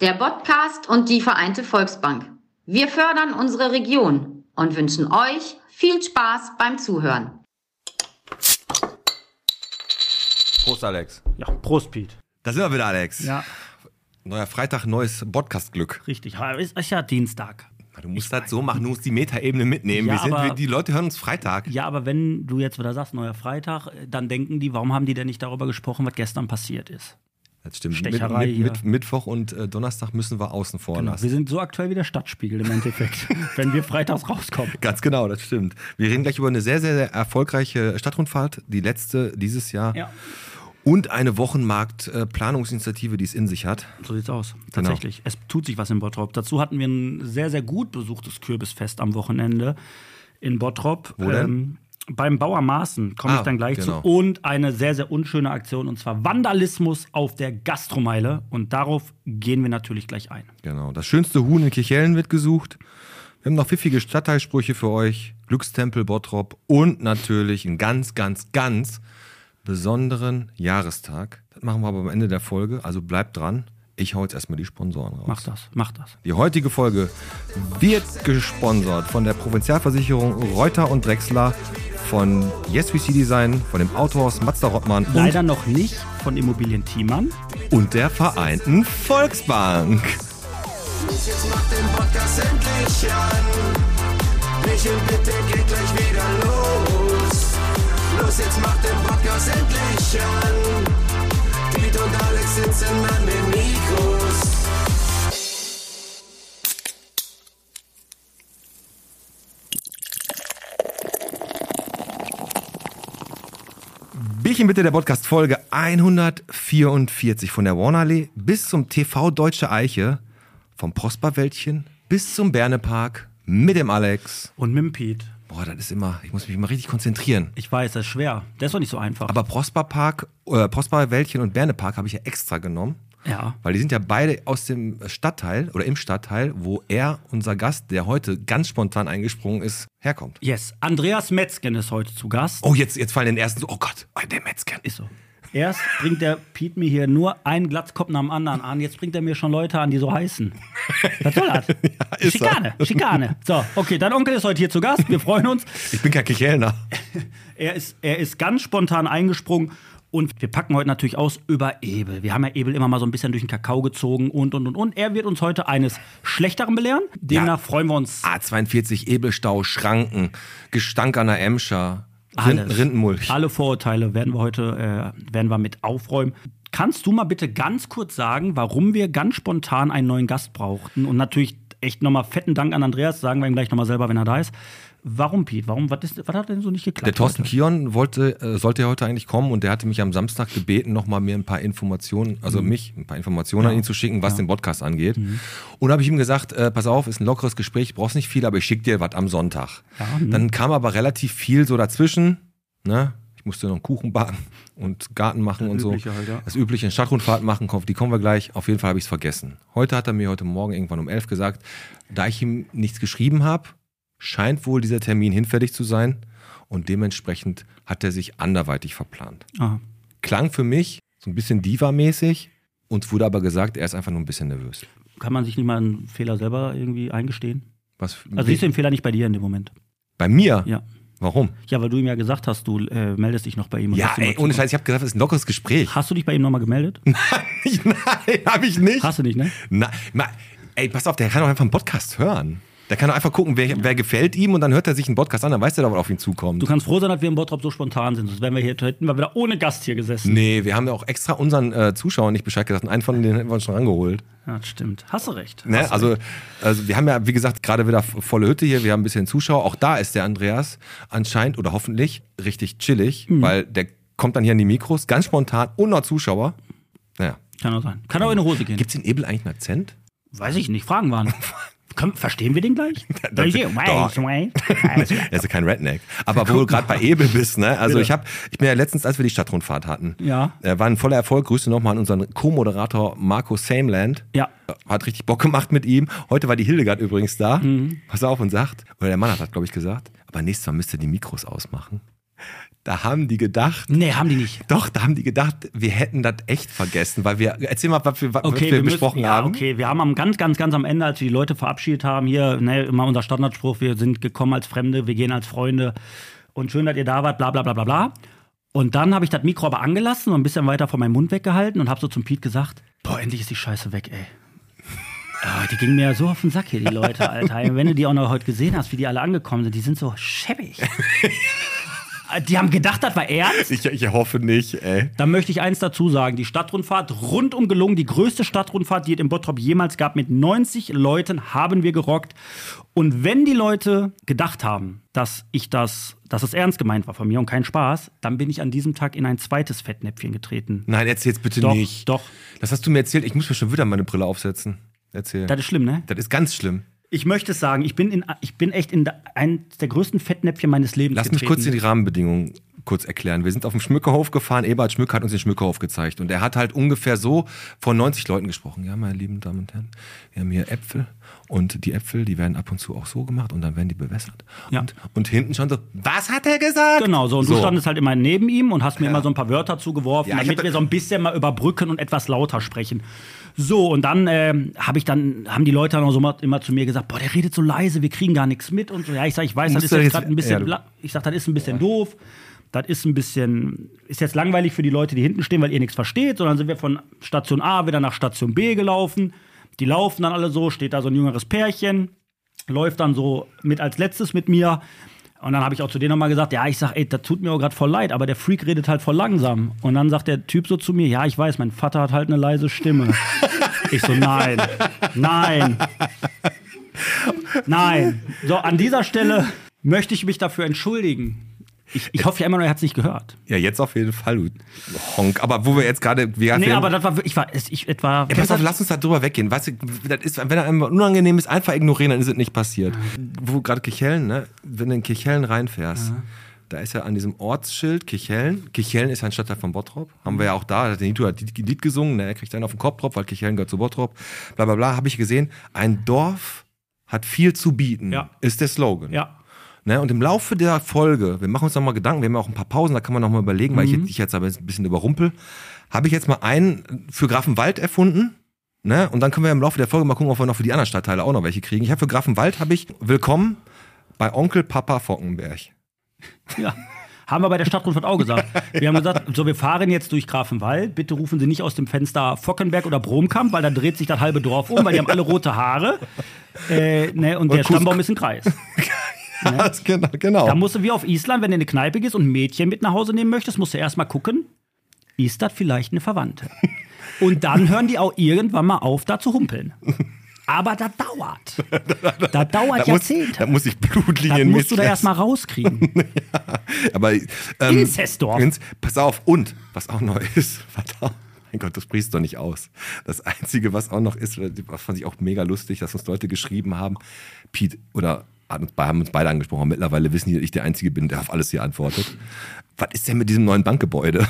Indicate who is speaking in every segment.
Speaker 1: der Podcast und die Vereinte Volksbank. Wir fördern unsere Region und wünschen euch viel Spaß beim Zuhören.
Speaker 2: Prost, Alex.
Speaker 3: Ja, Prost, Piet.
Speaker 2: Da sind wir wieder, Alex.
Speaker 3: Ja,
Speaker 2: Neuer Freitag, neues Podcast-Glück.
Speaker 3: richtig. Ha, Ist, ist ja Dienstag.
Speaker 2: Du musst das so machen, du musst die Metaebene mitnehmen.
Speaker 3: Ja,
Speaker 2: wir sind,
Speaker 3: aber-
Speaker 2: wir, die Leute hören uns Freitag.
Speaker 3: Ja, aber wenn du jetzt wieder sagst, neuer Freitag, dann denken die, warum haben die denn nicht darüber gesprochen, was gestern passiert ist?
Speaker 2: Das stimmt.
Speaker 3: Stecherei
Speaker 2: mit,
Speaker 3: hier.
Speaker 2: mit, mit, Mittwoch und äh, Donnerstag müssen wir außen vor
Speaker 3: Genau. Wir
Speaker 2: lassen.
Speaker 3: sind so aktuell wie der Stadtspiegel im Endeffekt, wenn wir freitags rauskommen.
Speaker 2: Ganz genau, das stimmt. Wir reden gleich über eine sehr, sehr, sehr erfolgreiche Stadtrundfahrt, die letzte dieses Jahr.
Speaker 3: Ja,
Speaker 2: Und eine Wochenmarkt-Planungsinitiative, die es in sich hat.
Speaker 3: so sieht's aus.
Speaker 2: Genau.
Speaker 3: Tatsächlich. Es tut sich was in Bottrop. Dazu hatten wir ein sehr, sehr gut besuchtes Kürbisfest am Wochenende in Bottrop.
Speaker 2: Wo denn?
Speaker 3: Ähm, beim Bauer Maaßen komme
Speaker 2: Ah,
Speaker 3: ich dann gleich
Speaker 2: genau.
Speaker 3: zu. Und eine sehr, sehr unschöne Aktion, und zwar Vandalismus auf der Gastromeile. Und darauf gehen wir natürlich gleich ein.
Speaker 2: Genau. Das schönste Huhn in Kirchhellen wird gesucht. Wir haben noch pfiffige Stadtteilsprüche für euch. Glückstempel Bottrop und natürlich einen ganz, ganz, ganz besonderen Jahrestag. Das machen wir aber am Ende der Folge. Also bleibt dran. Ich hau jetzt erstmal die Sponsoren raus.
Speaker 3: Mach das, mach das.
Speaker 2: Die heutige Folge wird gesponsert von der Provinzialversicherung Reuter und Drexler, von Yes We See Design, von dem Autohaus Mazda Rottmann und,
Speaker 3: Leider noch nicht von Immobilien Thiemann.
Speaker 2: und der Vereinten Volksbank.
Speaker 4: Jetzt mach den Podcast endlich an. Michel, bitte geht gleich wieder los. Los, jetzt mach den Podcast endlich an. Piet und Alex sitzen an den Mikros.
Speaker 2: Bierchen bitte der Podcast Folge 144 von der Warnerlee bis zum TV Deutsche Eiche, vom Prosperwäldchen bis zum Bernepark mit dem Alex.
Speaker 3: Und Mimpete.
Speaker 2: Boah, das ist immer, ich muss mich immer richtig konzentrieren.
Speaker 3: Ich weiß, das ist schwer. Das ist doch nicht so einfach.
Speaker 2: Aber Prosperpark, äh, Prosperwäldchen und Bernepark habe ich ja extra genommen.
Speaker 3: ja.
Speaker 2: Weil die sind ja beide aus dem Stadtteil oder im Stadtteil, wo er, unser Gast, der heute ganz spontan eingesprungen ist, herkommt.
Speaker 3: Yes, Andreas Metzgen ist heute zu Gast.
Speaker 2: Oh, jetzt, jetzt fallen den ersten so, oh Gott, oh, der Metzger.
Speaker 3: Ist so. Erst bringt der Piet mir hier nur einen Glatzkopf nach dem anderen an. Jetzt bringt er mir schon Leute an, die so heißen. Was soll das?
Speaker 2: ist
Speaker 3: Schikane, Schikane. So, okay, dein Onkel ist heute hier zu Gast. Wir freuen uns.
Speaker 2: Ich bin kein Kichelner.
Speaker 3: Er ist, er ist ganz spontan eingesprungen. Und wir packen heute natürlich aus über Ebel. Wir haben ja Ebel immer mal so ein bisschen durch den Kakao gezogen und, und, und, und. Er wird uns heute eines Schlechteren belehren. Demnach
Speaker 2: Ja.
Speaker 3: freuen wir uns.
Speaker 2: A42, Ebelstau, Schranken, Gestank an der Emscher, Rinden,
Speaker 3: Alles.
Speaker 2: Rindenmulch.
Speaker 3: Alle Vorurteile werden wir heute äh, werden wir mit aufräumen. Kannst du mal bitte ganz kurz sagen, warum wir ganz spontan einen neuen Gast brauchten? Und natürlich echt nochmal fetten Dank an Andreas, sagen wir ihm gleich nochmal selber, wenn er da ist. Warum, Piet? Warum, was, ist, was hat denn so nicht geklappt?
Speaker 2: Der Thorsten
Speaker 3: heute?
Speaker 2: Kion wollte, äh, sollte ja heute eigentlich kommen und der hatte mich am Samstag gebeten, nochmal mir ein paar Informationen, also
Speaker 3: Mhm.
Speaker 2: mich ein paar Informationen an ihn zu schicken, was den Podcast angeht. Und da habe ich ihm gesagt, äh, pass auf, ist ein lockeres Gespräch, brauchst nicht viel, aber ich schicke dir was am Sonntag. Dann
Speaker 3: mhm.
Speaker 2: kam aber relativ viel so dazwischen, ne? Ich musste noch einen Kuchen backen und Garten machen und so.
Speaker 3: Übliche halt, ja.
Speaker 2: Das übliche eine Stadtrundfahrt machen, komm- die kommen wir gleich. Auf jeden Fall habe ich es vergessen. Heute hat er mir heute Morgen irgendwann um elf gesagt, da ich ihm nichts geschrieben habe, scheint wohl dieser Termin hinfällig zu sein und dementsprechend hat er sich anderweitig verplant.
Speaker 3: Ah,
Speaker 2: Klang für mich so ein bisschen Diva-mäßig. Uns wurde aber gesagt, er ist einfach nur ein bisschen nervös.
Speaker 3: kann man sich nicht mal einen Fehler selber irgendwie eingestehen?
Speaker 2: Was,
Speaker 3: Also siehst du den Fehler nicht bei dir in dem Moment?
Speaker 2: bei mir?
Speaker 3: Ja.
Speaker 2: Warum?
Speaker 3: Ja, weil du ihm ja gesagt hast, du äh, meldest dich noch bei ihm. und
Speaker 2: Ja,
Speaker 3: lässt ihn
Speaker 2: ey,
Speaker 3: mal
Speaker 2: ohne
Speaker 3: zukommen.
Speaker 2: Scheiß, ich habe gesagt, es ist ein lockeres Gespräch.
Speaker 3: Hast du dich bei ihm nochmal gemeldet?
Speaker 2: Nein, habe ich nicht.
Speaker 3: Hast du nicht, ne?
Speaker 2: Na, ma, ey, pass auf, der kann doch einfach einen Podcast hören. Der kann doch einfach gucken, wer, wer gefällt ihm und dann hört er sich einen Podcast an, dann weiß er doch, was auf ihn zukommt.
Speaker 3: Du kannst froh sein, dass wir im Bottrop so spontan sind. Sonst wären wir hier, hätten wir wieder ohne Gast hier gesessen.
Speaker 2: Nee, wir haben ja auch extra unseren äh, Zuschauern nicht Bescheid gesagt. und Einen von denen hätten wir uns schon rangeholt.
Speaker 3: Ja, das stimmt. Hast du recht.
Speaker 2: Ne? Also, also, wir haben ja, wie gesagt, gerade wieder volle Hütte hier. Wir haben ein bisschen Zuschauer. Auch da ist der Andreas anscheinend oder hoffentlich richtig chillig, weil der kommt dann hier an die Mikros, ganz spontan, ohne Zuschauer. Naja.
Speaker 3: Kann auch sein. Kann auch in die Hose gehen.
Speaker 2: Gibt es in Ebel eigentlich einen Akzent?
Speaker 3: Weiß ich nicht, Fragen waren. Komm, verstehen wir den gleich?
Speaker 2: das-
Speaker 3: Okay,
Speaker 2: doch.
Speaker 3: wait, wait.
Speaker 2: Er ist ja kein Redneck. Aber wo du gerade bei Ebel bist, ne? Also
Speaker 3: Bitte.
Speaker 2: ich habe, ich bin ja letztens, als wir die Stadtrundfahrt hatten,
Speaker 3: Ja.
Speaker 2: äh, war ein voller Erfolg. Grüße nochmal an unseren Co-Moderator Marco Sameland.
Speaker 3: Ja.
Speaker 2: Äh, Hat richtig Bock gemacht mit ihm. Heute war die Hildegard
Speaker 3: Mhm.
Speaker 2: übrigens da. Pass auf und sagt, oder der Mann hat das, glaube ich, gesagt, aber nächstes Mal müsst ihr die Mikros ausmachen. Da haben die gedacht,
Speaker 3: Nee, haben die nicht.
Speaker 2: doch, da haben die gedacht, wir hätten das echt vergessen, weil wir, erzähl mal, was wir, was wir,
Speaker 3: müssen-
Speaker 2: besprochen
Speaker 3: ja,
Speaker 2: haben.
Speaker 3: Okay, wir haben am ganz, ganz, ganz am Ende, als wir die Leute verabschiedet haben, hier ne, immer unser Standardspruch, wir sind gekommen als Fremde, wir gehen als Freunde und schön, dass ihr da wart, bla bla bla bla bla. Und dann habe ich das Mikro aber angelassen und ein bisschen weiter von meinem Mund weggehalten und habe so zum Pete gesagt, boah, endlich ist die Scheiße weg, ey. Ah, die gingen mir ja so auf den Sack hier, die Leute, Alter. Ey, Wenn du die auch noch heute gesehen hast, wie die alle angekommen sind, die sind so schäbig. die haben gedacht, das war ernst.
Speaker 2: Ich, ich hoffe nicht, ey.
Speaker 3: Da möchte ich eins dazu sagen. Die Stadtrundfahrt rundum gelungen. Die größte Stadtrundfahrt, die es im Bottrop jemals gab. Mit 90 Leuten haben wir gerockt. Und wenn die Leute gedacht haben, dass ich das, dass es ernst gemeint war von mir und kein Spaß, dann bin ich an diesem Tag in ein zweites Fettnäpfchen getreten.
Speaker 2: Nein, erzähl's bitte
Speaker 3: Doch,
Speaker 2: nicht.
Speaker 3: doch.
Speaker 2: Das hast du mir erzählt, ich muss mir schon wieder meine Brille aufsetzen. Erzähl.
Speaker 3: Das ist schlimm, ne?
Speaker 2: Das ist ganz schlimm.
Speaker 3: Ich möchte es sagen, ich bin, in, ich bin echt in eines der größten Fettnäpfchen meines Lebens
Speaker 2: Lass mich
Speaker 3: getreten.
Speaker 2: kurz die Rahmenbedingungen kurz erklären. Wir sind auf dem Schmückerhof gefahren. Eberhard Schmück hat uns den Schmückerhof gezeigt. Und er hat halt ungefähr so von 90 Leuten gesprochen. Ja, meine lieben Damen und Herren, wir haben hier Äpfel. Und die Äpfel, die werden ab und zu auch so gemacht und dann werden die bewässert.
Speaker 3: Ja.
Speaker 2: Und, und hinten schon so, was hat er gesagt?
Speaker 3: Genau, so. Und du standest halt immer neben ihm und hast mir immer so ein paar Wörter zugeworfen,
Speaker 2: Ja, ich
Speaker 3: damit
Speaker 2: hab-
Speaker 3: wir so ein bisschen mal überbrücken und etwas lauter sprechen. So, und dann ähm, habe ich dann, haben die Leute dann auch so mal, immer zu mir gesagt, boah, der redet so leise, wir kriegen gar nichts mit und so. Ja, ich sag, ich weiß, das
Speaker 2: Musst
Speaker 3: ist
Speaker 2: du
Speaker 3: jetzt
Speaker 2: jetzt-
Speaker 3: gerade ein bisschen,
Speaker 2: ja, du-
Speaker 3: bla- ich sag, das ist ein bisschen doof. Das ist ein bisschen, ist jetzt langweilig für die Leute, die hinten stehen, weil ihr nichts versteht. Sondern sind wir von Station A wieder nach Station B gelaufen. Die laufen dann alle so, steht da so ein jüngeres Pärchen läuft dann so mit als letztes mit mir. Und dann habe ich auch zu denen nochmal gesagt, ja, ich sag, ey, das tut mir auch gerade voll leid, aber der Freak redet halt voll langsam. Und dann sagt der Typ so zu mir, ja, ich weiß, mein Vater hat halt eine leise Stimme. ich so, nein, nein, nein. So, an dieser Stelle möchte ich mich dafür entschuldigen. Ich, ich hoffe ja immer noch, er hat es nicht gehört.
Speaker 2: Ja, jetzt auf jeden Fall, du Honk. Aber wo wir jetzt gerade... wir-
Speaker 3: Nee,
Speaker 2: wir-
Speaker 3: aber das war, wirklich- ich war, es- ich, etwa.
Speaker 2: Ja, pass auf, lass uns da drüber weggehen. Weißt du, das ist, wenn einem unangenehm ist, einfach ignorieren, dann ist es nicht passiert. Wo gerade Kichellen, ne? Wenn du in Kichellen reinfährst, da ist ja an diesem Ortsschild Kichellen. Kichellen ist ja ein Stadtteil von Bottrop. Haben wir ja auch da, da hat der Nito hat ein Lied gesungen, ne? er kriegt einen auf den Kopf drauf, weil Kichellen gehört zu Bottrop. Bla bla bla, habe ich gesehen. Ein Dorf hat viel zu bieten,
Speaker 3: Ja.
Speaker 2: ist der Slogan.
Speaker 3: Ja.
Speaker 2: Ne, und im Laufe der Folge, wir machen uns nochmal Gedanken, wir haben ja auch ein paar Pausen, da kann man nochmal überlegen, weil ich
Speaker 3: Mhm.
Speaker 2: jetzt- ich jetzt aber ein bisschen überrumpel. Habe ich jetzt mal einen für Grafenwald erfunden? Ne? Und dann können wir im Laufe der Folge mal gucken, ob wir noch für die anderen Stadtteile auch noch welche kriegen. Ich habe für Grafenwald habe ich Willkommen bei Onkel Papa Fockenberg.
Speaker 3: Ja. Haben wir bei der Stadtrundfahrt auch gesagt. Wir haben gesagt, so, wir fahren jetzt durch Grafenwald. Bitte rufen Sie nicht aus dem Fenster Fockenberg oder Bromkamp, weil dann dreht sich das halbe Dorf um, weil die haben alle rote Haare. Äh, ne, und, der
Speaker 2: Kus-
Speaker 3: Stammbaum ist ein Kreis.
Speaker 2: Das- genau, genau.
Speaker 3: Da musst du wie auf Island, wenn du in eine Kneipe gehst und ein Mädchen mit nach Hause nehmen möchtest, musst du erstmal gucken, ist das vielleicht eine Verwandte? Und dann hören die auch irgendwann mal auf, da zu humpeln. Aber das dauert. Das dauert
Speaker 2: Da muss, da
Speaker 3: Jahrzehnte.
Speaker 2: muss ich
Speaker 3: Dann
Speaker 2: Blutlinien
Speaker 3: musst du da
Speaker 2: messen.
Speaker 3: erstmal rauskriegen.
Speaker 2: Aber ähm,
Speaker 3: Inzestdorf.
Speaker 2: Ins- Pass auf, und was auch neu ist, verdammt. Mein Gott, das sprichst du doch nicht aus. Das Einzige, was auch noch ist, was fand ich auch mega lustig, dass uns Leute geschrieben haben, Pete oder hat uns- haben uns beide angesprochen, mittlerweile wissen die, dass ich der Einzige bin, der auf alles hier antwortet. Was ist denn mit diesem neuen Bankgebäude?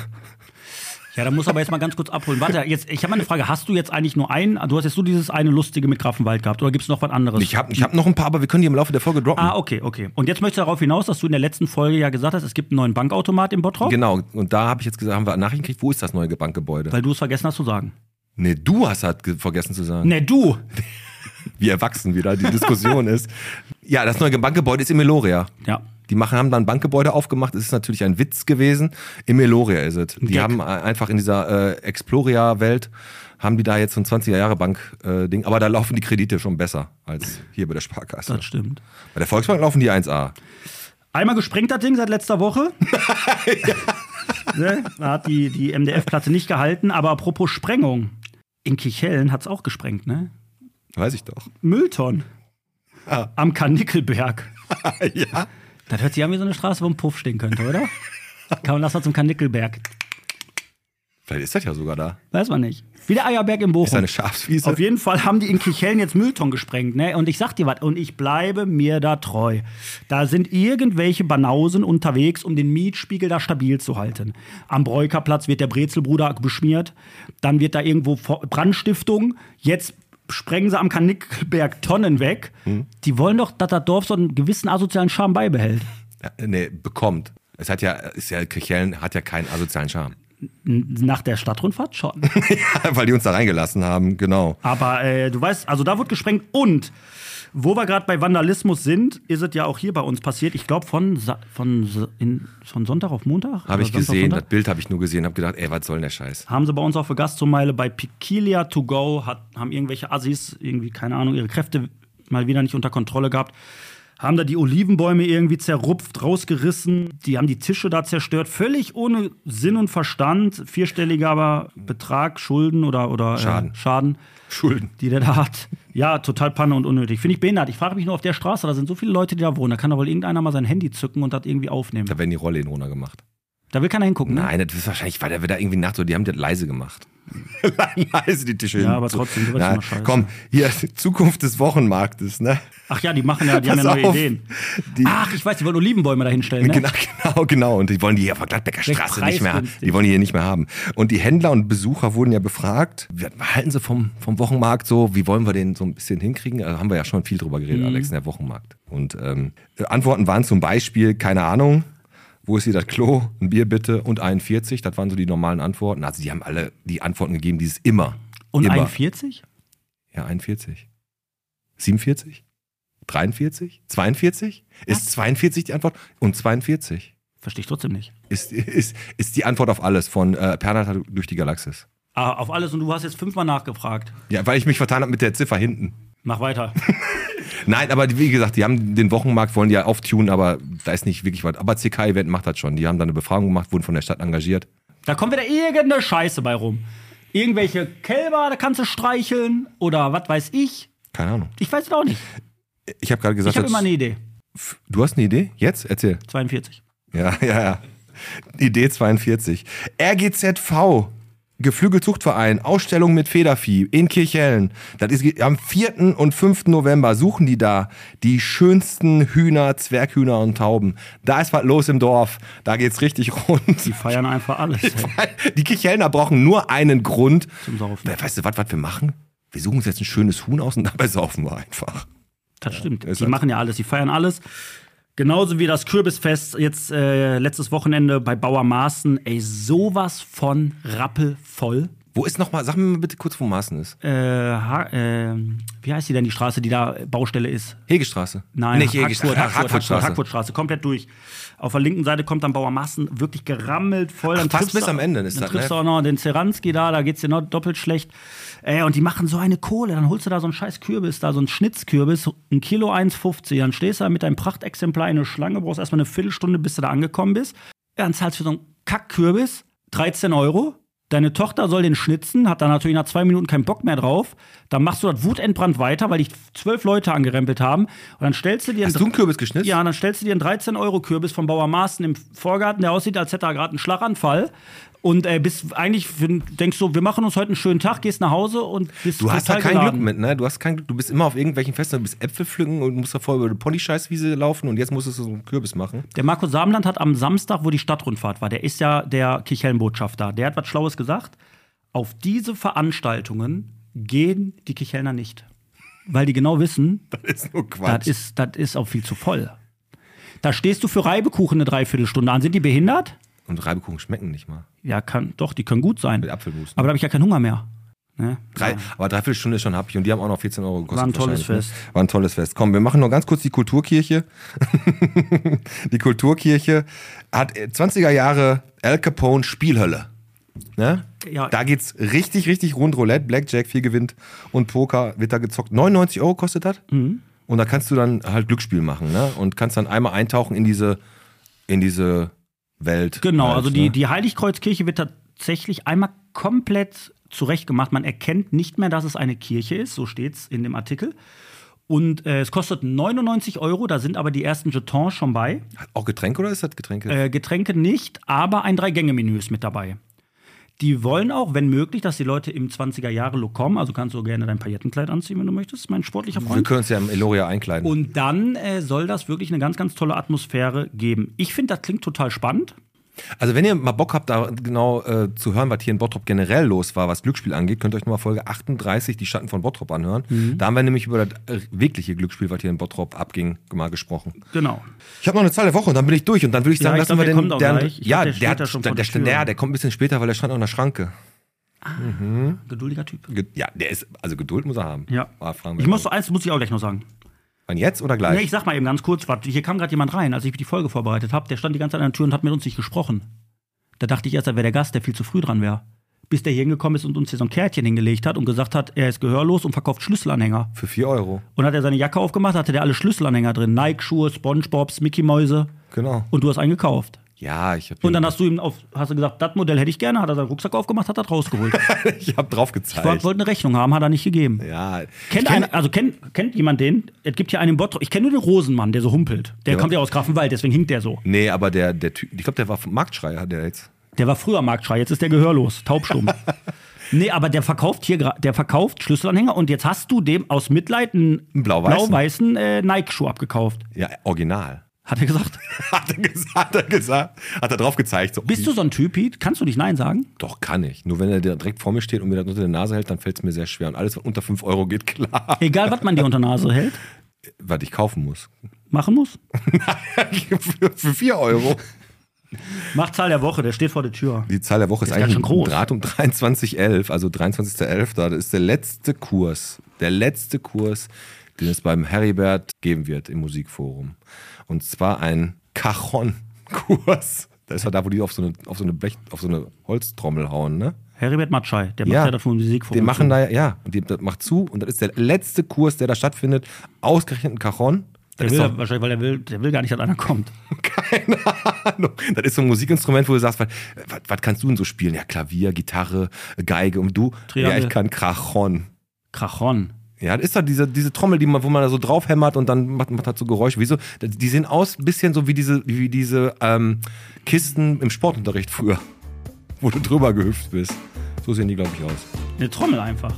Speaker 3: Ja, da muss aber jetzt mal ganz kurz abholen. Warte, jetzt, ich habe mal eine Frage. Hast du jetzt eigentlich nur einen, du hast jetzt nur dieses eine lustige mit Grafenwald gehabt oder gibt es noch was anderes?
Speaker 2: Ich habe ich hab noch ein paar, aber wir können die im Laufe der Folge droppen.
Speaker 3: ah, okay, okay. Und jetzt möchtest du darauf hinaus, dass du in der letzten Folge ja gesagt hast, es gibt einen neuen Bankautomat im Bottrop,
Speaker 2: Genau, und da habe ich jetzt gesagt, haben wir Nachrichten gekriegt, wo ist das neue Bankgebäude?
Speaker 3: weil du es vergessen hast zu sagen.
Speaker 2: nee, du hast halt ge- vergessen zu sagen.
Speaker 3: Ne, du!
Speaker 2: Wie erwachsen wieder die Diskussion ist. Ja, das neue Bankgebäude ist in Meloria.
Speaker 3: Ja.
Speaker 2: Die machen, haben dann ein Bankgebäude aufgemacht. Es ist natürlich ein Witz gewesen. Im Meloria ist es. Die
Speaker 3: Gag.
Speaker 2: haben äh, einfach in dieser äh, Exploria-Welt haben die da jetzt so ein 20er-Jahre-Bank-Ding. Aber da laufen die Kredite schon besser als hier bei der Sparkasse.
Speaker 3: Das stimmt.
Speaker 2: Bei der Volksbank laufen die 1A.
Speaker 3: Einmal gesprengt das Ding seit letzter Woche. ne? Da hat die, die MDF-Platte nicht gehalten. Aber apropos Sprengung. In Kichellen hat es auch gesprengt, ne?
Speaker 2: Weiß ich doch.
Speaker 3: Mülltonnen.
Speaker 2: Ah.
Speaker 3: Am Karnickelberg.
Speaker 2: ja.
Speaker 3: Das hört sich an wie so eine Straße, wo ein Puff stehen könnte, oder? Kann man das mal zum Karnickelberg.
Speaker 2: Vielleicht ist das ja sogar da.
Speaker 3: Weiß man nicht. Wie der Eierberg in
Speaker 2: Ist da
Speaker 3: Bochum.
Speaker 2: eine Schafswiese?
Speaker 3: Auf jeden Fall haben die in Kichellen jetzt Mülltonnen gesprengt, ne? Und ich sag dir was, und ich bleibe mir da treu. Da sind irgendwelche Banausen unterwegs, um den Mietspiegel da stabil zu halten. Am Breukerplatz wird der Brezelbruder beschmiert, dann wird da irgendwo Vor- Brandstiftung, jetzt sprengen sie am Karnickelberg Tonnen weg. Die wollen doch, dass das Dorf so einen gewissen asozialen Charme beibehält.
Speaker 2: ja, nee, bekommt. Es hat ja, ist ja, Kirchhellen hat ja keinen asozialen Charme.
Speaker 3: N- Nach der Stadtrundfahrt schon.
Speaker 2: Weil die uns da reingelassen haben, genau.
Speaker 3: Aber äh, du weißt, also da wurde gesprengt. Und wo wir gerade bei Vandalismus sind, ist es ja auch hier bei uns passiert. Ich glaube, von, Sa- von, S- in, von Sonntag auf Montag. oder
Speaker 2: Habe ich
Speaker 3: Samstag auf
Speaker 2: gesehen,
Speaker 3: Sonntag,
Speaker 2: das Bild habe ich nur gesehen, habe gedacht, ey, was soll denn der Scheiß?
Speaker 3: haben sie bei uns auf der Gastromeile bei Pikilia to go, hat, haben irgendwelche Assis, irgendwie, keine Ahnung, ihre Kräfte mal wieder nicht unter Kontrolle gehabt. Haben da die Olivenbäume irgendwie zerrupft, rausgerissen. Die haben die Tische da zerstört, völlig ohne Sinn und Verstand. Vierstelliger aber Betrag, Schulden oder, oder
Speaker 2: Schaden.
Speaker 3: Äh, Schaden
Speaker 2: Schulden.
Speaker 3: die der da hat. Ja, total Panne und unnötig. Finde ich behindert. Ich frage mich nur auf der Straße, da sind so viele Leute, die da wohnen. Da kann doch wohl irgendeiner mal sein Handy zücken und das irgendwie aufnehmen.
Speaker 2: Da werden die Rollläden runtergemacht.
Speaker 3: Da will keiner hingucken. Ne?
Speaker 2: Nein, das ist wahrscheinlich, weil der wieder irgendwie nachts so, die haben das leise gemacht. leise die Tische
Speaker 3: Ja,
Speaker 2: hin-
Speaker 3: aber
Speaker 2: zu-
Speaker 3: trotzdem, sowas ist
Speaker 2: Na,
Speaker 3: immer scheiße.
Speaker 2: Komm, hier, Zukunft des Wochenmarktes, ne?
Speaker 3: Ach ja, die machen ja, die haben ja
Speaker 2: Pass
Speaker 3: neue
Speaker 2: auf.
Speaker 3: Ideen.
Speaker 2: Die-
Speaker 3: Ach, ich weiß, die wollen Olivenbäume da hinstellen. Ne?
Speaker 2: Genau, genau, genau. Und die wollen die hier auf der Gladbecker Straße nicht mehr haben.
Speaker 3: preisgünstig.
Speaker 2: Die wollen die hier nicht mehr haben. Und die Händler und Besucher wurden ja befragt. Was halten sie vom, vom Wochenmarkt so? Wie wollen wir den so ein bisschen hinkriegen? Da haben wir ja schon viel drüber geredet,
Speaker 3: Mhm.
Speaker 2: Alex, in der Wochenmarkt. Und ähm, Antworten waren zum Beispiel, keine Ahnung, wo ist hier das Klo? Ein Bier bitte und 41. Das waren so die normalen Antworten. Also die haben alle die Antworten gegeben, die es immer.
Speaker 3: Und
Speaker 2: immer.
Speaker 3: 41?
Speaker 2: Ja, 41. 47? 43? 42? Ist 42 die Antwort? Und 42
Speaker 3: Verstehe ich trotzdem nicht.
Speaker 2: ist, ist, ist die Antwort auf alles von äh, Pernata durch die Galaxis.
Speaker 3: Ah, auf alles und du hast jetzt fünfmal nachgefragt.
Speaker 2: Ja, weil ich mich vertan habe mit der Ziffer hinten.
Speaker 3: Mach weiter.
Speaker 2: Nein, aber die- wie gesagt, die haben den Wochenmarkt, wollen die ja auftunen, aber da ist nicht wirklich was. Aber CK-Event macht das schon. Die haben da eine Befragung gemacht, wurden von der Stadt engagiert.
Speaker 3: Da kommt wieder irgendeine Scheiße bei rum. Irgendwelche Kälber, da kannst du streicheln oder was weiß ich.
Speaker 2: Keine Ahnung.
Speaker 3: Ich weiß es auch nicht.
Speaker 2: Ich habe gerade
Speaker 3: Ich
Speaker 2: gesagt,
Speaker 3: habe immer
Speaker 2: dass-
Speaker 3: eine Idee.
Speaker 2: du hast eine Idee? Jetzt? Erzähl.
Speaker 3: 42.
Speaker 2: Ja, ja, ja. Idee 42. RGZV. Geflügelzuchtverein, Ausstellung mit Federvieh in Kirchhellen. Das ist am 4. und 5. November suchen die da die schönsten Hühner, Zwerghühner und Tauben. Da ist was los im Dorf. Da geht's richtig rund.
Speaker 3: Die feiern einfach alles. ey.
Speaker 2: Die Kirchhellner brauchen nur einen Grund.
Speaker 3: Zum Saufen.
Speaker 2: Weißt du, was, was wir machen? Wir suchen uns jetzt ein schönes Huhn aus und dabei saufen wir einfach.
Speaker 3: Das stimmt.
Speaker 2: ist
Speaker 3: Die
Speaker 2: halt-
Speaker 3: machen ja alles, die feiern alles. Genauso wie das Kürbisfest jetzt äh, letztes Wochenende bei Bauer Maaßen. Ey, sowas von rappelvoll.
Speaker 2: Wo ist nochmal, sag mir mal bitte kurz, wo Maßen ist.
Speaker 3: Äh, ha äh, wie heißt die denn, die Straße, die da Baustelle ist?
Speaker 2: Hegestraße.
Speaker 3: Nein,
Speaker 2: Nicht
Speaker 3: Hackfurt,
Speaker 2: Hegestraße.
Speaker 3: Hackfurt, Hackfurt,
Speaker 2: Hackfurtstraße.
Speaker 3: Hackfurtstraße, komplett durch. Auf der linken Seite kommt dann Bauer Maaßen wirklich gerammelt voll. Dann
Speaker 2: Ach, fast
Speaker 3: triffst du-
Speaker 2: bis am Ende ist
Speaker 3: dann
Speaker 2: das,
Speaker 3: triffst
Speaker 2: ne?
Speaker 3: du auch noch den Zeranski da, da geht's dir noch doppelt schlecht. Ey, und die machen so eine Kohle, dann holst du da so einen scheiß Kürbis, da so einen Schnitzkürbis, ein Kilo 1,50, dann stehst du da mit deinem Prachtexemplar in eine Schlange, brauchst erstmal eine Viertelstunde, bis du da angekommen bist. Ja, Dann zahlst du für so einen Kackkürbis 13 Euro. Deine Tochter soll den schnitzen, hat da natürlich nach zwei Minuten keinen Bock mehr drauf. Dann machst du das wutentbrannt weiter, weil dich zwölf Leute angerempelt haben. Und dann stellst du dir
Speaker 2: Hast du einen Kürbis geschnitzt?
Speaker 3: ja, und dann stellst du dir einen 13-Euro-Kürbis von Bauer Maaßen im Vorgarten, der aussieht, als hätte er gerade einen Schlaganfall. Und äh, bist eigentlich, denkst du, wir machen uns heute einen schönen Tag, gehst nach Hause und bist
Speaker 2: Du hast da
Speaker 3: total
Speaker 2: kein
Speaker 3: geladen.
Speaker 2: Glück mit, ne? Du hast kein Glück. Du bist immer auf irgendwelchen Festen, du bist Äpfel pflücken und musst davor über eine Pony-Scheißwiese laufen und jetzt musstest du so einen Kürbis machen.
Speaker 3: Der Markus Samland hat am Samstag, wo die Stadtrundfahrt war, der ist ja der Kicheln-Botschafter, der hat was Schlaues gesagt. Auf diese Veranstaltungen gehen die Kichelner nicht. Weil die genau wissen,
Speaker 2: Das ist nur
Speaker 3: das
Speaker 2: Quatsch.
Speaker 3: ist, das ist auch viel zu voll. Da stehst du für Reibekuchen eine Dreiviertelstunde an. Sind die behindert?
Speaker 2: und Reibekuchen schmecken nicht mal.
Speaker 3: Ja, kann, doch, die können gut sein.
Speaker 2: Mit Apfelmus.
Speaker 3: Aber da habe ich ja keinen Hunger mehr. Ne?
Speaker 2: Drei, Aber dreiviertel Stunde ist schon hab ich und die haben auch noch 14 Euro gekostet.
Speaker 3: War ein tolles
Speaker 2: wahrscheinlich, ne? War ein tolles Fest. Komm, wir machen noch ganz kurz die Kulturkirche. die Kulturkirche hat äh, 20er Jahre Al Capone Spielhölle. Ne?
Speaker 3: Ja.
Speaker 2: Da geht's richtig, richtig rund. Roulette, Blackjack, viel gewinnt und Poker wird da gezockt. 99 Euro kostet das.
Speaker 3: Mhm.
Speaker 2: Und da kannst du dann halt Glücksspiel machen, ne? Und kannst dann einmal eintauchen in diese, in diese Welt.
Speaker 3: Genau,
Speaker 2: halt,
Speaker 3: also
Speaker 2: ne?
Speaker 3: die, die Heiligkreuzkirche wird tatsächlich einmal komplett zurechtgemacht. Man erkennt nicht mehr, dass es eine Kirche ist, so steht es in dem Artikel. Und äh, es kostet 99 Euro, da sind aber die ersten Jetons schon bei.
Speaker 2: Auch Getränke oder ist das Getränke?
Speaker 3: Äh, Getränke nicht, aber ein Drei-Gänge-Menü ist mit dabei. Die wollen auch, wenn möglich, dass die Leute im 20er-Jahre-Look kommen. Also kannst du gerne dein Paillettenkleid anziehen, wenn du möchtest, mein sportlicher
Speaker 2: wir
Speaker 3: Freund.
Speaker 2: können uns ja im Eloria einkleiden.
Speaker 3: Und dann äh, soll das wirklich eine ganz, ganz tolle Atmosphäre geben. Ich finde, das klingt total spannend.
Speaker 2: Also wenn ihr mal Bock habt, da genau äh, zu hören, was hier in Bottrop generell los war, was Glücksspiel angeht, könnt ihr euch nochmal Folge 38, die Schatten von Bottrop, anhören. Da haben wir nämlich über das äh, wirkliche Glücksspiel, was hier in Bottrop abging, mal gesprochen.
Speaker 3: Genau.
Speaker 2: Ich habe noch eine Zahl der Woche und dann bin ich durch. Und dann würde ich
Speaker 3: Ja,
Speaker 2: sagen,
Speaker 3: ich
Speaker 2: lassen
Speaker 3: glaub,
Speaker 2: wir
Speaker 3: der
Speaker 2: den.
Speaker 3: kommt auch
Speaker 2: der,
Speaker 3: gleich. Ich
Speaker 2: ja, der,
Speaker 3: glaub, der steht
Speaker 2: der,
Speaker 3: da schon vor
Speaker 2: der,
Speaker 3: der Tür.
Speaker 2: der, der kommt ein bisschen später, weil der stand an der Schranke.
Speaker 3: Geduldiger Typ.
Speaker 2: Ge- Ja, der ist, also Geduld muss er haben.
Speaker 3: Ja.
Speaker 2: Ah, fragen wir Ah,
Speaker 3: Ich muss,
Speaker 2: dann.
Speaker 3: eins muss ich auch gleich noch sagen.
Speaker 2: Wann jetzt oder gleich?
Speaker 3: Nee, ich sag mal eben ganz kurz, warte, hier kam gerade jemand rein, als ich die Folge vorbereitet habe, der stand die ganze Zeit an der Tür und hat mit uns nicht gesprochen. Da dachte ich erst, er wäre der Gast, der viel zu früh dran wäre. Bis der hier hingekommen ist und uns hier so ein Kärtchen hingelegt hat und gesagt hat, er ist gehörlos und verkauft Schlüsselanhänger.
Speaker 2: Für 4 Euro.
Speaker 3: Und hat er seine Jacke aufgemacht, hatte der alle Schlüsselanhänger drin. Nike-Schuhe, Spongebobs, Mickey-Mäuse.
Speaker 2: Genau.
Speaker 3: Und du hast einen gekauft.
Speaker 2: Ja, ich habe
Speaker 3: Und dann hast du ihm auf, hast du gesagt, das Modell hätte ich gerne, hat er seinen Rucksack aufgemacht, hat das rausgeholt.
Speaker 2: ich hab drauf
Speaker 3: Ich
Speaker 2: gezeigt.
Speaker 3: wollte eine Rechnung haben, hat er nicht gegeben.
Speaker 2: ja.
Speaker 3: Kennt,
Speaker 2: ich kenn-
Speaker 3: ein, also kennt, kennt jemand den? Es gibt hier einen in Bottrop. Ich kenne nur den Rosenmann, der so humpelt. Der
Speaker 2: Ja.
Speaker 3: kommt ja aus Grafenwald, deswegen hinkt der so.
Speaker 2: Nee, aber der, der Typ, ich glaube, der war vom Marktschreier, hat der jetzt.
Speaker 3: Der war früher Marktschrei, jetzt ist der gehörlos, taubstumm. nee, aber der verkauft hier, gra- der verkauft Schlüsselanhänger und jetzt hast du dem aus Mitleid einen
Speaker 2: Einen blau-weißen.
Speaker 3: blau-weißen äh, Nike-Schuh abgekauft.
Speaker 2: Ja, original.
Speaker 3: Hat er gesagt.
Speaker 2: Hat er gesagt, hat er gesagt. Hat er drauf gezeigt. So,
Speaker 3: Bist du so ein Typ, Piet? Kannst du nicht Nein sagen?
Speaker 2: Doch, kann ich. Nur wenn er direkt vor mir steht und mir das unter der Nase hält, dann fällt es mir sehr schwer. Und alles, was unter 5 Euro geht, klar.
Speaker 3: Egal, was man dir unter Nase hält,
Speaker 2: Was ich kaufen muss.
Speaker 3: machen muss.
Speaker 2: für, für 4 Euro.
Speaker 3: Macht Zahl der Woche, der steht vor der Tür.
Speaker 2: Die Zahl der Woche ist,
Speaker 3: Ist ganz
Speaker 2: eigentlich
Speaker 3: schön groß.
Speaker 2: ein Draht um 23.11, also 23.11. Das ist der letzte Kurs, der letzte Kurs, den es beim Heribert geben wird im Musikforum. Und zwar ein Cajon-Kurs. Das ist ja da, wo die auf so eine, auf so eine, Blech, auf so eine Holztrommel hauen, ne?
Speaker 3: Heribert Matschei, der macht ja,
Speaker 2: Ja.
Speaker 3: davon Musik vor.
Speaker 2: Die machen da, ja, und die das macht zu. Und das ist der letzte Kurs, der da stattfindet. Ausgerechnet ein Cajon.
Speaker 3: der
Speaker 2: Das
Speaker 3: will
Speaker 2: ist,
Speaker 3: ja
Speaker 2: doch,
Speaker 3: wahrscheinlich, weil der will, der will gar nicht, dass einer kommt.
Speaker 2: das ist so ein Musikinstrument, wo du sagst, was, was, was kannst du denn so spielen? Ja, Klavier, Gitarre, Geige. Und du?
Speaker 3: Triangel.
Speaker 2: Ja, ich kann Cajon.
Speaker 3: Krachon.
Speaker 2: Ja, das ist doch diese, diese Trommel, die man, wo man da so drauf hämmert und dann macht, macht halt so Geräusche. Wieso? Die sehen aus ein bisschen so wie diese, wie diese ähm, Kisten im Sportunterricht früher, wo du drüber gehüpft bist. So sehen die, glaube ich, aus.
Speaker 3: Eine Trommel einfach.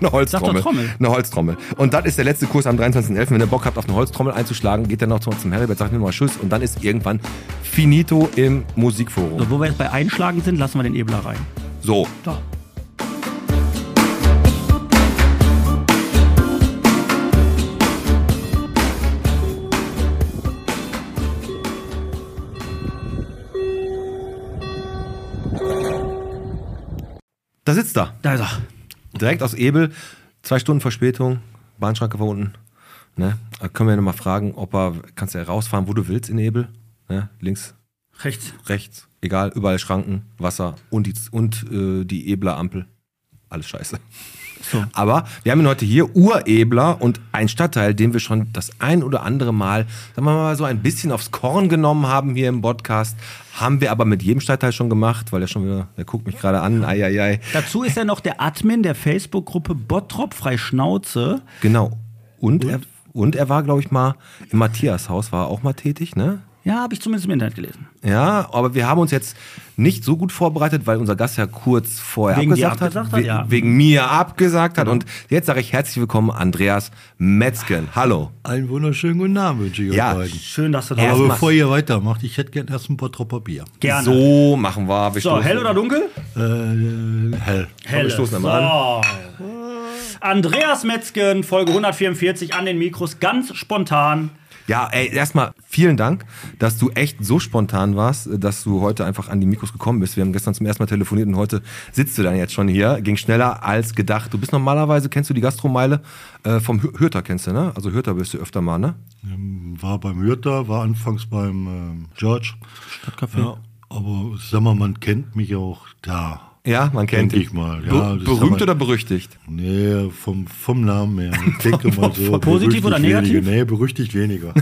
Speaker 2: Eine Holztrommel.
Speaker 3: Sag doch Trommel.
Speaker 2: Eine Holztrommel. Und das ist der letzte Kurs am 23.11. Wenn ihr Bock habt, auf eine Holztrommel einzuschlagen, geht dann noch zum, zum Heribert, sagt mir mal Tschüss und dann ist irgendwann Finito im Musikforum.
Speaker 3: So, wo wir jetzt bei Einschlagen sind, lassen wir den Ebler rein.
Speaker 2: So.
Speaker 3: Da.
Speaker 2: Da sitzt er.
Speaker 3: Da ist er.
Speaker 2: Direkt aus Ebel. Zwei Stunden Verspätung. Bahnschranke war unten. Ne? Da können wir ihn mal fragen, ob er, kannst du ja rausfahren, wo du willst in Ebel. Ne? Links,
Speaker 3: Rechts.
Speaker 2: rechts, egal, überall Schranken, Wasser und die, und, äh, die Ebler Ampel. Alles scheiße.
Speaker 3: So.
Speaker 2: Aber wir haben ihn heute hier, Urebler und ein Stadtteil, den wir schon das ein oder andere Mal, sagen wir mal so ein bisschen aufs Korn genommen haben hier im Podcast. Haben wir aber mit jedem Stadtteil schon gemacht, weil er schon wieder, der guckt mich gerade an, ei, ei, ei.
Speaker 3: Dazu ist er noch der Admin der Facebook-Gruppe Bottrop Frei Schnauze.
Speaker 2: Genau. Und, Er, und er war, glaube ich, mal im Matthias Haus, war er auch mal tätig, ne?
Speaker 3: Ja, habe ich zumindest im Internet gelesen.
Speaker 2: Ja, aber wir haben uns jetzt nicht so gut vorbereitet, weil unser Gast ja kurz vorher
Speaker 3: Wegen dir
Speaker 2: abgesagt,
Speaker 3: abgesagt
Speaker 2: hat,
Speaker 3: hat,
Speaker 2: we-
Speaker 3: ja.
Speaker 2: wegen mir abgesagt hat. Und jetzt sage ich herzlich willkommen, Andreas Metzgen. Hallo.
Speaker 5: Einen wunderschönen guten Abend wünsche ich euch
Speaker 2: Ja,
Speaker 5: beiden.
Speaker 3: Schön, dass du da
Speaker 5: Aber
Speaker 2: erstmal-
Speaker 5: bevor ihr weitermacht, ich hätte gern erst ein Bottroper Bier.
Speaker 3: Gerne. So,
Speaker 2: So machen wir. wir stoßen- um.
Speaker 3: hell oder dunkel?
Speaker 5: Äh, hell.
Speaker 3: Hell.
Speaker 2: stoßen
Speaker 3: so.
Speaker 2: einmal
Speaker 3: Andreas Metzgen, Folge 144 an den Mikros, ganz spontan.
Speaker 2: Ja, ey, erstmal vielen Dank, dass du echt so spontan warst, dass du heute einfach an die Mikros gekommen bist. Wir haben gestern zum ersten Mal telefoniert und heute sitzt du dann jetzt schon hier. Ging schneller als gedacht. Du bist normalerweise, kennst du die Gastromeile äh, vom Hü- Hürter, kennst du, ne? Also Hürter bist du öfter mal, ne?
Speaker 5: War beim Jutta, war anfangs beim ähm, George. Stadtcafé. Ja, aber sag mal, man kennt mich auch da.
Speaker 2: Ja, man kennt
Speaker 5: Denke
Speaker 2: dich.
Speaker 5: ich mal, ja,
Speaker 2: Be-
Speaker 5: das ist
Speaker 2: berühmt
Speaker 5: aber-
Speaker 2: oder berüchtigt?
Speaker 5: Nee, vom, vom Namen her. Ich denke mal so.
Speaker 3: Positiv
Speaker 5: berüchtigt
Speaker 3: oder negativ?
Speaker 5: Weniger. Nee, berüchtigt weniger.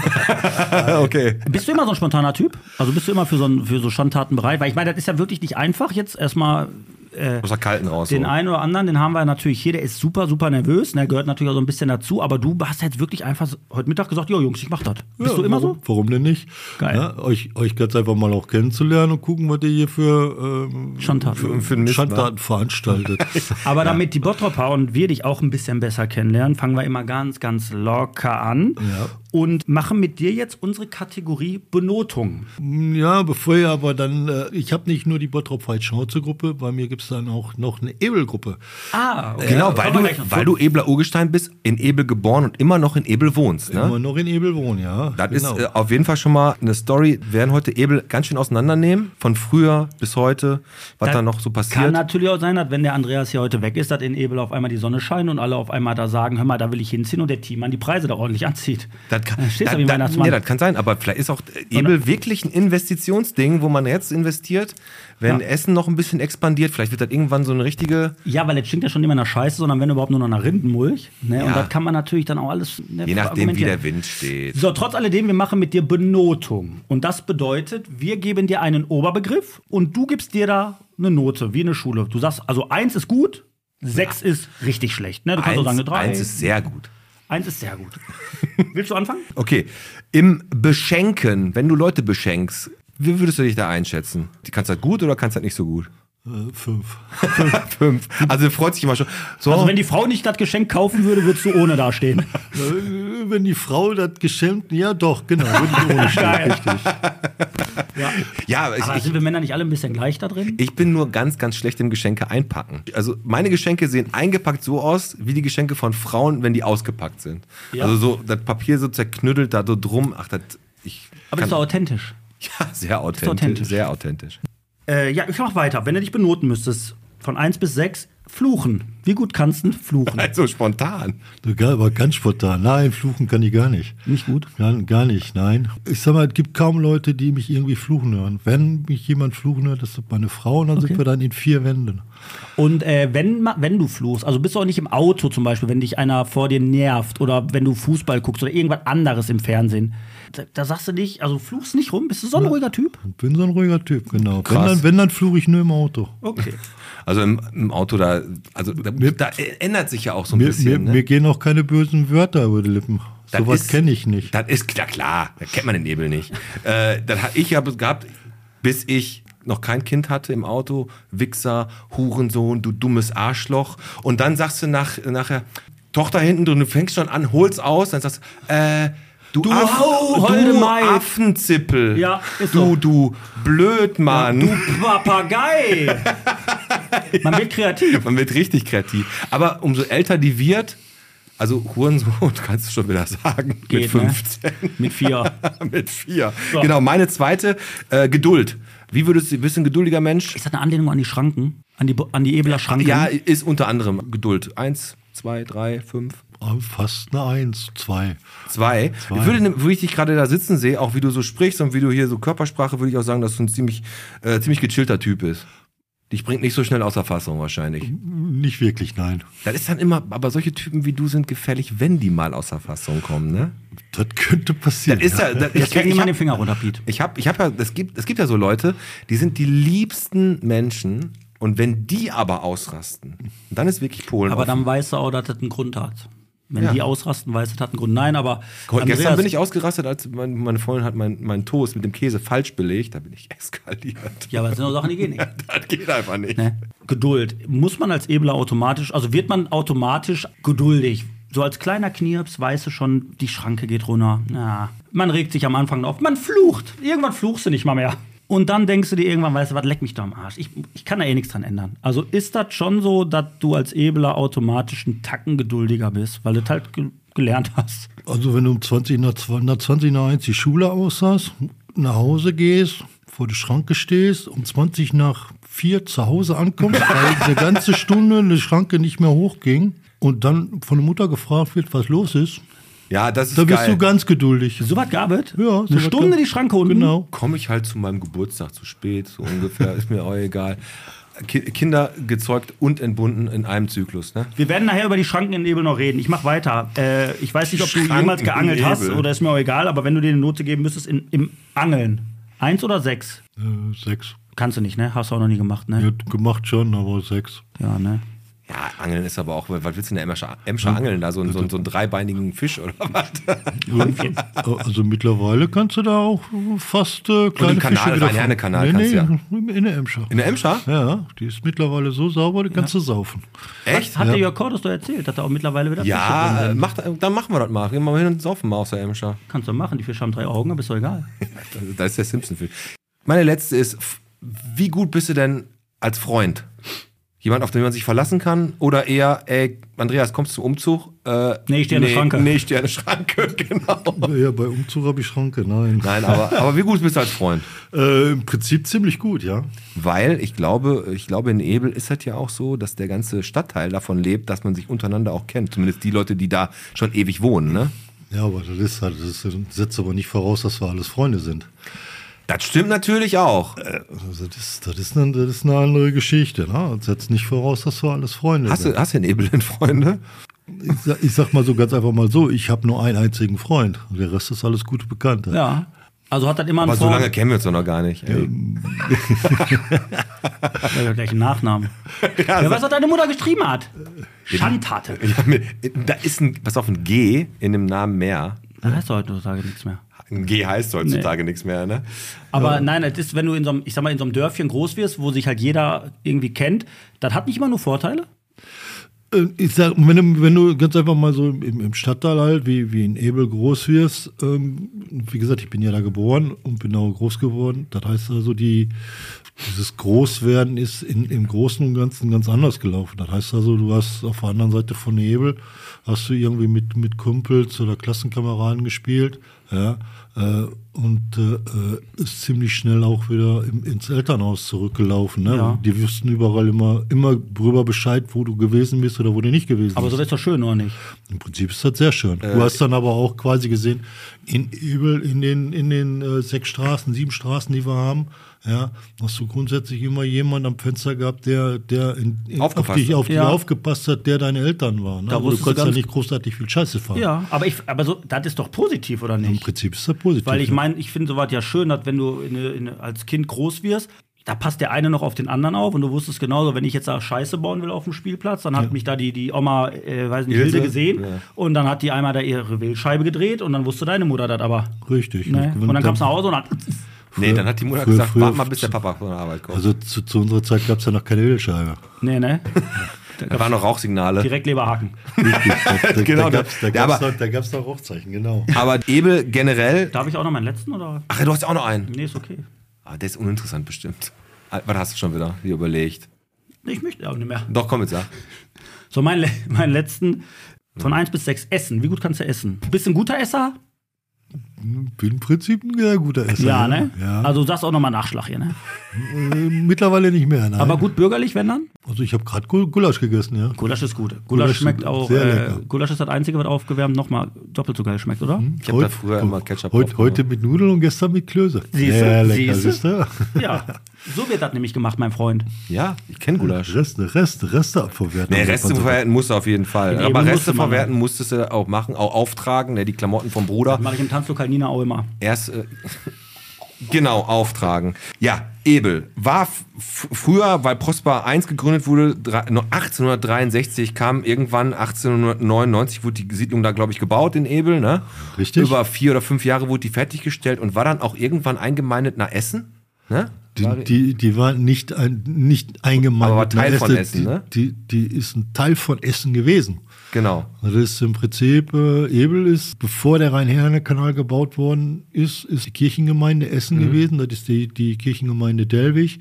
Speaker 2: okay.
Speaker 3: Bist du immer so ein spontaner Typ? Also bist du immer für so, ein, für so Schandtaten bereit? Weil ich meine, das ist ja wirklich nicht einfach, jetzt erstmal äh, äh,
Speaker 2: Aus der Kalten raus.
Speaker 3: den
Speaker 2: so.
Speaker 3: einen oder anderen, den haben wir natürlich hier, der ist super, super nervös, der gehört natürlich auch so ein bisschen dazu, aber du hast jetzt wirklich einfach so- heute Mittag gesagt, jo Jungs, ich mach das. Bist du immer
Speaker 5: warum,
Speaker 3: so?
Speaker 5: Warum denn nicht?
Speaker 3: Geil.
Speaker 5: Ja, euch, euch ganz einfach mal auch kennenzulernen und gucken, was ihr hier für ähm,
Speaker 3: Schandtat.
Speaker 2: für, für den Mist,
Speaker 5: Schandtaten veranstaltet.
Speaker 3: Aber damit die Bottropper und wir dich auch ein bisschen besser kennenlernen, fangen wir immer ganz, ganz locker an und machen mit dir jetzt unsere Kategorie Benotung.
Speaker 5: ja, bevor ihr aber dann, äh, ich habe nicht nur die Bottrop Fight Schnauze Gruppe, bei mir gibt es dann auch noch eine Ebel Gruppe.
Speaker 3: Ah, okay.
Speaker 2: Genau, weil
Speaker 3: Kommen wir gleich noch
Speaker 2: du, weil
Speaker 3: zu.
Speaker 2: du Ebler Urgestein bist, in Ebel geboren und immer noch in Ebel wohnst. Ne?
Speaker 5: Immer noch in Ebel wohnen, ja. genau.
Speaker 2: Das
Speaker 3: genau.
Speaker 2: ist äh, auf jeden Fall schon mal eine Story. Wir werden heute Ebel ganz schön auseinandernehmen, von früher bis heute, was
Speaker 3: Das
Speaker 2: da noch so
Speaker 3: Kann halt-
Speaker 2: passiert.
Speaker 3: natürlich auch sein, dass wenn der Andreas hier heute weg ist, dass in Ebel auf einmal die Sonne scheint und alle auf einmal da sagen, hör mal, da will ich hinziehen und der Teammann die Preise da ordentlich anzieht.
Speaker 2: Das kann,
Speaker 3: Dann stehst du
Speaker 2: das-
Speaker 3: da wie
Speaker 2: das-
Speaker 3: Weihnachtsmann.
Speaker 2: nee, das kann sein, aber vielleicht ist auch Ebel wirklich ein Investitionsding, wo man jetzt investiert, wenn
Speaker 3: Ja.
Speaker 2: Essen noch ein bisschen expandiert, vielleicht wird das irgendwann so eine richtige,
Speaker 3: ja, weil jetzt stinkt ja schon nicht mehr nach Scheiße, sondern wenn überhaupt nur noch nach Rindenmulch. Ne? Und
Speaker 2: Ja.
Speaker 3: das kann man natürlich dann auch alles ne,
Speaker 2: je nachdem wie
Speaker 3: argumentieren.
Speaker 2: der Wind steht.
Speaker 3: So, trotz alledem, wir machen mit dir Benotung. Und das bedeutet, wir geben dir einen Oberbegriff und du gibst dir da eine Note, wie eine Schule. Du sagst, also eins ist gut, sechs ist richtig schlecht. Ne? Du kannst auch sagen,
Speaker 2: Eins,
Speaker 3: eine drei.
Speaker 2: eins ist sehr gut.
Speaker 3: eins ist sehr gut. Willst du anfangen?
Speaker 2: Okay, im Beschenken, wenn du Leute beschenkst, wie würdest du dich da einschätzen? Die Kannst du das gut oder kannst du das nicht so gut?
Speaker 5: äh, fünf.
Speaker 2: Fünf. Also freut sich immer schon. So,
Speaker 3: Also, wenn die Frau nicht das Geschenk kaufen würde, würdest du ohne dastehen.
Speaker 5: Äh, Wenn die Frau das geschämt, ja doch, genau. Wenn die ohne steht, richtig.
Speaker 2: ja, ich,
Speaker 3: Aber
Speaker 2: ich,
Speaker 3: sind wir Männer nicht alle ein bisschen gleich da drin?
Speaker 2: ich bin nur ganz, ganz schlecht im Geschenke einpacken. Also meine Geschenke sehen eingepackt so aus, wie die Geschenke von Frauen, wenn die ausgepackt sind.
Speaker 3: Ja.
Speaker 2: Also so das Papier so zerknüttelt da so drum. Ach, das ich
Speaker 3: Aber ist doch authentisch.
Speaker 2: ja, sehr authentisch,
Speaker 3: authentisch.
Speaker 2: sehr authentisch.
Speaker 3: Äh, ja, ich mach weiter. Wenn du dich benoten müsstest, von eins bis sechs, fluchen. Wie gut kannst du fluchen?
Speaker 2: Also spontan.
Speaker 5: Egal, aber ganz spontan. Nein, fluchen kann ich gar nicht.
Speaker 3: Nicht gut?
Speaker 5: Gar, gar nicht, nein. Ich sag mal, es gibt kaum Leute, die mich irgendwie fluchen hören. Wenn mich jemand fluchen hört, das ist meine Frau und dann sind wir dann in vier Wänden.
Speaker 3: Und äh, wenn, ma- wenn du fluchst, also bist du auch nicht im Auto zum Beispiel, wenn dich einer vor dir nervt oder wenn du Fußball guckst oder irgendwas anderes im Fernsehen, da, da sagst du nicht, also fluchst nicht rum, bist du so ein ruhiger Typ?
Speaker 5: Ich bin so ein ruhiger Typ, genau. Wenn
Speaker 2: Krass.
Speaker 5: dann, wenn, dann fluche ich nur im Auto.
Speaker 3: Okay.
Speaker 2: Also im, im Auto da, also da, da ändert sich ja auch so ein
Speaker 5: Mir,
Speaker 2: bisschen.
Speaker 5: mir,
Speaker 2: ne?
Speaker 5: mir gehen auch keine bösen Wörter über die Lippen.
Speaker 2: Das
Speaker 5: Sowas
Speaker 2: ist-
Speaker 5: kenne ich nicht.
Speaker 2: Das ist ja klar, da kennt man den Nebel nicht. äh, das habe ich ja gehabt, bis ich noch kein Kind hatte im Auto, Wichser, Hurensohn, du dummes Arschloch. Und dann sagst du nach, nachher, Tochter hinten drin, du fängst schon an, holst aus, dann sagst du, äh, du,
Speaker 3: Du
Speaker 2: Aff-
Speaker 3: Hau- holde
Speaker 2: du
Speaker 3: Maid.
Speaker 2: Affenzippel.
Speaker 3: Ja, ist
Speaker 2: du,
Speaker 3: so.
Speaker 2: du Blödmann.
Speaker 3: Papagei! Man wird kreativ.
Speaker 2: Man wird richtig kreativ. Aber umso älter die wird, also Hurensohn kannst du schon wieder sagen, mit
Speaker 3: Geht, ne?
Speaker 2: 15.
Speaker 3: Mit vier.
Speaker 2: Mit vier.
Speaker 3: So.
Speaker 2: Genau, meine zweite, äh, Geduld. Wie würdest du, bist du ein geduldiger Mensch?
Speaker 3: Ist das eine Anlehnung an die Schranken? An die, Bo- an die Ebeler Schranken?
Speaker 2: Ja, ist unter anderem Geduld. Eins, zwei, drei, fünf,
Speaker 5: Ah, Fast eine Eins, zwei.
Speaker 2: zwei. Ich würde, ne- würde ich dich gerade da sitzen sehe, auch wie du so sprichst und wie du hier so Körpersprache, würde ich auch sagen, dass du ein ziemlich, äh, ziemlich gechillter Typ bist. Dich bringt nicht so schnell außer Fassung wahrscheinlich.
Speaker 5: Nicht wirklich, nein.
Speaker 2: Das ist dann immer, aber solche Typen wie du sind gefährlich, wenn die mal außer Fassung kommen, ne?
Speaker 5: Das könnte passieren.
Speaker 2: Ist halt- ja, das,
Speaker 3: Jetzt
Speaker 2: ich,
Speaker 3: kriegt
Speaker 2: ich,
Speaker 3: niemand
Speaker 2: hab,
Speaker 3: den Finger runter, Piet.
Speaker 2: ich hab, ich hab ja, es gibt, es gibt ja so Leute, die sind die liebsten Menschen und wenn die aber ausrasten, dann ist wirklich Polen.
Speaker 3: Aber
Speaker 2: offen.
Speaker 3: dann weißt du auch, dass das einen Grund hat. Wenn
Speaker 2: Ja.
Speaker 3: die ausrasten, weißt du, das hat einen Grund. Nein, aber.
Speaker 2: Gestern
Speaker 3: Andreas-
Speaker 2: bin ich ausgerastet, als mein, meine Freundin hat meinen meinen Toast mit dem Käse falsch belegt, da bin ich eskaliert.
Speaker 3: Ja, aber das sind auch Sachen, die gehen nicht.
Speaker 2: Das geht einfach nicht.
Speaker 3: Ne? Geduld. Muss man als Ebeler automatisch, also wird man automatisch geduldig. So als kleiner Knirps weißt du schon, die Schranke geht runter. Ja. Man regt sich am Anfang auf. Man flucht. Irgendwann fluchst du nicht mal mehr. Und dann denkst du dir irgendwann, weißt du, was leck mich doch am Arsch. Ich, ich kann da eh nichts dran ändern. Also ist das schon so, dass du als Ebeler automatisch einen Tacken geduldiger bist, weil du das halt ge gelernt hast.
Speaker 5: Also wenn du um 20 nach, 2 nach 20 nach 1 die Schule aussahst, nach Hause gehst, vor der Schranke stehst, um 20 nach 4 zu Hause ankommst, weil eine ganze Stunde eine Schranke nicht mehr hochging und dann von der Mutter gefragt wird, was los ist,
Speaker 2: Ja, das ist
Speaker 5: da bist
Speaker 2: geil.
Speaker 5: du ganz geduldig.
Speaker 3: So was gab es?
Speaker 5: Ja, so
Speaker 3: Eine
Speaker 5: was
Speaker 3: Stunde
Speaker 5: gab-
Speaker 3: die Schranke unten.
Speaker 5: Genau.
Speaker 2: Komme ich halt zu meinem Geburtstag zu spät, so ungefähr, ist mir auch egal. Ki Kinder gezeugt und entbunden in einem Zyklus, ne?
Speaker 3: Wir werden nachher über die Schranken in Nebel noch reden. Ich mach weiter. Äh, ich weiß nicht, ob du
Speaker 2: Schranken
Speaker 3: jemals geangelt
Speaker 2: in
Speaker 3: hast
Speaker 2: Nebel.
Speaker 3: oder ist mir auch egal, aber wenn du dir eine Note geben müsstest in, im Angeln, eins oder sechs?
Speaker 5: Äh, sechs.
Speaker 3: Kannst du nicht, ne? Hast du auch noch nie gemacht, ne?
Speaker 5: Ja, gemacht schon, aber sechs.
Speaker 3: Ja, ne?
Speaker 2: Ja, Angeln ist aber auch, was willst du denn Emscher, Emscher angeln? Da so, einen- so, einen- so einen dreibeinigen Fisch oder was?
Speaker 5: Also mittlerweile kannst du da auch fast äh, kleine
Speaker 2: im Kanal,
Speaker 5: Fische wieder
Speaker 2: Rhein-Herne-Kanal
Speaker 5: fangen.
Speaker 2: kannst
Speaker 5: in der Emscher.
Speaker 2: In der Emscher?
Speaker 5: Ja, die ist mittlerweile so sauber, die kannst du saufen.
Speaker 2: Echt?
Speaker 3: Hat dir Jörg Cordes doch erzählt, dass er auch mittlerweile wieder Fische drin
Speaker 2: Ja, äh,
Speaker 3: sind.
Speaker 2: mach, dann machen wir das mal. Gehen wir mal hin und saufen mal aus der Emscher.
Speaker 3: Kannst du machen, die Fische haben drei Augen, aber ist doch egal.
Speaker 2: Da ist der Simpson-Fisch. Meine letzte ist, f- wie gut bist du denn als Freund? Jemand, auf den man sich verlassen kann? Oder eher, ey, Andreas, kommst du zum Umzug? Äh,
Speaker 3: Nee, ich stehe an der Schranke.
Speaker 2: Nee, ich stehe an der Schranke, genau.
Speaker 5: Ja, bei Umzug habe ich Schranke, nein.
Speaker 2: Nein, aber, aber wie gut bist du als Freund?
Speaker 5: Äh, Im Prinzip ziemlich gut, ja.
Speaker 2: Weil ich glaube, ich glaube, in Ebel ist das ja auch so, dass der ganze Stadtteil davon lebt, dass man sich untereinander auch kennt. Zumindest die Leute, die da schon ewig wohnen, ne?
Speaker 5: Ja, aber das ist halt, das ist- setzt aber nicht voraus, dass wir alles Freunde sind.
Speaker 2: Das stimmt natürlich auch.
Speaker 5: Also das, ist- das, ist, eine, das ist eine andere Geschichte. Ne? Das setzt nicht voraus, dass wir alles Freunde
Speaker 2: Hast
Speaker 5: sind.
Speaker 2: du, hast du in Ebel denn Freunde?
Speaker 5: Ich, sag- ich sag mal so ganz einfach mal so, ich habe nur einen einzigen Freund. Und der Rest ist alles gute Bekannte.
Speaker 3: Ja. Also hat das immer einen
Speaker 2: Aber so
Speaker 3: Vor-
Speaker 2: lange kennen wir uns doch noch gar nicht. Ey.
Speaker 3: Ja, ja, gleich einen Nachnamen.
Speaker 2: Also
Speaker 3: ja, was hat deine Mutter geschrieben hat? Schandtate.
Speaker 2: Ich hab mir, da ist ein, pass auf, ein G in dem Namen mehr.
Speaker 3: Da heißt doch heutzutage nichts mehr.
Speaker 2: Ein G heißt heutzutage nichts mehr, ne?
Speaker 3: Aber nein, das ist, wenn du in so einem, ich sag mal, in so einem Dörfchen groß wirst, wo sich halt jeder irgendwie kennt, das hat nicht immer nur Vorteile.
Speaker 5: Äh, Ich sag, wenn du, wenn du ganz einfach mal so im, im Stadtteil halt, wie, wie in Ebel groß wirst, ähm, wie gesagt, ich bin ja da geboren und bin da auch groß geworden. Das heißt also, die, dieses Großwerden ist in, im Großen und Ganzen ganz anders gelaufen. Das heißt also, du hast auf der anderen Seite von Ebel, hast du irgendwie mit, mit Kumpels oder Klassenkameraden gespielt, ja, äh, und äh, äh, ist ziemlich schnell auch wieder im, ins Elternhaus zurückgelaufen. Ne?
Speaker 3: Ja.
Speaker 5: Die wussten überall immer, immer drüber Bescheid, wo du gewesen bist oder wo du nicht gewesen
Speaker 3: Aber
Speaker 5: bist.
Speaker 3: so Äh, ist doch schön, oder nicht?
Speaker 5: Im Prinzip ist das sehr schön. du hast dann aber auch quasi gesehen, in Ebel, in den, in den äh, sechs Straßen, sieben Straßen, die wir haben, ja, hast du grundsätzlich immer jemanden am Fenster gehabt, der, der in, in, auf
Speaker 2: Aufgepasst
Speaker 5: dich
Speaker 2: hat.
Speaker 5: auf dich
Speaker 3: Ja.
Speaker 5: aufgepasst hat, der deine Eltern waren. Ne?
Speaker 3: Da
Speaker 5: Also du
Speaker 3: wusstest du
Speaker 5: konntest ja
Speaker 3: ganz-
Speaker 5: nicht großartig viel Scheiße fahren.
Speaker 3: Ja. Aber, ich, aber so, das ist doch positiv, oder
Speaker 5: Im
Speaker 3: nicht?
Speaker 5: Prinzip ist das positiv. ne?
Speaker 3: Weil ich meine, ich finde sowas ja schön, dass wenn du in, in, als Kind groß wirst, da passt der eine noch auf den anderen auf und du wusstest genauso, wenn ich jetzt da Scheiße bauen will auf dem Spielplatz, dann hat mich da die, die Oma, äh, weiß nicht,
Speaker 2: Ilse?
Speaker 3: Hilde gesehen
Speaker 2: Ja.
Speaker 3: und dann hat die einmal da ihre Wählscheibe gedreht und dann wusste deine Mutter das aber.
Speaker 5: Richtig.
Speaker 3: Ne?
Speaker 5: Und
Speaker 3: Und dann
Speaker 5: dann-
Speaker 3: kam es nach Hause und dann.
Speaker 2: Nee, dann hat die Mutter
Speaker 5: Früher-
Speaker 2: gesagt,
Speaker 5: früher-
Speaker 2: warte mal, bis der Papa von der Arbeit kommt.
Speaker 5: also zu, zu unserer Zeit gab es ja noch keine Ölscheibe.
Speaker 3: Nee, ne?
Speaker 5: Also
Speaker 2: da waren noch Rauchsignale.
Speaker 3: Direkt Leberhaken.
Speaker 5: Richtig. Da, da,
Speaker 2: Genau,
Speaker 5: da gab es da
Speaker 2: ja,
Speaker 5: gab's
Speaker 2: aber-
Speaker 5: noch, da gab's noch Rauchzeichen, genau.
Speaker 2: Aber Ebel generell.
Speaker 3: Darf ich auch noch meinen letzten oder?
Speaker 2: Ach, du hast auch noch einen.
Speaker 3: Nee, ist okay.
Speaker 2: Ah, der ist uninteressant bestimmt. Ah, Was hast du schon wieder dir überlegt?
Speaker 3: Nee, Ich möchte auch nicht mehr.
Speaker 2: Doch, komm jetzt, sag.
Speaker 3: So, mein, le- mein letzten. Von 1 bis 6 Essen. Wie gut kannst du essen? Bist du ein guter Esser?
Speaker 5: Bin im Prinzip ein sehr guter Esser.
Speaker 3: Ja, ne?
Speaker 5: Ja.
Speaker 3: Also du sagst auch nochmal Nachschlag hier, ne?
Speaker 5: Äh, mittlerweile nicht mehr. Nein.
Speaker 3: Aber gut bürgerlich, wenn dann?
Speaker 5: Also ich habe gerade Gulasch gegessen, ja.
Speaker 3: Gulasch ist gut. Gulasch,
Speaker 5: Gulasch
Speaker 3: schmeckt
Speaker 5: ist
Speaker 3: auch.
Speaker 5: sehr
Speaker 3: Äh,
Speaker 5: lecker.
Speaker 3: Gulasch ist das Einzige, was aufgewärmt nochmal doppelt so geil schmeckt, oder?
Speaker 5: Hm.
Speaker 2: Ich hab da früher immer Ketchup
Speaker 5: heute,
Speaker 2: drauf
Speaker 5: heute mit Nudeln und gestern mit Klöße.
Speaker 3: Siehste,
Speaker 5: Sehr lecker,
Speaker 3: siehste.
Speaker 5: siehst du?
Speaker 3: Ja. So wird das nämlich gemacht, mein Freund.
Speaker 2: Ja, ich kenne Gulasch.
Speaker 5: Reste, Reste, Reste abverwerten. Also,
Speaker 2: Nee, Reste verwerten musst du auf jeden Fall.
Speaker 3: Nee,
Speaker 2: Aber
Speaker 3: musste
Speaker 2: Reste
Speaker 3: man.
Speaker 2: verwerten musstest du auch machen, auch auftragen, ne, die Klamotten vom Bruder.
Speaker 3: Das mache ich im Tanzlokal Nina auch immer.
Speaker 2: Erst äh, genau auftragen. Ja, Ebel war f- f- früher, weil Prosper 1 gegründet wurde, drei- no- 1863 kam irgendwann 1899 wurde die Siedlung da glaube ich gebaut in Ebel, ne?
Speaker 5: Richtig.
Speaker 2: Über vier oder fünf Jahre wurde die fertiggestellt und war dann auch irgendwann eingemeindet nach Essen, ne?
Speaker 5: Die, die, die war nicht, ein, nicht eingemeindet.
Speaker 2: Aber war Teil
Speaker 5: Reste,
Speaker 2: von Essen,
Speaker 5: die,
Speaker 2: ne?
Speaker 5: Die, die ist ein Teil von Essen gewesen.
Speaker 2: Genau.
Speaker 5: Das Also ist im Prinzip, äh, Ebel ist, bevor der Rhein-Herne-Kanal gebaut worden ist, ist die Kirchengemeinde Essen
Speaker 2: Mhm.
Speaker 5: gewesen. Das ist die, die Kirchengemeinde Delwig.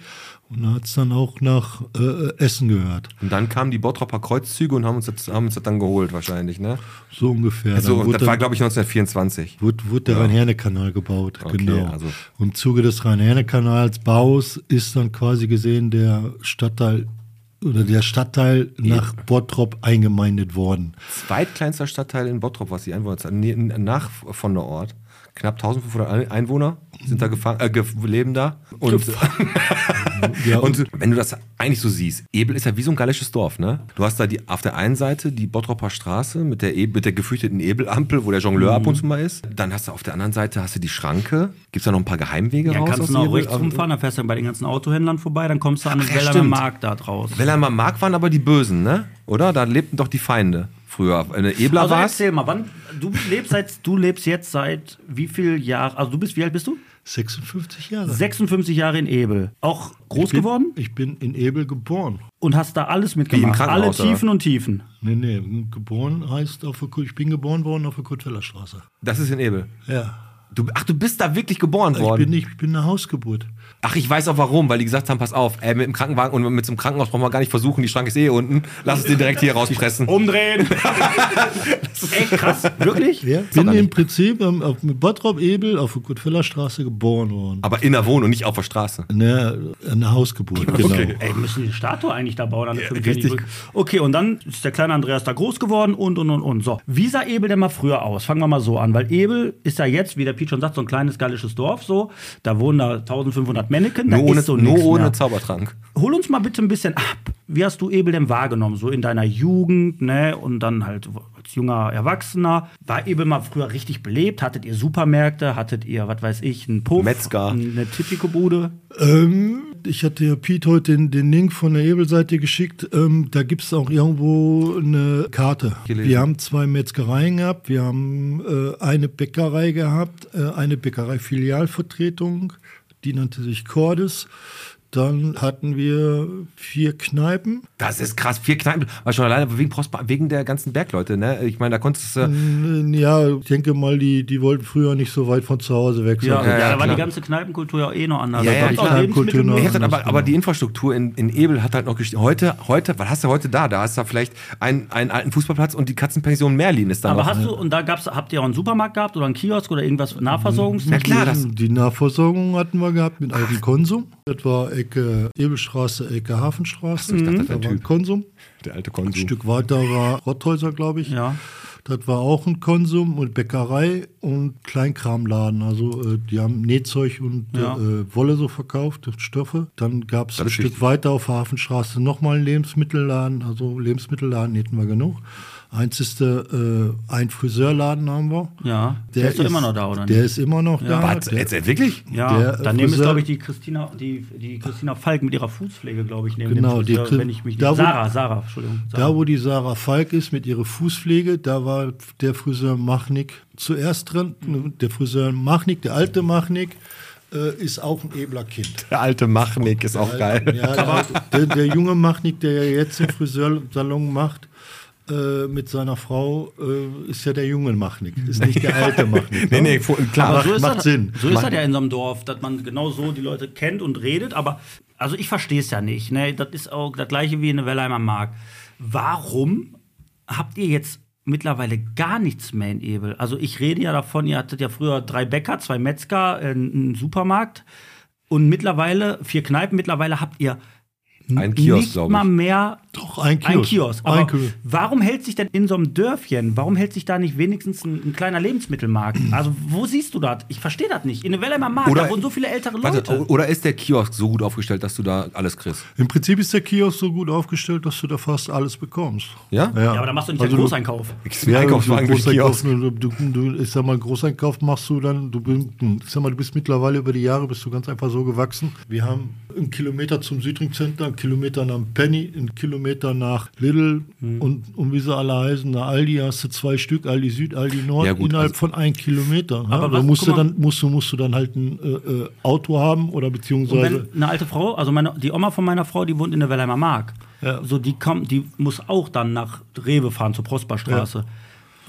Speaker 5: Und da hat es dann auch nach äh, Essen gehört.
Speaker 2: Und dann kamen die Bottroper Kreuzzüge und haben uns das, haben uns das dann geholt wahrscheinlich, ne?
Speaker 5: So ungefähr. Dann
Speaker 2: So,
Speaker 5: wurde
Speaker 2: Also, das war
Speaker 5: dann-
Speaker 2: glaube ich 1924.
Speaker 5: Wurde, wurde der Rhein-Herne-Kanal gebaut,
Speaker 2: Okay,
Speaker 5: genau.
Speaker 2: also-
Speaker 5: Im Zuge des Rhein-Herne-Kanals Baus ist dann quasi gesehen der Stadtteil oder der Stadtteil nach Bottrop eingemeindet worden.
Speaker 2: Zweitkleinster Stadtteil in Bottrop, was die Einwohnerzahl, nee, nach von der Ort. knapp 1500 Einwohner sind da gefangen, äh, gef- leben da. Und,
Speaker 5: Ja,
Speaker 2: und wenn du das eigentlich so siehst, Ebel ist ja wie so ein gallisches Dorf, ne? Du hast da die, auf der einen Seite die Bottroper Straße mit der, Ebel, mit der gefürchteten Ebelampel, wo der Jongleur ab und
Speaker 3: Mhm.
Speaker 2: zu mal ist. Dann hast du auf der anderen Seite hast du die Schranke. Gibt es da noch ein paar Geheimwege
Speaker 3: Ja,
Speaker 2: raus?
Speaker 3: kannst
Speaker 2: aus
Speaker 3: du noch
Speaker 2: Ebel? Ähm,
Speaker 3: rechts rumfahren, dann fährst du bei den ganzen Autohändlern vorbei, dann kommst du an den
Speaker 2: ja,
Speaker 3: Weller
Speaker 2: stimmt.
Speaker 3: Markt da draus.
Speaker 2: Wenn er mal mag, waren aber die Bösen, ne? Oder? Da lebten doch die Feinde früher. Wenn du Ebler
Speaker 3: Also
Speaker 2: warst,
Speaker 3: erzähl mal, wann du lebst seit du lebst jetzt seit wie viel Jahren? Also du bist wie alt bist du?
Speaker 5: 56 Jahre.
Speaker 3: 56 Jahre in Ebel. Auch groß
Speaker 5: ich bin,
Speaker 3: geworden
Speaker 5: Ich bin in Ebel geboren.
Speaker 3: und hast da alles mitgemacht, alle
Speaker 2: Krankenhaus, oder?
Speaker 3: Tiefen und Tiefen.
Speaker 5: Nee, nee, geboren heißt, auf der, Ku- ich bin geboren worden auf der Kurteller Straße.
Speaker 2: das ist in Ebel.
Speaker 5: Ja.
Speaker 2: Du, ach, du bist da wirklich geboren
Speaker 5: Ich
Speaker 2: worden.
Speaker 5: bin, nicht, ich bin eine Hausgeburt.
Speaker 2: Ach, ich weiß auch warum, weil die gesagt haben, pass auf, ey, mit dem Krankenwagen und mit so einem Krankenhaus brauchen wir gar nicht versuchen, die Schranke ist eh unten. Lass uns den direkt hier rauspressen.
Speaker 3: Umdrehen. das ist echt krass, wirklich?
Speaker 5: Ja, bin im Prinzip ähm, auf mit Bottrop Ebel auf der Kurteller Straße geboren worden.
Speaker 2: Aber in der Wohnung, nicht auf der Straße.
Speaker 5: Ne, eine Hausgeburt, genau.
Speaker 2: Okay.
Speaker 3: Ey, wir müssen die Statue eigentlich da bauen. An der fünf
Speaker 2: richtig.
Speaker 3: Pfennig Brücke. Okay, und dann ist der kleine Andreas da groß geworden und, und, und, und. So, wie sah Ebel denn mal früher aus? Fangen wir mal so an, weil Ebel ist ja jetzt, wie der Piet schon sagt, so ein kleines gallisches Dorf. So, da wohnen da 1500 Männchen. Da
Speaker 2: Nur ohne,
Speaker 3: ist so ne?
Speaker 2: nur
Speaker 3: nichts mehr.
Speaker 2: ohne Zaubertrank.
Speaker 3: Hol uns mal bitte ein bisschen ab. Wie hast du Ebel denn wahrgenommen? So in deiner Jugend, ne? Und dann halt als junger Erwachsener. War Ebel mal früher richtig belebt? Hattet ihr Supermärkte? Hattet ihr, was weiß ich, einen Puff?
Speaker 2: Metzger.
Speaker 3: Eine Tipico-Bude?
Speaker 5: Ähm, ich hatte ja Piet heute den, den Link von der Ebel-Seite geschickt. Ähm, da gibt es auch irgendwo eine Karte.
Speaker 2: Gelesen.
Speaker 5: Wir haben zwei Metzgereien gehabt, wir haben äh, eine Bäckerei gehabt, äh, eine Bäckerei-Filialvertretung, die nannte sich Cordes. Dann hatten wir vier Kneipen.
Speaker 2: Das ist krass. Vier Kneipen. War schon alleine wegen, Prosper, wegen der ganzen Bergleute, ne? Ich meine, da konntest du. Äh,
Speaker 5: Ja, ich denke mal, die, die wollten früher nicht so weit von zu Hause weg sein.
Speaker 3: Ja, ja,
Speaker 2: ja,
Speaker 3: da war
Speaker 2: klar.
Speaker 3: die ganze Kneipenkultur ja eh noch anders.
Speaker 2: Ja,
Speaker 3: Da
Speaker 2: ja,
Speaker 3: gab's auch
Speaker 5: klar.
Speaker 3: Lebensmittel-
Speaker 5: Kultur noch.
Speaker 2: ich hab dann aber,
Speaker 5: anders,
Speaker 2: aber
Speaker 5: genau.
Speaker 2: die Infrastruktur in, in Ebel hat halt noch gestiegen. Heute, heute, was hast du heute da? Da hast du vielleicht einen, einen alten Fußballplatz und die Katzenpension Merlin ist da
Speaker 3: Aber
Speaker 2: noch.
Speaker 3: hast du, und da gab's, habt ihr auch einen Supermarkt gehabt oder einen Kiosk oder irgendwas Nahversorgungs?
Speaker 2: Ja, klar, das,
Speaker 5: Die Nahversorgung hatten wir gehabt mit altem Konsum. Das war Ecke Ebelstraße, Ecke Hafenstraße.
Speaker 2: Mhm. dachte, das
Speaker 5: da
Speaker 2: war ein
Speaker 5: war ein
Speaker 2: Typ.
Speaker 5: Konsum.
Speaker 2: der alte
Speaker 5: Ein
Speaker 2: Konsum.
Speaker 5: Stück weiter war Rotthäuser, glaube ich.
Speaker 3: Ja.
Speaker 5: Das war auch ein Konsum und Bäckerei und Kleinkramladen. Also äh, die haben Nähzeug und
Speaker 3: Ja.
Speaker 5: äh, Wolle so verkauft, und Stoffe. Dann gab es
Speaker 2: Das
Speaker 5: ein
Speaker 2: ist
Speaker 5: Stück
Speaker 2: wichtig.
Speaker 5: weiter auf der Hafenstraße nochmal einen Lebensmittelladen. Also Lebensmittelladen hätten wir genug. Eins ist der, äh, ein Friseurladen haben wir.
Speaker 3: Ja. Der, ist doch immer noch da, oder
Speaker 5: Der ist immer noch da.
Speaker 2: Was?
Speaker 5: Der,
Speaker 2: Jetzt, jetzt wirklich?
Speaker 3: Ja,
Speaker 5: der
Speaker 3: daneben ist,
Speaker 5: Friseur-
Speaker 3: glaube ich, die Christina, die, die Christina Falk mit ihrer Fußpflege, glaube ich, neben
Speaker 5: Genau,
Speaker 3: dem
Speaker 5: die
Speaker 3: Friseur,
Speaker 5: Chris-
Speaker 3: wenn ich mich
Speaker 5: da, wo-
Speaker 3: nicht, Sarah, Sarah, Entschuldigung. Sarah.
Speaker 5: Da, wo die Sarah Falk ist mit ihrer Fußpflege, da war der Friseur Machnick zuerst drin.
Speaker 3: Mhm.
Speaker 5: Der Friseur Machnick, der alte Machnick, äh, ist auch ein Ebler Kind.
Speaker 2: Der alte Machnick ist auch geil.
Speaker 5: Ja, der, alte- der, der junge Machnick, der ja jetzt den Friseursalon macht, äh, mit seiner Frau, äh, ist ja der junge Machnick, ist nicht der alte Machnick.
Speaker 2: Nee,
Speaker 5: ne?
Speaker 2: nee, vo- klar.
Speaker 5: Aber- macht- macht
Speaker 3: das,
Speaker 5: Sinn.
Speaker 3: So ist
Speaker 2: Macht-
Speaker 3: das ja in so einem Dorf, dass man genau so die Leute kennt und redet, aber also ich verstehe es ja nicht. Ne? Das ist auch das gleiche wie in der Wellheimer Mark. Warum habt ihr jetzt mittlerweile gar nichts mehr in Ebel? Also ich rede ja davon, ihr hattet ja früher drei Bäcker, zwei Metzger, äh, einen Supermarkt und mittlerweile vier Kneipen, mittlerweile habt ihr
Speaker 2: Ein Kiosk,
Speaker 3: nicht
Speaker 2: glaube
Speaker 3: mal
Speaker 2: ich.
Speaker 3: mehr
Speaker 5: Doch, ein Kiosk.
Speaker 3: ein Kiosk. Aber
Speaker 5: Ein Kiosk.
Speaker 3: warum hält sich denn in so einem Dörfchen, warum hält sich da nicht wenigstens ein, ein kleiner Lebensmittelmarkt? Also, wo siehst du das? Ich verstehe das nicht. In der Wellheimer Markt,
Speaker 2: Oder-
Speaker 3: da wohnen so viele ältere
Speaker 2: Warte,
Speaker 3: Leute.
Speaker 5: oh,
Speaker 2: o- oder ist der Kiosk so gut aufgestellt, dass du da alles kriegst?
Speaker 5: Im Prinzip ist der Kiosk so gut aufgestellt, dass du da fast alles bekommst.
Speaker 2: Ja?
Speaker 3: ja, aber da machst du nicht
Speaker 5: Also
Speaker 3: einen Großeinkauf.
Speaker 2: Ich
Speaker 5: Ja,
Speaker 2: Einkaufswagen
Speaker 5: du-
Speaker 2: durch den Kiosk.
Speaker 5: du, du, du, ich sag mal, Großeinkauf machst du dann, du, bin- hm, ich sag mal, du bist mittlerweile über die Jahre, bist du ganz einfach so gewachsen. Wir haben einen Kilometer zum Südring Center, einen Kilometer nach Penny, einen Kilometer nach Lidl
Speaker 3: Hm.
Speaker 5: und, und wie sie alle heißen, nach Aldi hast du zwei Stück, Aldi Süd, Aldi Nord,
Speaker 2: Ja, gut,
Speaker 5: innerhalb
Speaker 2: also-
Speaker 5: von einem Kilometer. ne?
Speaker 3: Aber
Speaker 5: da
Speaker 3: was-
Speaker 5: musst du
Speaker 3: guck mal.
Speaker 5: dann, musst du, musst du dann halt ein äh, äh, Auto haben oder
Speaker 3: Und
Speaker 5: beziehungsweise.
Speaker 3: wenn eine alte Frau, also meine, die Oma von meiner Frau, die wohnt in der Wellheimer Mark.
Speaker 5: Ja.
Speaker 3: So, die kommt, die muss auch dann nach Rewe fahren, zur Prosperstraße.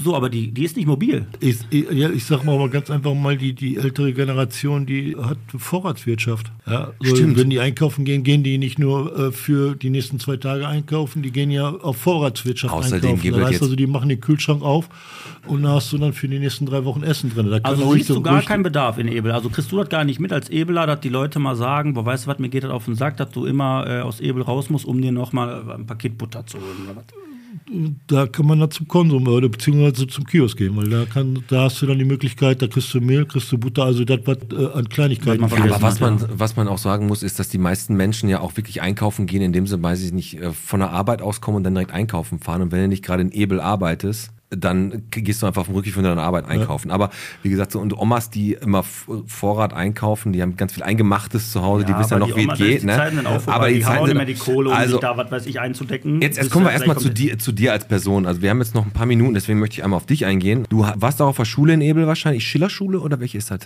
Speaker 3: So, aber die, die ist nicht mobil.
Speaker 5: Ich, ich, ja, ich sag mal aber ganz einfach mal, die, die ältere Generation, die hat eine Vorratswirtschaft. Ja, so
Speaker 2: Stimmt.
Speaker 5: Wenn die einkaufen gehen, gehen die nicht nur äh, für die nächsten zwei Tage einkaufen, die gehen ja auf Vorratswirtschaft
Speaker 2: Außerdem
Speaker 5: einkaufen.
Speaker 2: gibt
Speaker 5: Das
Speaker 2: es
Speaker 5: heißt
Speaker 2: jetzt-
Speaker 5: also, die machen den Kühlschrank auf und da hast du dann für die nächsten drei Wochen Essen drin. Da kann
Speaker 3: Also
Speaker 5: ruhig
Speaker 3: siehst
Speaker 5: so-
Speaker 3: du gar
Speaker 5: ruhig-
Speaker 3: keinen Bedarf in Ebel. Also kriegst du das gar nicht mit als Ebeler, dass die Leute mal sagen, boah, weißt du was, äh,
Speaker 2: Also
Speaker 3: mir geht das auf den Sack, dass du immer äh, aus Ebel raus musst, um dir nochmal ein Paket Butter zu holen. Oder was?
Speaker 5: da kann man dann zum Konsum oder beziehungsweise zum Kiosk gehen, weil da, kann, da hast du dann die Möglichkeit, da kriegst du Mehl, kriegst du Butter, also das, was äh, an Kleinigkeiten
Speaker 3: Was man
Speaker 5: fehlt.
Speaker 2: Aber was man,
Speaker 3: ja.
Speaker 2: was man auch sagen muss, ist, dass die meisten Menschen ja auch wirklich einkaufen gehen, indem sie, weiß ich nicht, äh, von der Arbeit auskommen und dann direkt einkaufen fahren. Und wenn du nicht gerade in Ebel arbeitest, dann k- gehst du einfach auf den Rückweg von deiner Arbeit einkaufen. Aber wie gesagt, so, und Omas, die immer F- Vorrat einkaufen, die haben ganz viel Eingemachtes zu Hause, die wissen ja
Speaker 3: aber
Speaker 2: noch, wie
Speaker 3: Oma-
Speaker 2: es geht.
Speaker 3: Die
Speaker 2: ne?
Speaker 3: Zeiten sind auch vorbei.
Speaker 2: aber
Speaker 3: die, haben auch
Speaker 2: sind-
Speaker 3: nicht mehr die Kohle, um
Speaker 2: also,
Speaker 3: sich da, was weiß ich, einzudecken.
Speaker 2: Jetzt, jetzt
Speaker 3: Das
Speaker 2: kommen wir
Speaker 3: ist
Speaker 2: erstmal
Speaker 3: vielleicht
Speaker 2: zu
Speaker 3: komplett-
Speaker 2: dir, zu dir als Person. Also wir haben jetzt noch ein paar Minuten, deswegen möchte ich einmal auf dich eingehen. Du ha- warst auch auf der Schule in Ebel wahrscheinlich. Schillerschule oder welche ist das?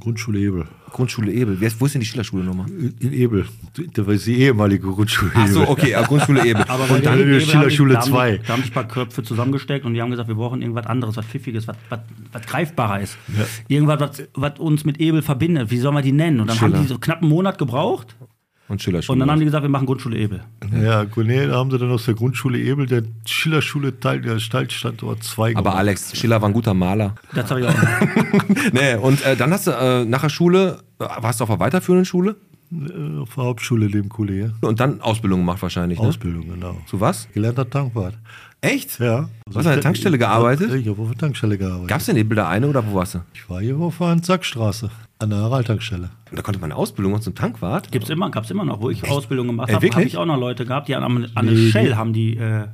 Speaker 5: Grundschule Ebel.
Speaker 2: Grundschule Ebel. Wer ist- Wo ist denn die Schillerschule nochmal?
Speaker 5: In Ebel. Da war die ehemalige Grundschule
Speaker 2: Ach
Speaker 5: Ebel.
Speaker 2: so, okay, ja, Grundschule Ebel.
Speaker 3: Aber
Speaker 2: und dann,
Speaker 5: die Schillerschule
Speaker 3: da haben,
Speaker 5: zwei.
Speaker 3: Da haben sich ein paar Köpfe zusammengesteckt und die haben gesagt, wir brauchen irgendwas anderes, was Pfiffiges, was, was, was greifbarer ist. Irgendwas, was, was uns mit Ebel verbindet. Wie sollen wir die nennen? Und dann
Speaker 2: Schiller.
Speaker 3: haben die so knapp einen Monat gebraucht
Speaker 2: und Schillerschule.
Speaker 3: und dann haben die gesagt, wir machen Grundschule Ebel.
Speaker 5: Ja, Cornell da haben sie dann aus der Grundschule Ebel, der Schillerschule Teil der Stallstandort 2
Speaker 2: aber Alex, Schiller war ein guter Maler.
Speaker 3: Das habe ich auch. gemacht.
Speaker 2: Nee, und äh, dann hast du äh, nach der Schule, äh, warst du auf der weiterführenden Schule
Speaker 5: äh, auf der Hauptschule dem Kollege.
Speaker 2: und dann Ausbildung gemacht wahrscheinlich. Ne?
Speaker 5: Ausbildung, genau.
Speaker 2: Zu was?
Speaker 5: Gelernter Tankwart.
Speaker 2: Echt?
Speaker 5: Ja.
Speaker 2: Du hast an der Tankstelle gearbeitet?
Speaker 5: Ich habe auf der Tankstelle gearbeitet.
Speaker 2: Gab's denn Ebel da eine oder wo warst du?
Speaker 5: Ich war hier auf der Hans-Sack-Straße an der Harald-Tankstelle.
Speaker 2: Und da konnte man eine Ausbildung machen zum Tankwart?
Speaker 3: Gibt's immer, gab's immer noch, wo ich Ausbildung gemacht
Speaker 2: Ey,
Speaker 3: habe,
Speaker 2: Äh, wirklich?
Speaker 3: habe ich auch noch Leute gehabt, die an, an an der Shell haben die äh,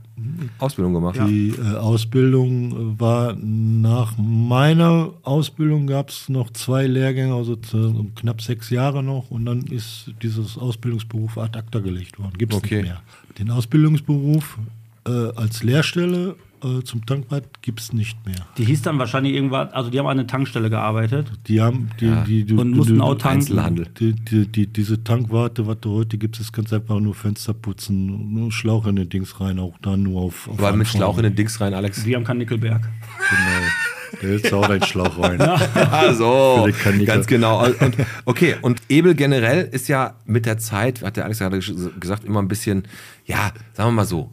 Speaker 2: Ausbildung gemacht.
Speaker 5: Die äh, Ausbildung äh, war nach meiner Ausbildung gab es noch zwei Lehrgänge, also zu, um knapp sechs Jahre noch, und dann ist dieses Ausbildungsberuf ad acta gelegt worden. Gibt es
Speaker 2: Okay.
Speaker 5: nicht mehr. Den Ausbildungsberuf äh, als Lehrstelle äh, zum Tankwart gibt es nicht mehr.
Speaker 3: Die hieß dann wahrscheinlich irgendwas, also die haben an der Tankstelle gearbeitet.
Speaker 5: Die haben die, die, die
Speaker 3: Und
Speaker 5: die-
Speaker 3: mussten
Speaker 5: die-
Speaker 3: auch tanken.
Speaker 2: Einzelhandel.
Speaker 5: Die, die, die, diese Tankwarte, was du heute gibt, ist ganz einfach nur Fenster putzen, nur Schlauch in den Dings rein, auch da nur auf.
Speaker 2: Aber
Speaker 5: auf
Speaker 2: mit
Speaker 5: Anforderung.
Speaker 2: Schlauch in den Dings rein, Alex.
Speaker 3: Wir haben keinen Nickelberg.
Speaker 5: Genau. Da hältst du auch deinen Schlauch rein.
Speaker 2: Also,
Speaker 5: Vielleicht kann die-
Speaker 2: ganz genau. Und, okay, und Ebel generell ist ja mit der Zeit, hat der Alex gerade gesch- gesagt, immer ein bisschen, ja, sagen wir mal so,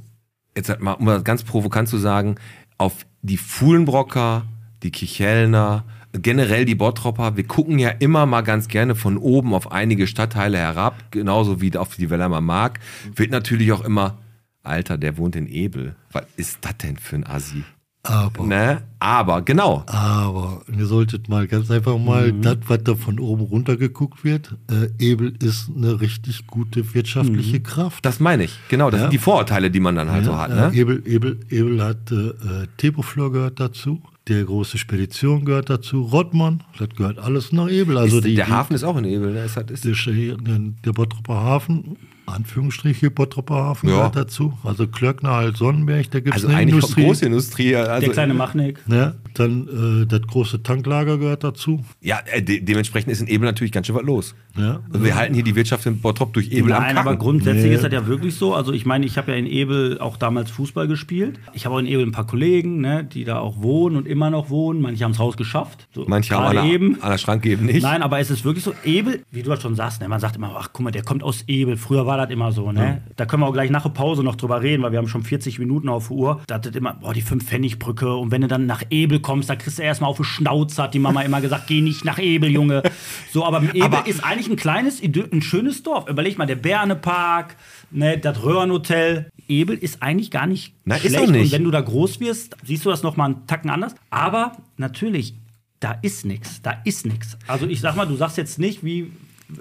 Speaker 2: jetzt halt mal, um das ganz provokant zu sagen, auf die Fuhlenbrocker, die Kichelner, generell die Bottropper, wir gucken ja immer mal ganz gerne von oben auf einige Stadtteile herab, genauso wie auf die Wellheimer Mark, wird natürlich auch immer, Alter, der wohnt in Ebel. Was ist das denn für ein Assi?
Speaker 5: Aber,
Speaker 2: Ne? Aber, genau.
Speaker 5: aber, ihr solltet mal ganz einfach mal
Speaker 2: Mhm.
Speaker 5: das, was da von oben runter geguckt wird. Äh, Ebel ist eine richtig gute wirtschaftliche Kraft.
Speaker 2: Mhm. Das meine ich, genau. Das
Speaker 5: Ja.
Speaker 2: sind die Vorurteile, die man dann halt so hat. Ne?
Speaker 5: Äh, Ebel, Ebel, Ebel hat äh, äh, Teboflor gehört dazu, der große Spedition gehört dazu, Rottmann, das gehört alles nach Ebel. Also
Speaker 2: ist,
Speaker 5: die,
Speaker 2: der
Speaker 5: die,
Speaker 2: Hafen ist auch in Ebel. Ne? Ist halt, ist,
Speaker 5: Der, Sch- der Bottroper Hafen, Anführungsstriche Bottroper Hafen
Speaker 2: Ja.
Speaker 5: gehört dazu. Also Klöckner als Sonnenberg, da gibt es
Speaker 2: also
Speaker 5: eine
Speaker 2: eigentlich
Speaker 5: Industrie.
Speaker 2: Industrie. Großindustrie. Also,
Speaker 3: der kleine Machnick.
Speaker 5: Ja, dann äh, das große Tanklager gehört dazu.
Speaker 2: ja, äh, de dementsprechend ist in Ebel natürlich ganz schön was los.
Speaker 5: Ja.
Speaker 2: Also wir halten hier die Wirtschaft in Bottrop durch Ebel
Speaker 3: Nein,
Speaker 2: am
Speaker 3: aber
Speaker 2: Kacken.
Speaker 3: grundsätzlich
Speaker 5: Nee.
Speaker 3: ist das ja wirklich so. Also ich meine, ich habe ja in Ebel auch damals Fußball gespielt. Ich habe auch in Ebel ein paar Kollegen, ne, die da auch wohnen und immer noch wohnen. Manche haben es Haus geschafft. So,
Speaker 2: Manche haben
Speaker 3: gerade
Speaker 2: an der,
Speaker 3: eben.
Speaker 2: an der Schranke eben nicht.
Speaker 3: Nein, aber es ist wirklich so, Ebel, wie du das schon sagst, ne, man sagt immer, ach guck mal, der kommt aus Ebel. Früher war das immer so,
Speaker 2: Hm.
Speaker 3: ne? Da können wir auch gleich nach der Pause noch drüber reden, weil wir haben schon 40 Minuten auf der Uhr. Da hat das immer, boah, die Fünf-Pfennig-Brücke. Und wenn du dann nach Ebel kommst, da kriegst du erstmal auf die Schnauze, hat die Mama immer gesagt, geh nicht nach Ebel, Junge. So, aber Ebel
Speaker 2: Aber-
Speaker 3: ist eigentlich ein kleines, idy- ein schönes Dorf. Überleg mal, der Bernepark, ne, das Röhrenhotel. Ebel ist eigentlich gar nicht
Speaker 2: Na, ist
Speaker 3: schlecht.
Speaker 2: auch nicht.
Speaker 3: Und wenn du da groß wirst, siehst du das nochmal einen Tacken anders. Aber natürlich, da ist nichts. Da ist nichts. Also ich sag mal, du sagst jetzt nicht, wie.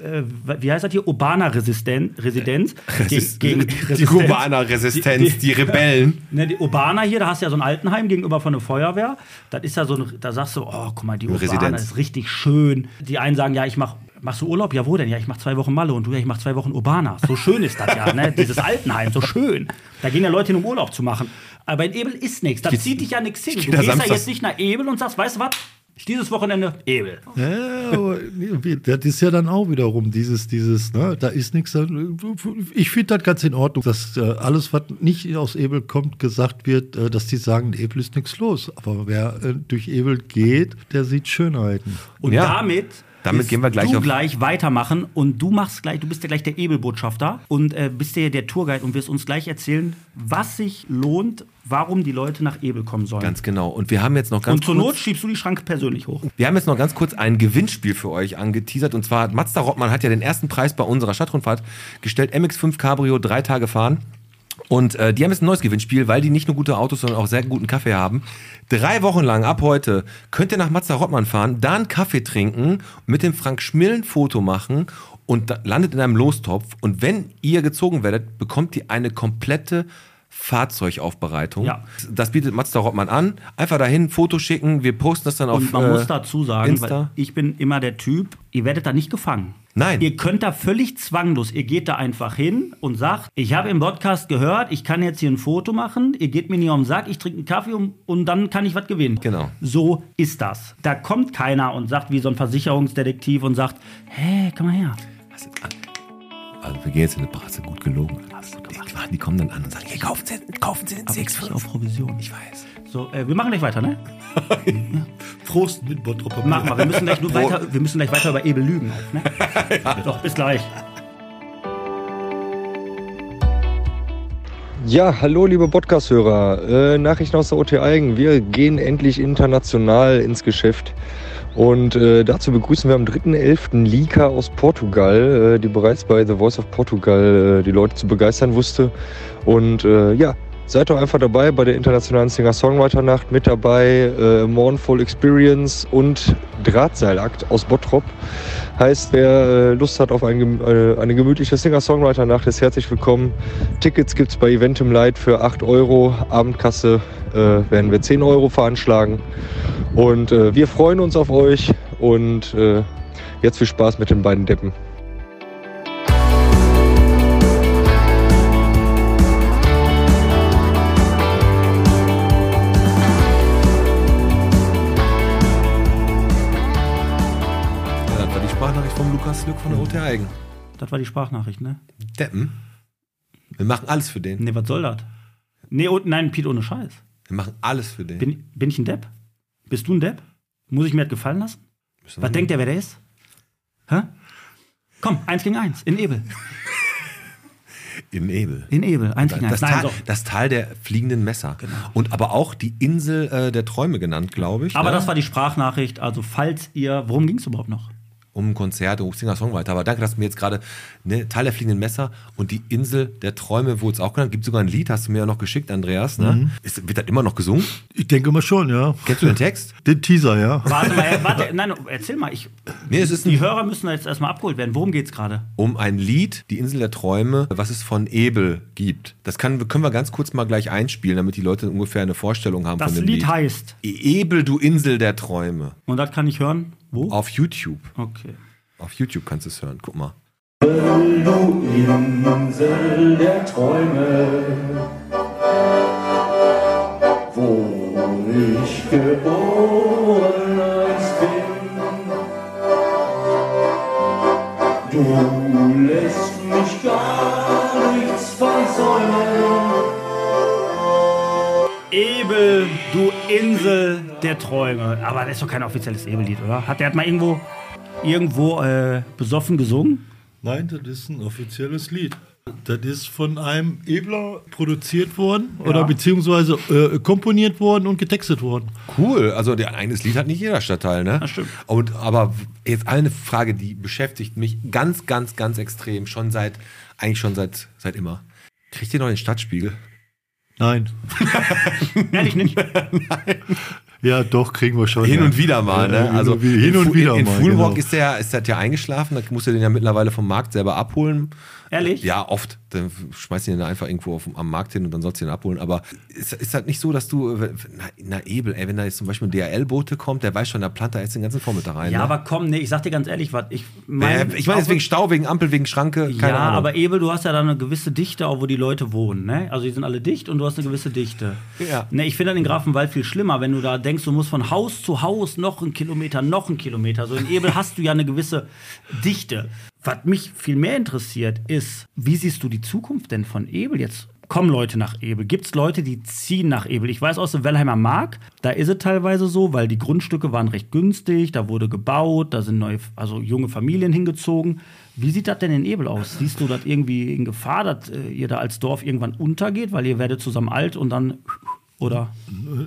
Speaker 3: äh, Wie heißt das hier? Urbana Resisten Residenz.
Speaker 2: Äh, Resist-
Speaker 3: Ge- gegen-
Speaker 2: die
Speaker 3: Resistenz.
Speaker 2: kubaner Resistenz, die,
Speaker 3: Die- die-
Speaker 2: Rebellen.
Speaker 3: Ne, die Urbana hier, da hast du ja so ein Altenheim gegenüber von der Feuerwehr. Das ist ja so ein, da sagst du, oh, guck mal, die Urbana
Speaker 2: Residenz.
Speaker 3: ist richtig schön. Die einen sagen, ja, ich mach, machst du Urlaub? Ja, wo denn? Ja, ich mach zwei Wochen Malle und du, ja, ich mach zwei Wochen Urbana. So schön ist das ja, ne? Dieses Altenheim, so schön. Da gehen ja Leute hin, um Urlaub zu machen. Aber in Ebel ist nichts. Da zieht dich ja nichts hin. Du
Speaker 2: da
Speaker 3: gehst ja
Speaker 2: samstags-
Speaker 3: jetzt nicht nach Ebel und sagst, weißt du was? Dieses Wochenende Ebel.
Speaker 5: Ja, aber nee, das ist ja dann auch wiederum dieses, dieses, ne, da ist nichts. Ich finde das ganz in Ordnung, dass äh, alles, was nicht aus Ebel kommt, gesagt wird, äh, dass die sagen, in Ebel ist nichts los. Aber wer äh, durch Ebel geht, der sieht Schönheiten.
Speaker 3: Und
Speaker 2: Ja.
Speaker 3: damit,
Speaker 2: Damit
Speaker 3: willst
Speaker 2: gehen wir gleich
Speaker 3: du
Speaker 2: auf-
Speaker 3: gleich weitermachen und du machst gleich, du bist ja gleich der Ebelbotschafter und äh, bist ja der Tourguide und wirst uns gleich erzählen, was sich lohnt, warum die Leute nach Ebel kommen sollen.
Speaker 2: Ganz genau. Und wir haben jetzt noch ganz
Speaker 3: und zur
Speaker 2: kurz-
Speaker 3: Not schiebst du die Schranke persönlich hoch.
Speaker 2: Wir haben jetzt noch ganz kurz ein Gewinnspiel für euch angeteasert. Und zwar, Mazda Rottmann hat ja den ersten Preis bei unserer Stadtrundfahrt gestellt. MX5 Cabrio, drei Tage fahren. Und äh, die haben jetzt ein neues Gewinnspiel, weil die nicht nur gute Autos, sondern auch sehr guten Kaffee haben. Drei Wochen lang ab heute könnt ihr nach Mazda Rottmann fahren, da einen Kaffee trinken, mit dem Frank Schmill ein Foto machen und da- landet in einem Lostopf. Und wenn ihr gezogen werdet, bekommt ihr eine komplette Fahrzeugaufbereitung.
Speaker 3: Ja.
Speaker 2: Das bietet Mazda Rottmann an. Einfach dahin, Foto schicken, wir posten das dann auf
Speaker 3: Und man
Speaker 2: äh,
Speaker 3: muss dazu sagen, weil
Speaker 2: Insta.
Speaker 3: ich bin immer der Typ, ihr werdet da nicht gefangen.
Speaker 2: Nein.
Speaker 3: Ihr könnt da völlig zwanglos, ihr geht da einfach hin und sagt, ich habe im Podcast gehört, ich kann jetzt hier ein Foto machen, ihr geht mir nicht auf den Sack, ich trinke einen Kaffee und, und dann kann ich was gewinnen.
Speaker 2: Genau.
Speaker 3: So ist das. Da kommt keiner und sagt wie so ein Versicherungsdetektiv und sagt, hey, komm mal her.
Speaker 2: Also wir gehen jetzt in eine Brasse, gut gelogen. Die, die kommen dann an und sagen, hier, kaufen Sie, kaufen Sie den 6-5.
Speaker 3: auf Provision.
Speaker 2: Ich weiß.
Speaker 3: So, äh, wir machen gleich weiter, ne?
Speaker 5: Prost mit Bottropper.
Speaker 3: Machen wir. Wir müssen gleich, nur weiter, wir müssen gleich weiter über Ebel lügen. auch, Ne? Doch, bis gleich.
Speaker 6: Ja, hallo liebe Podcast-Hörer. Äh, Nachrichten aus der OT Eigen. Wir gehen endlich international ins Geschäft. Und äh, dazu begrüßen wir am 3.11. Lika aus Portugal, äh, die bereits bei The Voice of Portugal äh, die Leute zu begeistern wusste. Und äh, ja, seid doch einfach dabei bei der internationalen Singer-Songwriter-Nacht mit dabei. Äh, Mournful Experience und Drahtseilakt aus Bottrop. Heißt, wer äh, Lust hat auf ein, gem- äh, eine gemütliche Singer-Songwriter-Nacht, ist herzlich willkommen. Tickets gibt's bei Eventum Light für 8 Euro. Abendkasse äh, werden wir 10 Euro veranschlagen. Und äh, wir freuen uns auf euch. Und äh, jetzt viel Spaß mit den beiden Deppen.
Speaker 2: Ja, das war die Sprachnachricht vom Lukas Lück von der OT Eigen.
Speaker 3: Das war die Sprachnachricht, ne?
Speaker 2: Deppen. Wir machen alles für den.
Speaker 3: Nee, was soll das? Nee, und, nein, Piet, ohne Scheiß.
Speaker 2: Wir machen alles für den.
Speaker 3: Bin, bin ich ein Depp? Bist du ein Depp? Muss ich mir das gefallen lassen?
Speaker 2: Müssen wir
Speaker 3: Was denkt der, wer der ist? Hä? Komm, eins gegen eins, in Ebel.
Speaker 2: Im Ebel.
Speaker 3: In Ebel, eins gegen
Speaker 2: Das,
Speaker 3: eins. Nein,
Speaker 2: Tal,
Speaker 3: so. Genau.
Speaker 2: das Tal der fliegenden Messer. Und aber auch die Insel äh, der Träume genannt, glaube ich.
Speaker 3: Aber
Speaker 2: ne?
Speaker 3: das war die Sprachnachricht. Also, falls ihr. Worum ging es überhaupt noch?
Speaker 2: um Konzerte, um Singer-Songwriter. Aber danke, dass du mir jetzt gerade ne, Teil der fliegenden Messer und die Insel der Träume wurde es auch genannt. Gibt sogar ein Lied, hast du mir ja noch geschickt, Andreas. Ne?
Speaker 3: Mhm.
Speaker 2: Ist, wird das immer noch gesungen?
Speaker 5: Ich denke mal schon, ja.
Speaker 2: Kennst du den Text?
Speaker 5: Den Teaser, ja.
Speaker 3: Warte mal, äh, warte, nein, oh, erzähl mal. Ich,
Speaker 2: Nee, es ist ein
Speaker 3: die Hörer müssen da jetzt erstmal abgeholt werden. Worum geht's gerade?
Speaker 2: um ein Lied, die Insel der Träume, was es von Ebel gibt. Das kann, können wir ganz kurz mal gleich einspielen, damit die Leute ungefähr eine Vorstellung haben
Speaker 3: Das
Speaker 2: von dem
Speaker 3: Lied
Speaker 2: Lied.
Speaker 3: heißt.
Speaker 2: Ebel, du Insel der Träume.
Speaker 3: Und das kann ich hören. Wo?
Speaker 2: Auf YouTube.
Speaker 3: Okay.
Speaker 2: Auf YouTube kannst du es hören. Guck mal.
Speaker 7: Hallo, ihr Mamsel der Träume, wo ich geboren bin. Du lässt mich gar nichts versäumen.
Speaker 3: Ebel, du Insel der Träume. Aber das ist doch kein offizielles Ebel-Lied, oder? Hat der hat mal irgendwo, irgendwo äh, besoffen gesungen?
Speaker 5: Nein, das ist ein offizielles Lied. Das ist von einem Ebler produziert worden oder beziehungsweise äh, komponiert worden und getextet worden.
Speaker 2: Cool. Also der- ein eigenes Lied hat nicht jeder Stadtteil, ne?
Speaker 3: Das stimmt.
Speaker 2: Und, aber jetzt eine Frage, die beschäftigt mich ganz, ganz, ganz extrem. Schon seit, eigentlich schon seit, seit immer. Kriegt ihr noch den Stadtspiegel?
Speaker 5: Nein.
Speaker 3: Ehrlich nicht.
Speaker 5: Ja, doch, kriegen wir schon.
Speaker 2: Hin
Speaker 5: ja.
Speaker 2: und wieder mal,
Speaker 5: Ja,
Speaker 2: ne?
Speaker 5: hin
Speaker 2: Also
Speaker 5: und wi- hin
Speaker 2: in
Speaker 5: und
Speaker 2: Fu-
Speaker 5: wieder
Speaker 2: in, in
Speaker 5: mal,
Speaker 2: Fulmrock
Speaker 5: genau.
Speaker 2: ist der, ist der ja eingeschlafen, da musst du den ja mittlerweile vom Markt selber abholen.
Speaker 3: Ehrlich?
Speaker 2: Ja, oft. Dann schmeißt du den dann einfach irgendwo auf, am Markt hin und dann sollst du ihn abholen. Aber ist, ist das nicht so, dass du, äh, na, na Ebel, ey, wenn da jetzt zum Beispiel ein DHL-Bote kommt, der weiß schon, der plant da jetzt den ganzen Vormittag rein.
Speaker 3: Ja,
Speaker 2: ne?
Speaker 3: aber komm, nee, ich sag dir ganz ehrlich, was ich
Speaker 2: Äh, ich meine,
Speaker 3: auch-
Speaker 2: jetzt wegen Stau, wegen Ampel, wegen Schranke, keine
Speaker 3: ja,
Speaker 2: Ahnung.
Speaker 3: aber Ebel, du hast ja da eine gewisse Dichte, auch wo die Leute wohnen, ne? Also die sind alle dicht und du hast eine gewisse Dichte.
Speaker 2: Ja.
Speaker 3: Ne, ich finde den Grafenwald viel schlimmer, wenn du da denkst, du musst von Haus zu Haus noch einen Kilometer, noch einen Kilometer. So in Ebel hast du ja eine gewisse Dichte. Was mich viel mehr interessiert, ist, wie siehst du die Zukunft denn von Ebel jetzt? Kommen Leute nach Ebel? Gibt es Leute, die ziehen nach Ebel? Ich weiß aus dem Wellheimer Mark, da ist es teilweise so, weil die Grundstücke waren recht günstig, da wurde gebaut, da sind neue, also junge Familien hingezogen. Wie sieht das denn in Ebel aus? Siehst du das irgendwie in Gefahr, dass äh, ihr da als Dorf irgendwann untergeht, weil ihr werdet zusammen alt und dann oder?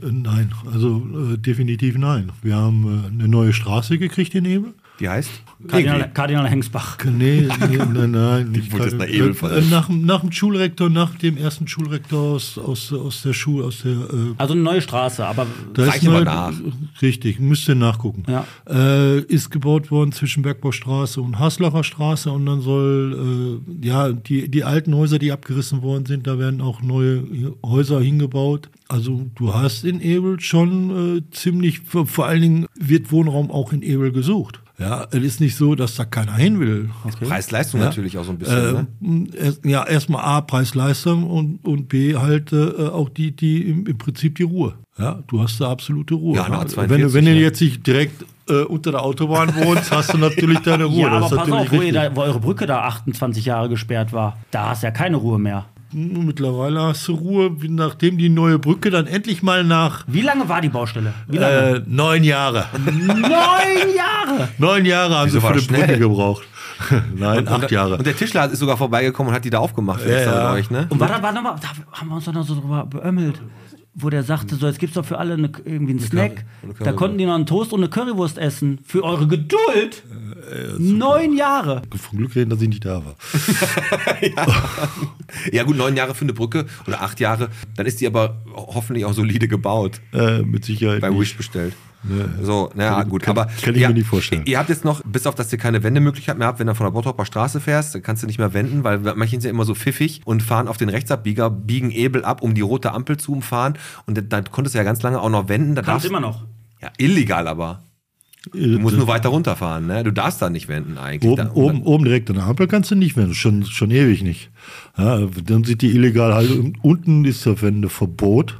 Speaker 5: Äh, Nein, also äh, definitiv nein. Wir haben äh, eine neue Straße gekriegt in Ebel.
Speaker 2: Die heißt?
Speaker 3: Kardinal, Kardinal Hengsbach.
Speaker 5: Nee, nee, nein, nein. Ich
Speaker 2: wollte jetzt nach Ebel fallen.
Speaker 5: nach, nach dem Schulrektor, nach dem ersten Schulrektor aus, aus, aus der Schule, aus der. Äh,
Speaker 3: Also eine neue Straße, aber
Speaker 5: da
Speaker 2: Reichen wir
Speaker 5: neu-
Speaker 2: nach.
Speaker 5: Richtig, müsst ihr nachgucken.
Speaker 3: Ja.
Speaker 5: Äh, ist gebaut worden zwischen Bergbaustraße und Haslacher Straße und dann soll, äh, ja, die, die alten Häuser, die abgerissen worden sind, da werden auch neue Häuser hingebaut. Also du hast in Ebel schon äh, ziemlich, vor vor allen Dingen wird Wohnraum auch in Ebel gesucht. Ja, es ist nicht so, dass da keiner hin will.
Speaker 2: Preis-Leistung
Speaker 5: ne? Ja.
Speaker 2: natürlich auch so ein bisschen. ne?
Speaker 5: Ähm, erst- ja, erstmal A, Preis-Leistung und, und B, halt äh, auch die, die im, im Prinzip die Ruhe. Ja, du hast da absolute Ruhe.
Speaker 2: Ja, ne? eine A42,
Speaker 5: wenn du, wenn du
Speaker 2: ja.
Speaker 5: jetzt nicht direkt äh, unter der Autobahn wohnst, hast du natürlich deine Ruhe.
Speaker 3: ja,
Speaker 5: das
Speaker 3: aber pass
Speaker 5: ist natürlich
Speaker 3: auf, wo, ihr
Speaker 5: richtig.
Speaker 3: da, wo eure Brücke da 28 Jahre gesperrt war. Da hast du ja keine Ruhe mehr.
Speaker 5: Hm, Mittlerweile hast du Ruhe, nachdem die neue Brücke dann endlich mal nach
Speaker 3: Wie lange war die Baustelle? Wie lange?
Speaker 5: äh, neun Jahre.
Speaker 3: Neun Jahre!
Speaker 5: neun Jahre haben
Speaker 2: Wieso
Speaker 5: sie
Speaker 2: war
Speaker 5: für die
Speaker 2: das schnell?
Speaker 5: Brücke gebraucht. Nein, acht Jahre.
Speaker 2: Und der Tischler ist sogar vorbeigekommen und hat die da aufgemacht. extra
Speaker 5: ja.
Speaker 2: Mit euch, ne?
Speaker 3: Und war das, war noch mal, da haben wir uns doch noch so drüber beömmelt, wo der sagte, so jetzt gibt's doch für alle eine, irgendwie einen Snack. Da konnten die noch einen Toast und eine Currywurst essen. Für eure
Speaker 5: Äh,
Speaker 3: Geduld! Neun Jahre!
Speaker 5: Von Glück reden, dass ich nicht da war.
Speaker 2: Ja gut, neun Jahre für eine Brücke oder acht Jahre. Dann ist die aber hoffentlich auch solide gebaut.
Speaker 5: Äh, mit Sicherheit.
Speaker 2: Bei
Speaker 5: nicht.
Speaker 2: Wish bestellt. So, naja, gut.
Speaker 5: kann-
Speaker 2: aber
Speaker 5: kann ich
Speaker 2: ihr-
Speaker 5: mir nicht vorstellen.
Speaker 2: Ihr habt jetzt noch, bis auf dass ihr keine Wendemöglichkeit mehr habt, wenn du von der Bottroper Straße fährst, dann kannst du nicht mehr wenden, weil manche sind ja immer so pfiffig und fahren auf den Rechtsabbieger, biegen Ebel ab, um die rote Ampel zu umfahren. Und da- da konntest du ja ganz lange auch noch wenden. Da
Speaker 3: Kannst
Speaker 2: darfst-
Speaker 3: immer noch.
Speaker 2: Ja, illegal aber. Du musst nur weiter runterfahren, ne? Du darfst da nicht wenden eigentlich.
Speaker 5: Äh, Oben,
Speaker 2: da,
Speaker 5: oben, oben direkt an der Ampel kannst du nicht mehr, schon, schon ewig nicht. Ja, dann sind die illegal halt, und unten ist das Wendeverbot.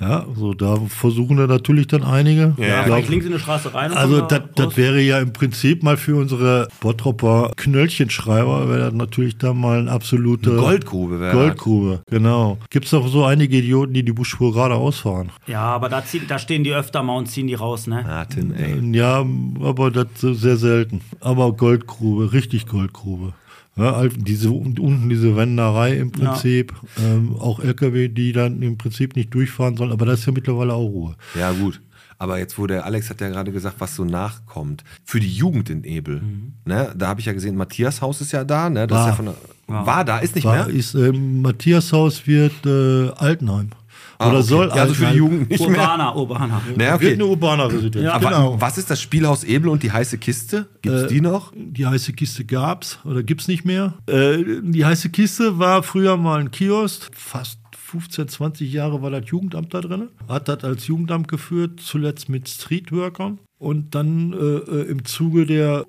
Speaker 5: Ja, so da versuchen da natürlich dann einige.
Speaker 2: Mhm. Ja,
Speaker 5: Ich
Speaker 3: Ja,
Speaker 5: glaub,
Speaker 3: ich links in die Straße rein. und
Speaker 5: also
Speaker 3: kommt da
Speaker 5: das das
Speaker 3: raus.
Speaker 5: wäre ja im Prinzip mal für unsere Bottropper Knöllchenschreiber, wäre das natürlich dann mal ein absolute
Speaker 2: Eine Goldgrube wäre das.
Speaker 5: Goldgrube, genau. Gibt es auch so einige Idioten, die die Buschspur gerade ausfahren.
Speaker 3: ja, aber da, ziehen, da stehen die öfter mal und ziehen die raus, ne?
Speaker 2: ah, Tim, ey.
Speaker 5: Ja, aber das sehr selten. Aber Goldgrube, richtig Goldgrube. Ja, halt diese, und unten diese Wenderei im Prinzip. Ähm, auch LKW, die dann im Prinzip nicht durchfahren sollen. Aber da ist ja mittlerweile auch Ruhe.
Speaker 2: Ja, gut. Aber jetzt wurde, Alex hat ja gerade gesagt, was so nachkommt. Für die Jugend in Ebel. Ne? Da habe ich ja gesehen, Matthias Haus ist ja da. Ne? Das war. Ist
Speaker 5: War.
Speaker 2: ja von der, war. da, ist nicht
Speaker 5: Da
Speaker 2: mehr.
Speaker 5: ist ähm, Matthiashaus wird äh, Altenheim.
Speaker 2: Ah,
Speaker 5: Oder
Speaker 2: okay.
Speaker 5: soll
Speaker 2: ja, also für die
Speaker 5: Altenheim-
Speaker 2: Jugend nicht mehr.
Speaker 3: Urbana, Urbana.
Speaker 2: Naja,
Speaker 5: Wird
Speaker 2: Ne, okay.
Speaker 5: eine Genau. urbane Residenz.
Speaker 2: Aber was ist das Spielhaus Ebel und die heiße Kiste? Gibt's
Speaker 5: Äh,
Speaker 2: die noch?
Speaker 5: Die heiße Kiste gab's oder gibt's nicht mehr. Äh, die heiße Kiste war früher mal ein Kiosk. Fast 15, 20 Jahre war das Jugendamt da drin. Hat das als Jugendamt geführt, zuletzt mit Streetworkern. Und dann äh, äh, im Zuge der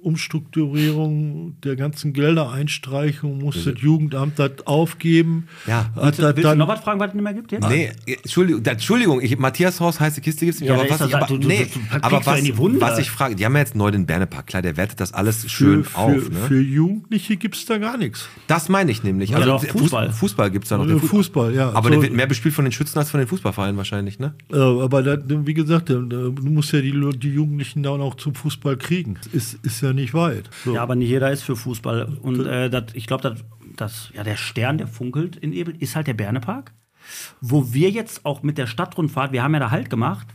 Speaker 5: Umstrukturierung der ganzen Geldereinstreichung musste das Jugendamt das aufgeben.
Speaker 2: Ja.
Speaker 5: hat das
Speaker 3: Willst du
Speaker 5: dann
Speaker 3: noch was fragen, was es nicht mehr gibt jetzt?
Speaker 2: Nee, Entschuldigung, da- Entschuldigung ich, Matthias Haus, heiße Kiste gibt's nicht.
Speaker 3: Ja,
Speaker 2: aber
Speaker 3: da
Speaker 2: was
Speaker 3: ist
Speaker 2: ich,
Speaker 3: das-
Speaker 2: aber,
Speaker 3: du- du-
Speaker 2: nee,
Speaker 3: du kriegst
Speaker 2: aber
Speaker 3: doch
Speaker 2: was,
Speaker 3: in die Wunde.
Speaker 2: was ich frage, die haben ja jetzt neu den Bernepark, klar, der wertet das alles schön
Speaker 5: für,
Speaker 2: auf. Ne?
Speaker 5: für Jugendliche gibt's da gar nichts.
Speaker 2: Das meine ich nämlich.
Speaker 3: Oder
Speaker 2: Also
Speaker 3: auch Fußball.
Speaker 2: Fußball, Fußball gibt's da noch.
Speaker 5: Oder
Speaker 2: den Fu-
Speaker 5: Äh, Fußball, ja.
Speaker 2: Aber
Speaker 5: So-
Speaker 2: der wird mehr bespielt von den Schützen als von den Fußballvereinen wahrscheinlich, ne?
Speaker 5: Äh, aber da, wie gesagt, da- da- du musst ja die, Lo- die Jugendlichen dann auch zum Fußball kriegen. Ist, ist ja nicht weit. So.
Speaker 3: Ja, aber nicht jeder ist für Fußball. Und äh, dat, ich glaube, das, das, ja, der Stern, der funkelt in Ebel, ist halt der Bernepark. Wo wir jetzt auch mit der Stadtrundfahrt, wir haben ja da Halt gemacht.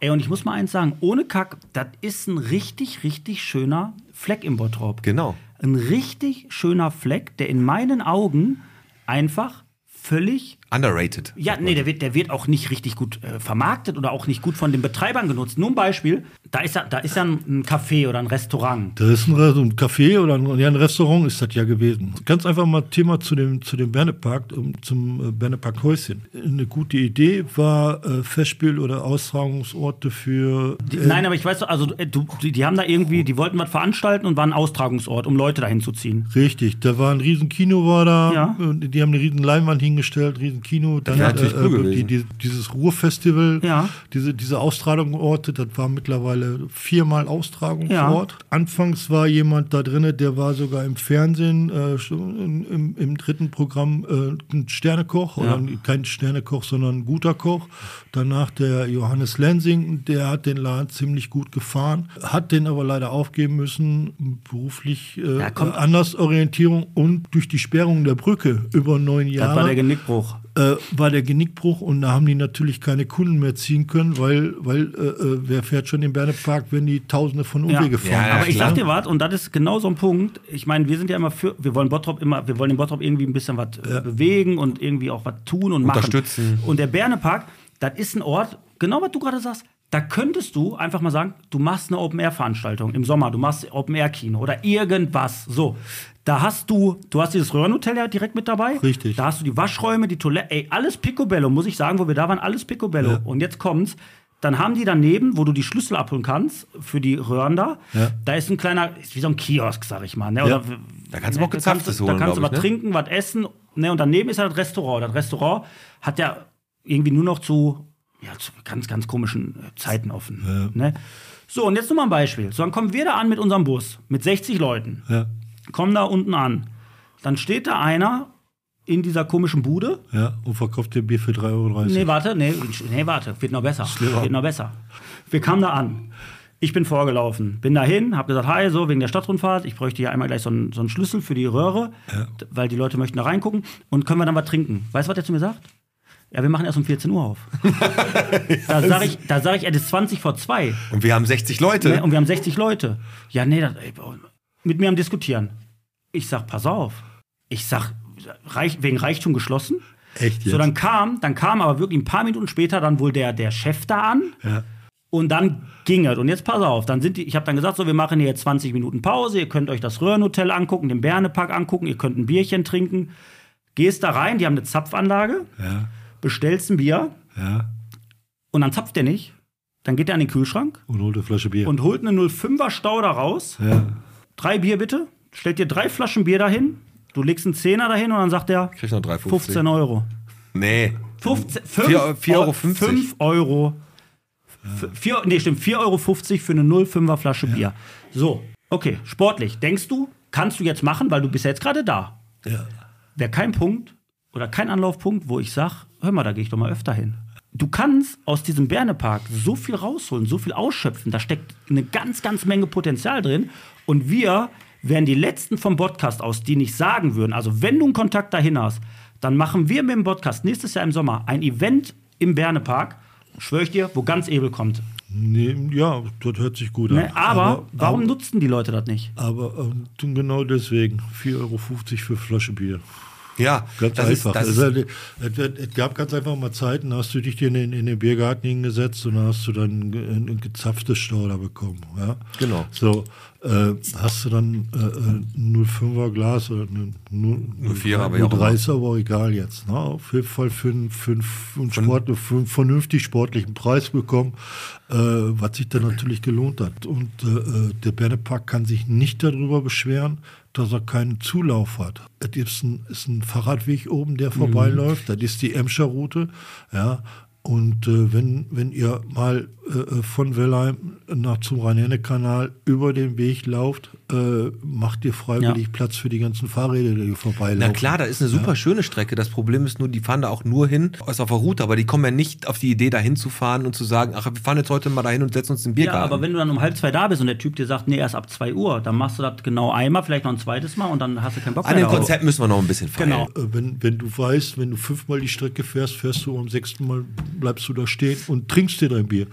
Speaker 3: Ey, und ich muss mal eins sagen, ohne Kack, das ist ein richtig, richtig schöner Fleck im Bottrop.
Speaker 2: Genau.
Speaker 3: Ein richtig schöner Fleck, der in meinen Augen einfach völlig
Speaker 2: Underrated.
Speaker 3: ja, nee, der wird, der wird auch nicht richtig gut äh, vermarktet oder auch nicht gut von den Betreibern genutzt. Nur ein Beispiel, da ist ja, da ist ja ein, ein Café oder ein Restaurant.
Speaker 5: Da ist ein, Re- so ein Café oder ein, ja, ein Restaurant ist das ja gewesen. Ganz einfach mal Thema zu dem, zu dem Bernepark, um, zum äh, Bernepark-Häuschen. Eine gute Idee war äh, Festspiel- oder Austragungsorte für
Speaker 3: Die, Nein, aber ich weiß, doch, also äh, du, die, die haben da irgendwie, die wollten was veranstalten und waren ein Austragungsort, um Leute dahin zu ziehen.
Speaker 5: Richtig, da war ein riesen Kino war da,
Speaker 3: Ja.
Speaker 5: und die haben eine riesen Leinwand hingestellt, riesen Kino, dann äh,
Speaker 2: wäre natürlich cool
Speaker 5: die,
Speaker 2: gewesen.
Speaker 5: die, dieses Ruhrfestival,
Speaker 3: Ja.
Speaker 5: diese, diese Austragungsorte, das war mittlerweile viermal Austragungsort.
Speaker 3: Ja.
Speaker 5: Anfangs war jemand da drinne, der war sogar im Fernsehen, äh, schon im, im, im dritten Programm äh, ein Sternekoch,
Speaker 3: Ja.
Speaker 5: oder kein Sternekoch, sondern ein guter Koch. Danach der Johannes Lensing, der hat den Laden ziemlich gut gefahren, hat den aber leider aufgeben müssen, beruflich äh,
Speaker 3: Ja, komm.
Speaker 5: äh, Andersorientierung und durch die Sperrung der Brücke über neun
Speaker 3: Das war der
Speaker 5: Jahre
Speaker 3: Genickbruch.
Speaker 5: äh, war der Genickbruch und da haben die natürlich keine Kunden mehr ziehen können, weil, weil äh, äh, wer fährt schon den Bernepark, wenn die Tausende von
Speaker 3: Ja.
Speaker 5: Umwege fahren?
Speaker 2: Ja,
Speaker 3: aber ich
Speaker 2: klar.
Speaker 3: sag dir was, und das ist genau so ein Punkt. Ich meine, wir sind ja immer für, wir wollen Bottrop immer, wir wollen den Bottrop irgendwie ein bisschen was äh, bewegen und irgendwie auch was tun und machen.
Speaker 5: Hm.
Speaker 2: Unterstützen.
Speaker 3: Und der Bernepark, das ist ein Ort, genau was du gerade sagst, da könntest du einfach mal sagen, du machst eine Open-Air-Veranstaltung im Sommer, du machst Open-Air-Kino oder irgendwas. So, da hast du, du hast dieses Röhrenhotel ja direkt mit dabei.
Speaker 5: Richtig.
Speaker 3: Da hast du die Waschräume, die Toilette, ey, alles Picobello, muss ich sagen, wo wir da waren, alles Picobello. Und jetzt kommt's. Dann haben die daneben, wo du die Schlüssel abholen kannst für die Röhren da,
Speaker 5: Ja.
Speaker 3: da ist ein kleiner, ist wie so ein Kiosk, sag ich mal. Ne? Oder,
Speaker 2: Da kannst du auch Gezapftes
Speaker 3: Da
Speaker 2: holen,
Speaker 3: kannst du
Speaker 2: glaub
Speaker 3: was
Speaker 2: ich, ne?
Speaker 3: trinken, was essen. Ne? Und daneben ist ja das Restaurant. Das Restaurant hat ja irgendwie nur noch zu, ja, zu ganz, ganz komischen äh, Zeiten offen. Ne? So, und jetzt nur mal ein Beispiel. So, dann kommen wir da an mit unserem Bus, mit 60 Leuten
Speaker 5: Ja,
Speaker 3: kommen da unten an. Dann steht da einer in dieser komischen Bude.
Speaker 5: ja, und verkauft dir Bier für 3,30 Euro.
Speaker 3: Nee, warte, nee, nee, warte, wird noch besser. Wird noch besser. Wir kamen da an. Ich bin vorgelaufen, bin dahin, hab gesagt, hi, so wegen der Stadtrundfahrt, ich bräuchte hier einmal gleich so einen, so einen Schlüssel für die Röhre, d- weil die Leute möchten da reingucken und können wir dann was trinken. Weißt du, was der zu mir sagt? Ja, wir machen erst um 14 Uhr auf. da sage ich, da sag ich, er ist 20 vor 2.
Speaker 2: Und wir haben 60 Leute.
Speaker 3: Ne? Und wir haben 60 Leute. Ja, nee, das, ey, mit mir am Diskutieren. Ich sag, pass auf. Ich sag, reich, wegen Reichtum geschlossen.
Speaker 5: Echt jetzt?
Speaker 3: So, dann kam, dann kam aber wirklich ein paar Minuten später dann wohl der, der Chef da an.
Speaker 5: Ja.
Speaker 3: Und dann ging es. Und jetzt pass auf, dann sind die, ich habe dann gesagt, so, wir machen hier jetzt 20 Minuten Pause, ihr könnt euch das Röhrenhotel angucken, den Bernepark angucken, ihr könnt ein Bierchen trinken. Gehst da rein, die haben eine Zapfanlage,
Speaker 5: Ja,
Speaker 3: bestellst ein Bier
Speaker 5: ja.
Speaker 3: und dann zapft der nicht. Dann geht er an den Kühlschrank
Speaker 5: Und holt eine Flasche Bier.
Speaker 3: und holt eine 05er Stauder raus.
Speaker 5: ja.
Speaker 3: drei Bier bitte, stellt dir drei Flaschen Bier dahin, du legst einen Zehner dahin und dann sagt er
Speaker 2: Krieg noch 3,50.
Speaker 3: 15 Euro.
Speaker 2: Nee.
Speaker 3: 15,
Speaker 2: Vier- vier Euro 50.
Speaker 3: 5 Euro. F- Vier, nee, stimmt, 4,50 Euro für eine 0,5er Flasche Bier. So, okay, sportlich. Denkst du, kannst du jetzt machen, weil du bist ja jetzt gerade da.
Speaker 5: Ja.
Speaker 3: Wäre kein Punkt oder kein Anlaufpunkt, wo ich sage, hör mal, da gehe ich doch mal öfter hin. Du kannst aus diesem Bernepark so viel rausholen, so viel ausschöpfen. Da steckt eine ganz, ganz Menge Potenzial drin. Und wir wären die Letzten vom Podcast aus, die nicht sagen würden, also wenn du einen Kontakt dahin hast, dann machen wir mit dem Podcast nächstes Jahr im Sommer ein Event im Bernepark, schwöre ich dir, wo ganz Ebel kommt.
Speaker 5: Nee, ja, das hört sich gut an.
Speaker 3: Ne? Aber, warum nutzen die Leute das nicht?
Speaker 5: Aber ähm, tun genau deswegen. 4,50 Euro für Flasche Bier.
Speaker 2: Ja,
Speaker 5: Ganz einfach.
Speaker 2: Ist, das ist,
Speaker 5: also, es, es, es gab ganz einfach mal Zeiten, da hast du dich dir in, den- in den Biergarten hingesetzt und da hast du dann ge- ein, ein gezapftes Stauder bekommen. Ja?
Speaker 2: Genau.
Speaker 5: So, äh, hast du dann äh, äh, ein 05er Glas oder ein
Speaker 2: 04er, aber ja auch
Speaker 5: 30 aber auch egal jetzt. Ne? Auf jeden Fall für einen, für einen, für einen, Sport, für einen vernünftig sportlichen Preis bekommen, äh, was sich dann natürlich gelohnt hat. Und äh, äh, der Bernepark kann sich nicht darüber beschweren, dass er keinen Zulauf hat. Es ist ein, ist ein Fahrradweg oben, der vorbeiläuft. Das ist die Emscher Route. Ja. Und äh, wenn, wenn ihr mal äh, von Wellheim nach zum Rhein-Herne-Kanal über den Weg lauft, äh, macht ihr freiwillig Platz für die ganzen Fahrräder, die hier vorbeilaufen.
Speaker 2: na klar, da ist eine super schöne Strecke. Das Problem ist nur, die fahren da auch nur hin, ist auf der Route, aber die kommen ja nicht auf die Idee, da hinzufahren und zu sagen, ach, wir fahren jetzt heute mal dahin und setzen uns in den
Speaker 3: Ja,
Speaker 2: Biergarten.
Speaker 3: aber wenn du dann um halb zwei da bist und der Typ dir sagt, nee, erst ab 2 Uhr, dann machst du das genau einmal, vielleicht noch ein zweites Mal und dann hast du keinen Bock
Speaker 2: An
Speaker 3: mehr.
Speaker 2: dem
Speaker 3: darauf.
Speaker 2: Konzept müssen wir noch ein bisschen feilen.
Speaker 3: Genau.
Speaker 5: Äh, wenn, wenn du weißt, wenn du fünfmal die Strecke fährst, fährst du am sechsten Mal, bleibst du da stehen und trinkst dir dein Bier.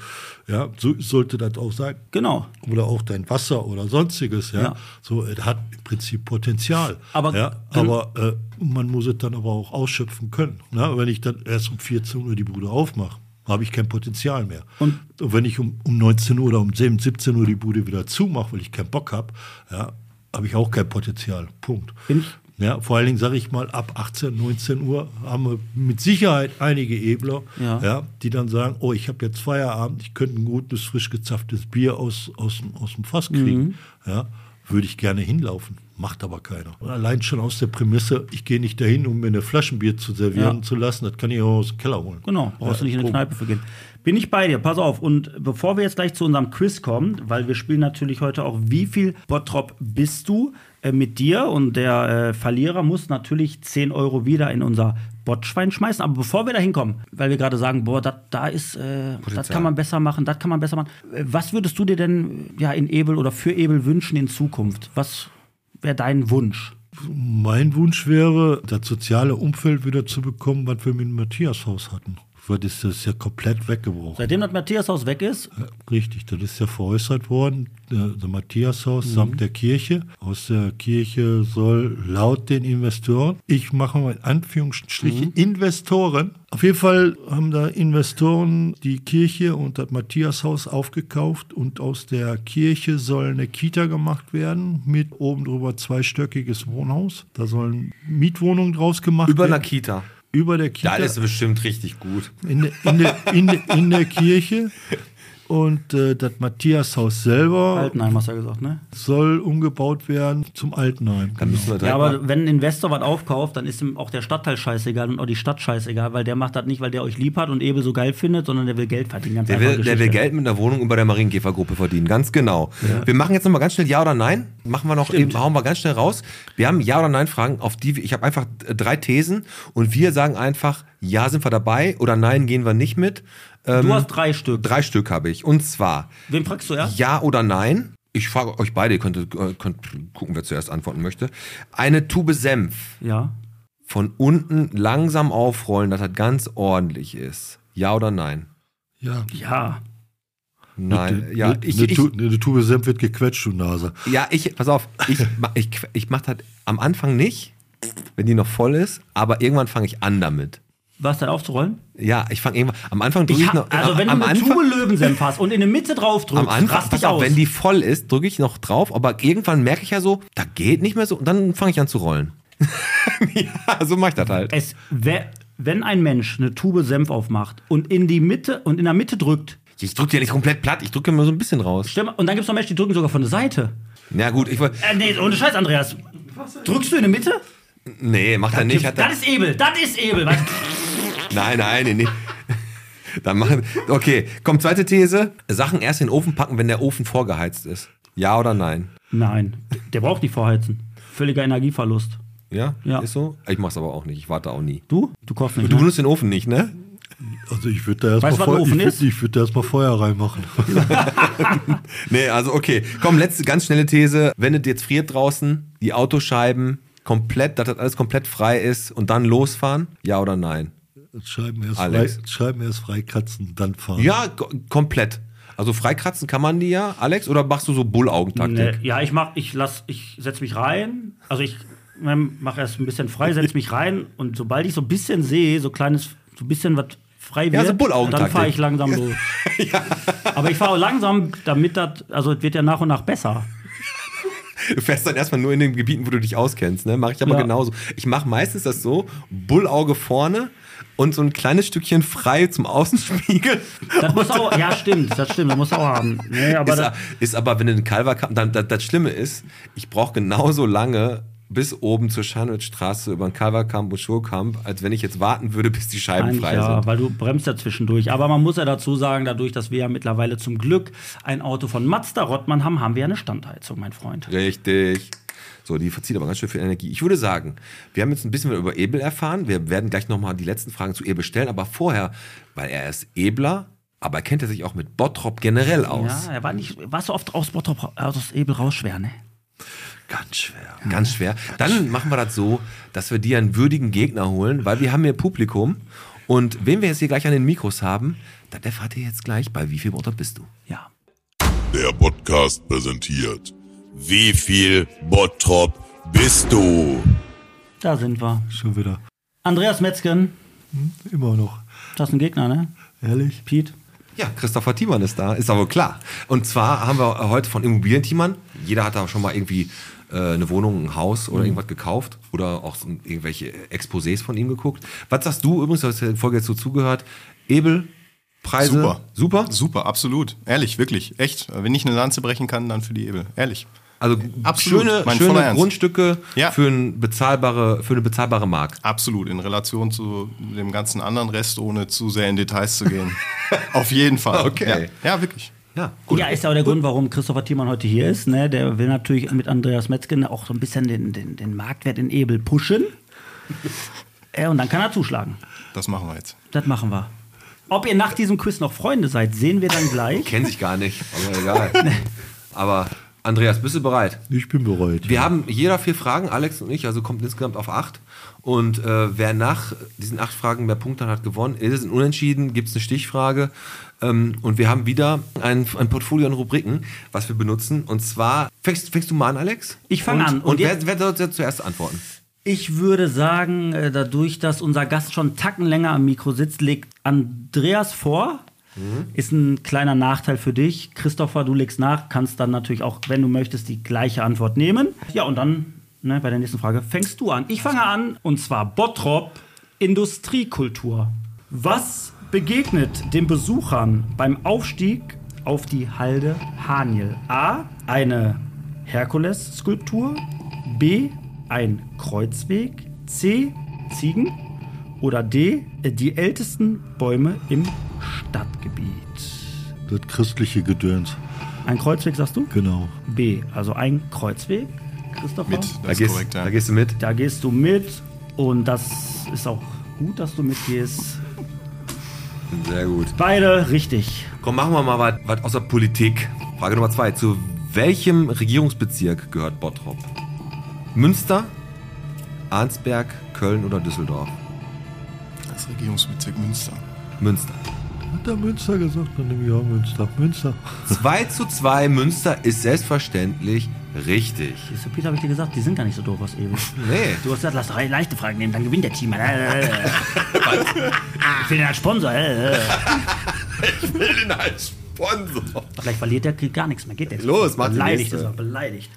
Speaker 5: Ja, so sollte das auch sein.
Speaker 3: Genau.
Speaker 5: Oder auch dein Wasser oder sonstiges. Ja.
Speaker 3: Ja.
Speaker 5: So, es hat im Prinzip Potenzial.
Speaker 3: Aber-
Speaker 5: ja, aber äh, man muss es dann aber auch ausschöpfen können. Na, wenn ich dann erst um 14 Uhr die Bude aufmache, habe ich kein Potenzial mehr. Und, wenn ich um, um 19 Uhr oder um 7, 17 Uhr die Bude wieder zumache, weil ich keinen Bock habe, ja, habe ich auch kein Potenzial. Punkt.
Speaker 3: Bin ich-
Speaker 5: Ja, vor allen Dingen sage ich mal, ab 18, 19 Uhr haben wir mit Sicherheit einige Ebler,
Speaker 3: Ja.
Speaker 5: die dann sagen, oh, ich habe jetzt Feierabend, ich könnte ein gutes, frisch gezapftes Bier aus, aus, dem- aus dem Fass kriegen.
Speaker 3: Mhm.
Speaker 5: Ja, würde ich gerne hinlaufen, macht aber keiner. Und allein schon aus der Prämisse, ich gehe nicht dahin, um mir eine Flaschenbier zu servieren
Speaker 3: Ja.
Speaker 5: zu lassen, das kann ich auch aus dem Keller holen.
Speaker 3: Genau, brauchst du nicht in eine
Speaker 5: Punkt.
Speaker 3: Kneipe für gehen. Bin ich bei dir, pass auf. Und bevor wir jetzt gleich zu unserem Quiz kommen, weil wir spielen natürlich heute auch, wie viel Bottrop bist du äh, mit dir? Und der äh, Verlierer muss natürlich 10 Euro wieder in unser Botschwein schmeißen. Aber bevor wir da hinkommen, weil wir gerade sagen, boah, dat, da ist, äh, das kann man besser machen, das kann man besser machen. Äh, Was würdest du dir denn äh, ja, in Ebel oder für Ebel wünschen in Zukunft? Was wäre dein Wunsch?
Speaker 5: Mein Wunsch wäre, das soziale Umfeld wieder zu bekommen, was wir mit dem Matthias-Haus hatten. Weil das ist ja komplett weggebrochen.
Speaker 3: Seitdem das Matthiashaus weg ist,
Speaker 5: Richtig, das ist ja veräußert worden, der, der Matthiashaus
Speaker 2: Mhm.
Speaker 5: samt der Kirche. Aus der Kirche soll laut den Investoren, ich mache mal in
Speaker 2: Mhm.
Speaker 5: Anführungsstrichen Investoren, auf jeden Fall haben da Investoren die Kirche und das Matthiashaus aufgekauft und aus der Kirche soll eine Kita gemacht werden mit oben drüber zweistöckiges Wohnhaus. Da sollen Mietwohnungen draus gemacht
Speaker 2: Über einer
Speaker 5: werden.
Speaker 2: Kita.
Speaker 5: über der Kita.
Speaker 2: Da ist es bestimmt richtig gut.
Speaker 5: In, der- in, der- in, der- in der Kirche. Und äh, das Matthiashaus selber
Speaker 3: Altenheim hast du ja gesagt, ne?
Speaker 5: soll umgebaut werden zum Altenheim.
Speaker 2: Dann müssen wir direkt
Speaker 3: Ja,
Speaker 2: mal-
Speaker 3: aber wenn ein Investor was aufkauft, dann ist ihm auch der Stadtteil scheißegal und auch die Stadt scheißegal, weil der macht das nicht, weil der euch lieb hat und Ebel so geil findet, sondern der will Geld verdienen. Ganz
Speaker 2: Der
Speaker 3: einfache
Speaker 2: will, der will
Speaker 3: Geschichte.
Speaker 2: Geld mit einer Wohnung über der Marienkäfergruppe verdienen, ganz genau. Wir machen jetzt nochmal ganz schnell Ja oder Nein. Machen wir noch eben, hauen wir ganz schnell raus. Wir haben Ja oder Nein Fragen, auf die wir- ich habe einfach äh, drei Thesen und wir sagen einfach, ja sind wir dabei oder nein gehen wir nicht mit. Ähm,
Speaker 3: Du hast drei Stück.
Speaker 2: drei Stück habe ich. Und zwar
Speaker 3: Wen fragst du erst?
Speaker 2: Ja oder Nein. Ich frage euch beide, ihr könnt, äh, könnt gucken, wer zuerst antworten möchte. Eine Tube Senf
Speaker 3: Ja.
Speaker 2: von unten langsam aufrollen, dass das ganz ordentlich ist. Ja oder nein?
Speaker 5: Ja.
Speaker 3: Ja.
Speaker 2: Nein.
Speaker 5: Eine-
Speaker 2: ja,
Speaker 5: eine, eine, Tu- eine Tube Senf wird gequetscht, du Nase.
Speaker 2: Ja, ich, pass auf, ich, ma- ich, ich mach das am Anfang nicht, wenn die noch voll ist, aber irgendwann fange ich an damit.
Speaker 3: Was dann aufzurollen?
Speaker 2: Ja, ich fange irgendwann, am Anfang drücke
Speaker 3: Ich
Speaker 2: ich,
Speaker 3: ha-
Speaker 2: noch,
Speaker 3: also, wenn du
Speaker 2: am,
Speaker 3: eine Tube Löwensenf hast und in der Mitte drauf drückst,
Speaker 2: am Anfang,
Speaker 3: rast dich
Speaker 2: pass auf,
Speaker 3: aus.
Speaker 2: wenn die voll ist, drücke ich noch drauf, aber irgendwann merke ich ja so, da geht nicht mehr so und dann fange ich an zu rollen. ja, so mache ich das halt.
Speaker 3: es, wer, wenn ein Mensch eine Tube Senf aufmacht und in die Mitte und in der Mitte drückt,
Speaker 2: Ich drücke die ja nicht komplett platt, ich drücke immer so ein bisschen raus.
Speaker 3: stell mal, und dann gibt es noch Menschen, die drücken sogar von der Seite.
Speaker 2: Na gut, ich woll-
Speaker 3: Äh, nee, ohne Scheiß, Andreas. Drückst du in der Mitte?
Speaker 2: Nee, macht er nicht. Hat er,
Speaker 3: das ist Ebel, das ist Ebel. Was?
Speaker 2: Nein, nein, nee, nee. Dann machen. Okay, komm, zweite These. Sachen erst in den Ofen packen, wenn der Ofen vorgeheizt ist. Ja oder nein?
Speaker 3: Nein, der braucht nicht vorheizen. Völliger Energieverlust.
Speaker 2: Ja?
Speaker 3: Ja.
Speaker 2: Ist so? Ich mach's aber auch nicht. Ich warte auch nie.
Speaker 3: Du? Du kochst nicht.
Speaker 2: Du
Speaker 3: Ne?
Speaker 2: benutzt den Ofen nicht, ne?
Speaker 5: Also ich würde da erstmal
Speaker 3: Weißt du, was ein
Speaker 5: Feu- ich
Speaker 3: Ofen ist?
Speaker 5: würd, ich würd da erstmal Feuer reinmachen.
Speaker 2: Nee, also okay. Komm, letzte, ganz schnelle These. Wenn es jetzt friert draußen, die Autoscheiben komplett, dass das alles komplett frei ist und dann losfahren? Ja oder nein?
Speaker 5: Scheiben erst, frei,
Speaker 2: Alex.
Speaker 5: Scheiben erst freikratzen, dann fahren.
Speaker 2: Ja, ko- komplett. Also freikratzen kann man die ja, Alex, oder machst du so Bullaugentaktik?
Speaker 3: Nee, ja, ich mach, ich lass, ich setz mich rein. Also ich mache erst ein bisschen frei, setz mich rein und sobald ich so ein bisschen sehe, so kleines, so ein bisschen was frei wird,
Speaker 2: so Bullaugentaktik.
Speaker 3: dann fahre ich langsam los. Aber ich fahre langsam, damit das, also es wird ja nach und nach besser.
Speaker 2: Du fährst dann erstmal nur in den Gebieten, wo du dich auskennst, ne? Mache ich aber
Speaker 3: Ja.
Speaker 2: genauso. Ich mache meistens das so: Bullauge vorne und so ein kleines Stückchen frei zum Außenspiegel.
Speaker 3: Das muss auch, ja stimmt, das stimmt, das muss auch haben. Nee, aber
Speaker 2: ist,
Speaker 3: das,
Speaker 2: a- ist aber, wenn du einen Calver kam, dann, das, das Schlimme ist, ich brauche genauso lange bis oben zur Scharnwitzstraße über den Calverkamp und Schurkamp, als wenn ich jetzt warten würde, bis die Scheiben
Speaker 3: Eigentlich
Speaker 2: frei
Speaker 3: ja,
Speaker 2: sind.
Speaker 3: weil du bremst ja zwischendurch. Aber man muss ja dazu sagen, dadurch, dass wir ja mittlerweile zum Glück ein Auto von Mazda Rottmann haben, haben wir ja eine Standheizung, mein Freund.
Speaker 2: Richtig. So, die verzieht aber ganz schön viel Energie. Ich würde sagen, wir haben jetzt ein bisschen über Ebel erfahren. Wir werden gleich nochmal die letzten Fragen zu Ebel stellen. Aber vorher, weil er ist Ebler, aber kennt er sich auch mit Bottrop generell aus.
Speaker 3: Ja, er war nicht, warst du oft aus Bottrop, aus Ebel raus schwer, ne?
Speaker 2: Ganz schwer. Ganz schwer. Dann machen wir das so, dass wir dir einen würdigen Gegner holen, weil wir haben hier Publikum. Und wen wir jetzt hier gleich an den Mikros haben, das erfahrt ihr jetzt gleich. Bei wie viel Bottrop bist du?
Speaker 3: Ja.
Speaker 8: Der Podcast präsentiert. Wie viel Bottrop bist du?
Speaker 3: Da sind wir.
Speaker 5: Schon wieder.
Speaker 3: Andreas Metzgen,
Speaker 5: Immer noch.
Speaker 3: das ist ein Gegner, ne?
Speaker 5: Ehrlich?
Speaker 3: Piet.
Speaker 2: Ja, Christopher Thiemann ist da, ist aber klar. Und zwar haben wir heute von Immobilien-Thiemann, jeder hat da schon mal irgendwie äh, eine Wohnung, ein Haus oder irgendwas gekauft oder auch so irgendwelche Exposés von ihm geguckt. Was sagst du übrigens, du hast der Folge jetzt so zugehört, Ebel, Preise,
Speaker 9: Super.
Speaker 2: super?
Speaker 9: Super, absolut. Ehrlich, wirklich, echt. Wenn ich eine Lanze brechen kann, dann für die Ebel. Ehrlich.
Speaker 2: Also
Speaker 9: Absolut,
Speaker 2: schöne,
Speaker 9: mein voller
Speaker 2: schöne
Speaker 9: Ernst.
Speaker 2: Grundstücke
Speaker 9: Ja.
Speaker 2: für, ein bezahlbare, für eine bezahlbare Mark.
Speaker 9: Absolut, in Relation zu dem ganzen anderen Rest, ohne zu sehr in Details zu gehen. Auf jeden Fall.
Speaker 2: Okay.
Speaker 9: Ja, ja wirklich.
Speaker 2: Ja,
Speaker 3: Ja, ist ja auch der Grund, warum Christopher Thiemann heute hier ist. Ne? Der will natürlich mit Andreas Metzgen auch so ein bisschen den, den, den Marktwert in Ebel pushen. äh, und dann kann er zuschlagen.
Speaker 9: Das machen wir jetzt.
Speaker 3: Das machen wir. Ob ihr nach diesem Quiz noch Freunde seid, sehen wir dann gleich.
Speaker 2: Kennen sich gar nicht, aber egal. aber Andreas, bist du bereit?
Speaker 5: Ich bin bereit.
Speaker 2: Wir haben jeder vier Fragen, Alex und ich, also kommt insgesamt auf acht. Und äh, wer nach diesen acht Fragen mehr Punkte hat, hat gewonnen. Ist es ein Unentschieden? Gibt es eine Stichfrage? Ähm, und wir haben wieder ein, ein Portfolio an Rubriken, was wir benutzen. Und zwar, fängst, fängst du mal an, Alex?
Speaker 3: Ich fang
Speaker 2: Und-
Speaker 3: an. Und
Speaker 2: Und, wer,
Speaker 3: jetzt-
Speaker 2: wer soll jetzt zuerst antworten?
Speaker 3: Ich würde sagen, äh, dadurch, dass unser Gast schon einen Tacken länger am Mikro sitzt, legt Andreas vor. Ist ein kleiner Nachteil für dich. Christopher, du legst nach, kannst dann natürlich auch, wenn du möchtest, die gleiche Antwort nehmen. Ja, und dann ne, bei der nächsten Frage fängst du an. Ich fange an, und zwar Bottrop Industriekultur. Was begegnet den Besuchern beim Aufstieg auf die Halde Haniel? A. Eine Herkules-Skulptur. B. Ein Kreuzweg. C. Ziegen. Oder D. äh, Die ältesten Bäume im Stadtgebiet.
Speaker 5: Das christliche Gedöns.
Speaker 3: Ein Kreuzweg sagst du?
Speaker 5: Genau.
Speaker 3: B. Also ein Kreuzweg. Christopher?
Speaker 9: Mit, das
Speaker 2: Da
Speaker 9: ist
Speaker 2: gehst,
Speaker 9: korrekt, ja.
Speaker 2: da gehst du mit.
Speaker 3: Da gehst du mit. Und das ist auch gut, dass du mitgehst.
Speaker 2: Sehr gut.
Speaker 3: Beide richtig.
Speaker 2: Komm, machen wir mal was- was außer Politik. Frage Nummer zwei. Zu welchem Regierungsbezirk gehört Bottrop? Münster, Arnsberg, Köln oder Düsseldorf?
Speaker 9: das Regierungsbezirk Münster.
Speaker 2: Münster.
Speaker 5: Hat der Münster gesagt? Dann nehme ich auch Münster. Münster.
Speaker 2: 2 zu 2, Münster ist selbstverständlich richtig.
Speaker 3: Das Peter habe ich dir gesagt, die sind gar nicht so doof aus eben.
Speaker 2: Nee.
Speaker 3: Du hast gesagt, lass drei leichte Fragen nehmen, dann gewinnt der Team. Äh, äh, äh. Ah, ich will den als Sponsor. äh, äh.
Speaker 2: Ich will den als Sponsor.
Speaker 3: Vielleicht verliert der kriegt gar nichts mehr. Geht der
Speaker 2: Los, mach die
Speaker 3: Beleidigt
Speaker 2: nächste.
Speaker 3: ist er, beleidigt.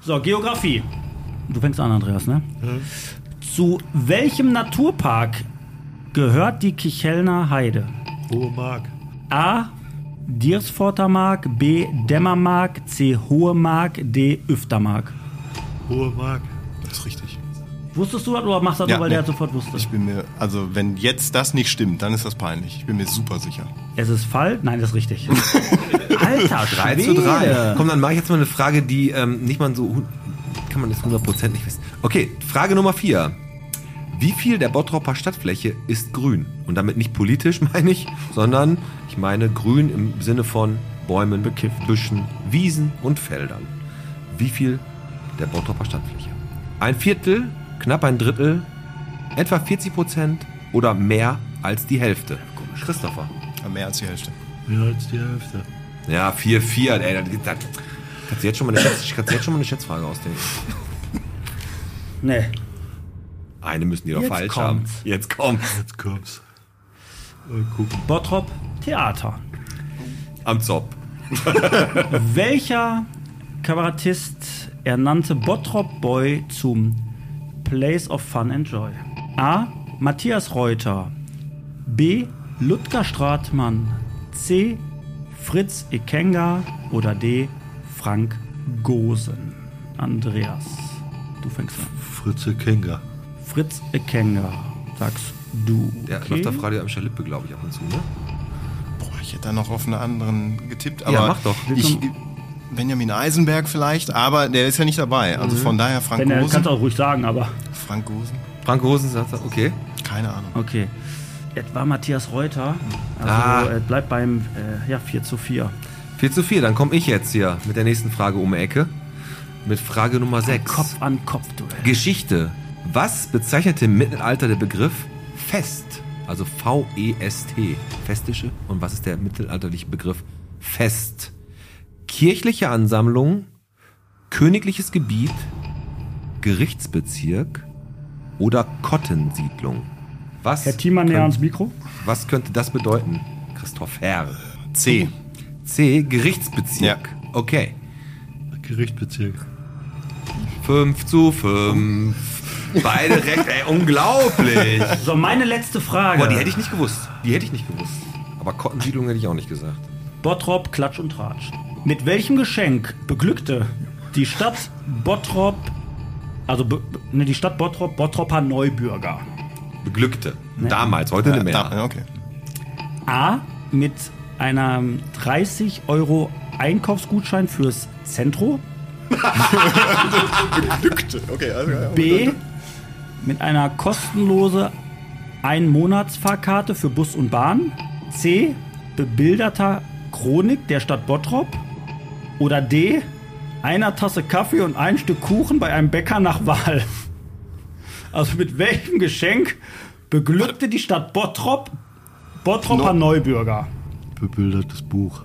Speaker 3: So, Geografie. Du fängst an, Andreas, ne? Zu welchem Naturpark gehört die Kichelner Heide?
Speaker 5: Hohe Mark.
Speaker 3: A. Diersforter Mark, B. Dämmermark, C. Hohe Mark, D. Üftermark.
Speaker 5: Hohe Mark.
Speaker 9: Das ist richtig.
Speaker 3: Wusstest du das oder machst du das
Speaker 9: Ja,
Speaker 3: nur, weil
Speaker 9: nee.
Speaker 3: der das sofort wusste?
Speaker 9: Ich bin mir, also wenn jetzt das nicht stimmt, dann ist das peinlich. Ich bin mir super sicher.
Speaker 3: Es ist Fall? Nein, das ist richtig. Alter,
Speaker 2: 3 zu 3. Komm, dann mache ich jetzt mal eine Frage, die ähm, nicht mal so. hun- Kann man das 100% nicht wissen. Okay, Frage Nummer 4. Wie viel der Bottroper Stadtfläche ist grün? Und damit nicht politisch, meine ich, sondern ich meine grün im Sinne von Bäumen, Büschen, Wiesen und Feldern. Wie viel der Bottroper Stadtfläche? Ein Viertel, knapp ein Drittel, etwa 40% oder mehr als die Hälfte? Christopher.
Speaker 9: Mehr als die Hälfte.
Speaker 5: Mehr als die Hälfte.
Speaker 2: Ja, 4-4, ey, das, das, kannst du jetzt schon mal eine, Schätz, kannst du jetzt schon mal eine Schätzfrage ausdenken.
Speaker 3: Nee.
Speaker 2: Eine müssen die doch
Speaker 3: Jetzt
Speaker 2: falsch
Speaker 3: kommt's.
Speaker 2: haben. Jetzt kommt's.
Speaker 5: Jetzt kommt's. Mal gucken.
Speaker 3: Bottrop Theater.
Speaker 2: Am Zopf.
Speaker 3: Welcher Kabarettist ernannte Bottrop Boy zum Place of Fun and Joy? A. Matthias Reuter. B. Ludger Stratmann. C. Fritz Ikenga. Oder D. Frank Gosen. Andreas, du fängst an.
Speaker 5: Fritze Kenga.
Speaker 3: Fritz Ikenga, sagst du.
Speaker 2: Der
Speaker 3: okay?
Speaker 2: läuft auf Radio am Schalippe, glaube ich, ab und zu, ne?
Speaker 9: Boah, ich hätte da noch auf einen anderen getippt, aber.
Speaker 2: mach doch.
Speaker 9: Ich, Benjamin Eisenberg vielleicht, aber der ist ja nicht dabei. Also von daher Frank
Speaker 3: Mhm. Wenn er, kannst
Speaker 9: Gosen.
Speaker 3: du auch ruhig sagen, aber.
Speaker 9: Frank Gosen?
Speaker 2: Franco Hosen sagt, okay.
Speaker 9: Keine Ahnung.
Speaker 3: Okay. Etwa Matthias Reuter. Also
Speaker 2: Ah.
Speaker 3: äh, bleibt beim äh, ja, 4 zu 4.
Speaker 2: 4 zu 4, dann komme ich jetzt hier mit der nächsten Frage um die Ecke. Mit Frage Nummer 6.
Speaker 3: Kopf an Kopf Duell.
Speaker 2: Geschichte. Was bezeichnete im Mittelalter der Begriff Fest? Also V-E-S-T. Festische. Und was ist der mittelalterliche Begriff Fest? Kirchliche Ansammlung, königliches Gebiet, Gerichtsbezirk oder Kottensiedlung? Was,
Speaker 3: Herr Thiemann näher ans
Speaker 2: könnte,
Speaker 3: Mikro.
Speaker 2: was könnte das bedeuten, Christopher?
Speaker 9: C.
Speaker 3: Oh.
Speaker 2: C. Gerichtsbezirk.
Speaker 9: Ja.
Speaker 2: Okay.
Speaker 5: Gerichtsbezirk.
Speaker 2: 5 zu 5. Beide recht, ey, unglaublich.
Speaker 3: So, meine letzte Frage.
Speaker 2: Boah, die hätte ich nicht gewusst. Die hätte ich nicht gewusst. Aber Kottensiedlung hätte ich auch nicht gesagt.
Speaker 3: Bottrop, Klatsch und Tratsch. Mit welchem Geschenk beglückte die Stadt Bottrop, also be, be- ne, die Stadt Bottrop, Bottroper Neubürger?
Speaker 2: Beglückte. Damals, heute nicht mehr.
Speaker 9: Da, ja, okay.
Speaker 3: A. Mit einem 30 Euro Einkaufsgutschein fürs Zentro.
Speaker 9: Okay, also, ja.
Speaker 3: B. Mit einer kostenlose Einmonatsfahrkarte für Bus und Bahn. C. Bebilderter Chronik der Stadt Bottrop. Oder D. einer Tasse Kaffee und ein Stück Kuchen bei einem Bäcker nach Wahl. Also mit welchem Geschenk beglückte die Stadt Bottrop Bottropper
Speaker 9: No.
Speaker 3: Neubürger?
Speaker 5: Bebildertes Buch.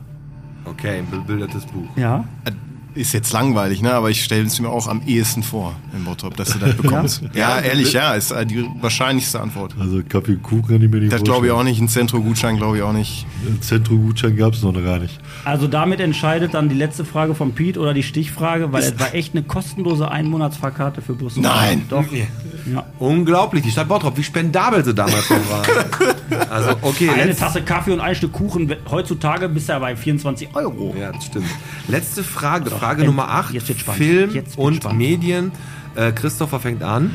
Speaker 2: Okay, ein bebildertes Buch.
Speaker 3: Ja.
Speaker 9: Äh, Ist jetzt langweilig, ne? aber ich stelle es mir auch am ehesten vor im Bottrop, dass du das bekommst. ja, ehrlich, ja, ist äh, die wahrscheinlichste Antwort.
Speaker 5: Also Kaffee und Kuchen kann ich mir nicht
Speaker 9: Das glaube ich auch nicht, ein Centro-Gutschein glaube ich auch nicht.
Speaker 5: nicht. Zentrum-Gutschein gab es noch gar nicht.
Speaker 3: Also damit entscheidet dann die letzte Frage von Pete oder die Stichfrage, weil es war echt eine kostenlose Einmonatsfahrkarte für Busse.
Speaker 9: Nein.
Speaker 3: Doch.
Speaker 2: Unglaublich, die Stadt Bottrop, wie spendabel sie damals noch war. Also, okay,
Speaker 3: Eine
Speaker 2: letz-
Speaker 3: Tasse Kaffee und ein Stück Kuchen. Heutzutage bist du ja bei 24 Euro.
Speaker 2: Ja, das stimmt. Letzte Frage, Frage
Speaker 3: ähm,
Speaker 2: Nummer 8.
Speaker 3: jetzt wird's spannend.
Speaker 2: Film
Speaker 3: Jetzt wird's
Speaker 2: und
Speaker 3: spannend.
Speaker 2: Medien. Äh, Christopher fängt an.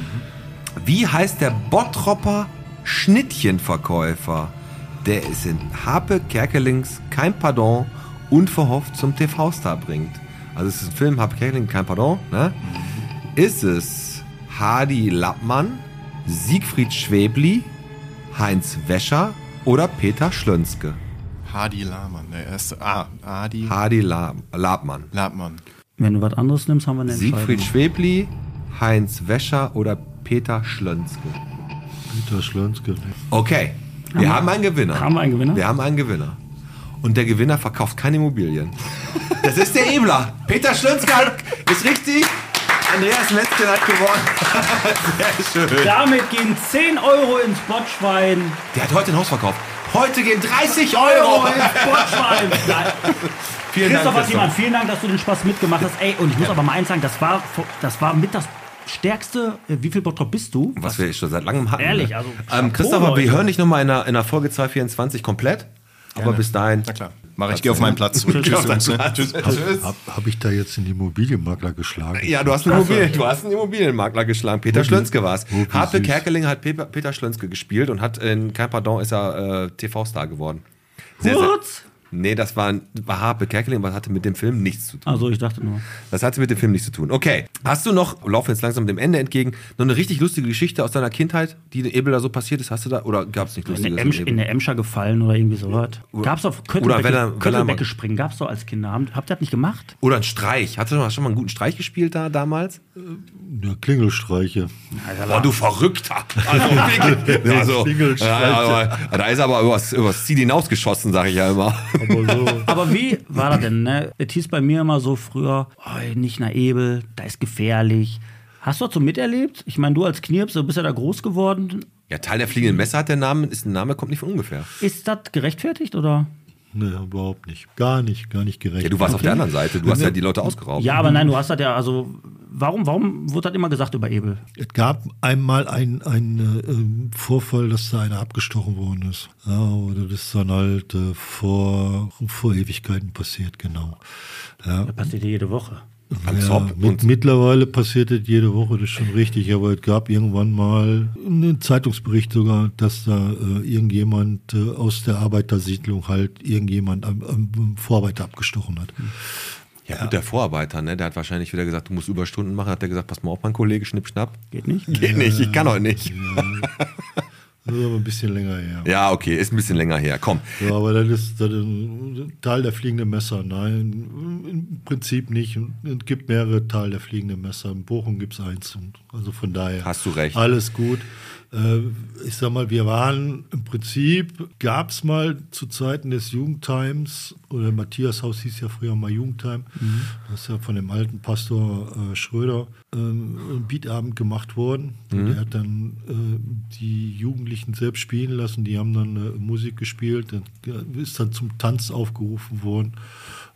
Speaker 2: Wie heißt der Bottropper Schnittchenverkäufer? Der es in Hape Kerkelings kein Pardon unverhofft zum TV-Star bringt. Also es ist ein Film, Hape Kerkeling kein Pardon. Ne? Ist es Hardy Lappmann, Siegfried Schwebli, Heinz Wäscher oder Peter Schlönske?
Speaker 9: Hadi Lahmann, der erste. Ah, Hadi
Speaker 2: Hardy La- Lappmann.
Speaker 9: Lahmann.
Speaker 3: Wenn du was anderes nimmst, haben wir eine
Speaker 2: Siegfried
Speaker 3: Entscheidung.
Speaker 2: Schwebli, Heinz Wäscher oder Peter Schlönske.
Speaker 5: Peter Schlönske. ne?
Speaker 2: Okay, wir haben einen Gewinner.
Speaker 3: Haben wir einen Gewinner?
Speaker 2: Wir haben einen Gewinner. Und der Gewinner verkauft keine Immobilien. Das ist der Ebler. Peter Schlönske hat- ist richtig. Andreas Metzger hat gewonnen.
Speaker 3: Damit gehen 10 Euro ins Botschwein.
Speaker 2: Der hat heute ein Haus verkauft. Heute gehen 30
Speaker 3: Euro
Speaker 2: Euro.
Speaker 3: ins Botschwein. Nein.
Speaker 2: Vielen
Speaker 3: Christopher
Speaker 2: Dank,
Speaker 3: Thiemann,
Speaker 2: Christoph.
Speaker 3: vielen Dank, dass du den Spaß mitgemacht hast. Ey, und ich muss aber mal eins sagen, das war, das war mit das stärkste. äh, Wie viel Bottrop bist du?
Speaker 2: Was wir schon seit langem hatten.
Speaker 3: Ehrlich,
Speaker 2: ne?
Speaker 3: also,
Speaker 2: ähm,
Speaker 3: Chapeau,
Speaker 2: Christopher, wir
Speaker 3: Leute.
Speaker 2: hören dich nochmal in der, in der Folge 224 komplett. Aber bis dahin.
Speaker 9: Na klar, mach ich, geh auf meinen Platz zurück. Tschüss, Jungs, ne? Tschüss.
Speaker 5: Habe hab ich da jetzt den Immobilienmakler geschlagen?
Speaker 2: Ja, du hast, einen Immobilien, du hast einen Immobilienmakler geschlagen. Peter Schlönske war es.
Speaker 5: Wirklich
Speaker 2: Harpe
Speaker 5: süß.
Speaker 2: Kerkeling hat Peter, Peter Schlönske gespielt und hat in Kein Pardon ist er äh, TV-Star geworden. Sehr, sehr-
Speaker 3: Kurz?
Speaker 2: Nee, das war, war Harpe Kerkeling, aber das hatte mit dem Film nichts zu tun.
Speaker 3: Also, ich dachte nur.
Speaker 2: Das hatte mit dem Film nichts zu tun. Okay. Hast du noch, laufen wir jetzt langsam dem Ende entgegen, noch eine richtig lustige Geschichte aus deiner Kindheit, die in Ebel da so passiert ist? Hast du da, oder gab es nicht
Speaker 3: In
Speaker 2: lustiges
Speaker 3: der, Emsch,
Speaker 2: in
Speaker 3: in der Emscher gefallen oder irgendwie sowas. Gab's auf Köttelbecke,
Speaker 2: Weller- Wellermann.
Speaker 3: Köttelbecke springen, gab's doch als Kinder. Habt habt ihr das nicht gemacht?
Speaker 2: Oder ein Streich. Hattest du mal- schon mal einen guten Streich gespielt da damals?
Speaker 5: Ja, Klingelstreiche.
Speaker 2: Boah, du Verrückter. Also, wirklich. also,
Speaker 5: Klingel
Speaker 2: ja, ja,
Speaker 5: schreibt.
Speaker 2: aber, da ist er aber übers, übers Ziel hinausgeschossen, sage ich ja immer.
Speaker 5: Aber so.
Speaker 3: Aber wie war das denn? Ne? Es hieß bei mir immer so früher, oh, nicht nach Ebel, da ist gefährlich. Hast du das so miterlebt? Ich meine, du als Knirps, du bist ja da groß geworden.
Speaker 2: Ja, Teil der fliegenden Messer hat der Name, ist ein Name, kommt nicht von ungefähr.
Speaker 3: Ist das gerechtfertigt oder?
Speaker 5: Ne, überhaupt nicht. Gar nicht, gar nicht gerecht.
Speaker 2: Ja, du warst auf der anderen Seite, du hast ja die Leute ausgeraubt.
Speaker 3: Ja, aber nein, du hast das ja, also, warum, warum wurde das immer gesagt über Ebel?
Speaker 5: Es gab einmal einen, einen äh, ähm, Vorfall, dass da einer abgestochen worden ist. Ja, oder das ist dann halt äh, vor, vor Ewigkeiten passiert, genau.
Speaker 3: Da passiert ja jede Woche.
Speaker 2: Am
Speaker 5: Ja,
Speaker 2: Zopf
Speaker 5: mit,
Speaker 2: und
Speaker 5: mittlerweile passiert das jede Woche, das ist schon richtig, aber es gab irgendwann mal einen Zeitungsbericht sogar, dass da äh, irgendjemand äh, aus der Arbeitersiedlung halt irgendjemand am, am Vorarbeiter abgestochen hat.
Speaker 2: Hm. ja, gut, der Vorarbeiter, ne, der hat wahrscheinlich wieder gesagt, du musst Überstunden machen, hat der gesagt, pass mal auf, mein Kollege, schnipp, schnapp.
Speaker 3: Geht nicht?
Speaker 2: Geht nicht, ich kann heute nicht.
Speaker 5: Das ist aber ein bisschen länger her.
Speaker 2: Ja, okay, ist ein bisschen länger her. Komm,
Speaker 5: Ja, aber das ist das ist ein Teil der fliegenden Messer. Nein, im Prinzip nicht. Es gibt mehrere Teil der fliegenden Messer. In Bochum gibt es eins. Und also von daher.
Speaker 2: Hast du recht.
Speaker 5: Alles gut. Äh, Ich sag mal, wir waren im Prinzip, gab es mal zu Zeiten des Jugendheims, oder Matthias Haus hieß ja früher mal Jugendheim, das ist ja von dem alten Pastor äh, Schröder, ähm, ein Beatabend gemacht worden. Und er hat dann äh, die Jugendlichen selbst spielen lassen, die haben dann äh, Musik gespielt, dann äh, ist dann zum Tanz aufgerufen worden.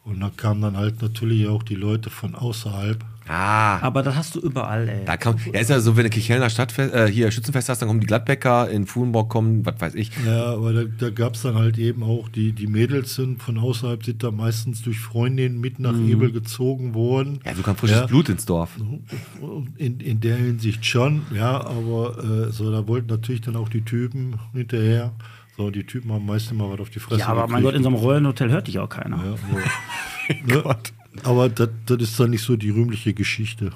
Speaker 5: Und da kamen dann halt natürlich auch die Leute von außerhalb.
Speaker 2: Ah,
Speaker 3: Aber das hast du überall, ey.
Speaker 2: da kam, ja, ist ja so, wenn du Kichelner Stadtfest, äh, hier Schützenfest hast, dann kommen die Gladbecker, in Fuhlenburg kommen, was weiß ich.
Speaker 5: Ja, aber da, da gab es dann halt eben auch, die, die Mädels sind von außerhalb, sind da meistens durch Freundinnen mit nach Ebel gezogen worden.
Speaker 2: Mhm. Ja, so kam frisches
Speaker 5: Ja.
Speaker 2: Blut ins Dorf.
Speaker 5: In, in der Hinsicht schon, ja, aber äh, so, da wollten natürlich dann auch die Typen hinterher. So, die Typen haben meistens mal was auf die Fresse.
Speaker 3: ja, aber mein Gott, in so einem Rollenhotel hört dich auch keiner.
Speaker 2: Ähm,
Speaker 5: gekriegt, ne? aber das das ist dann nicht so ne? die rühmliche Geschichte.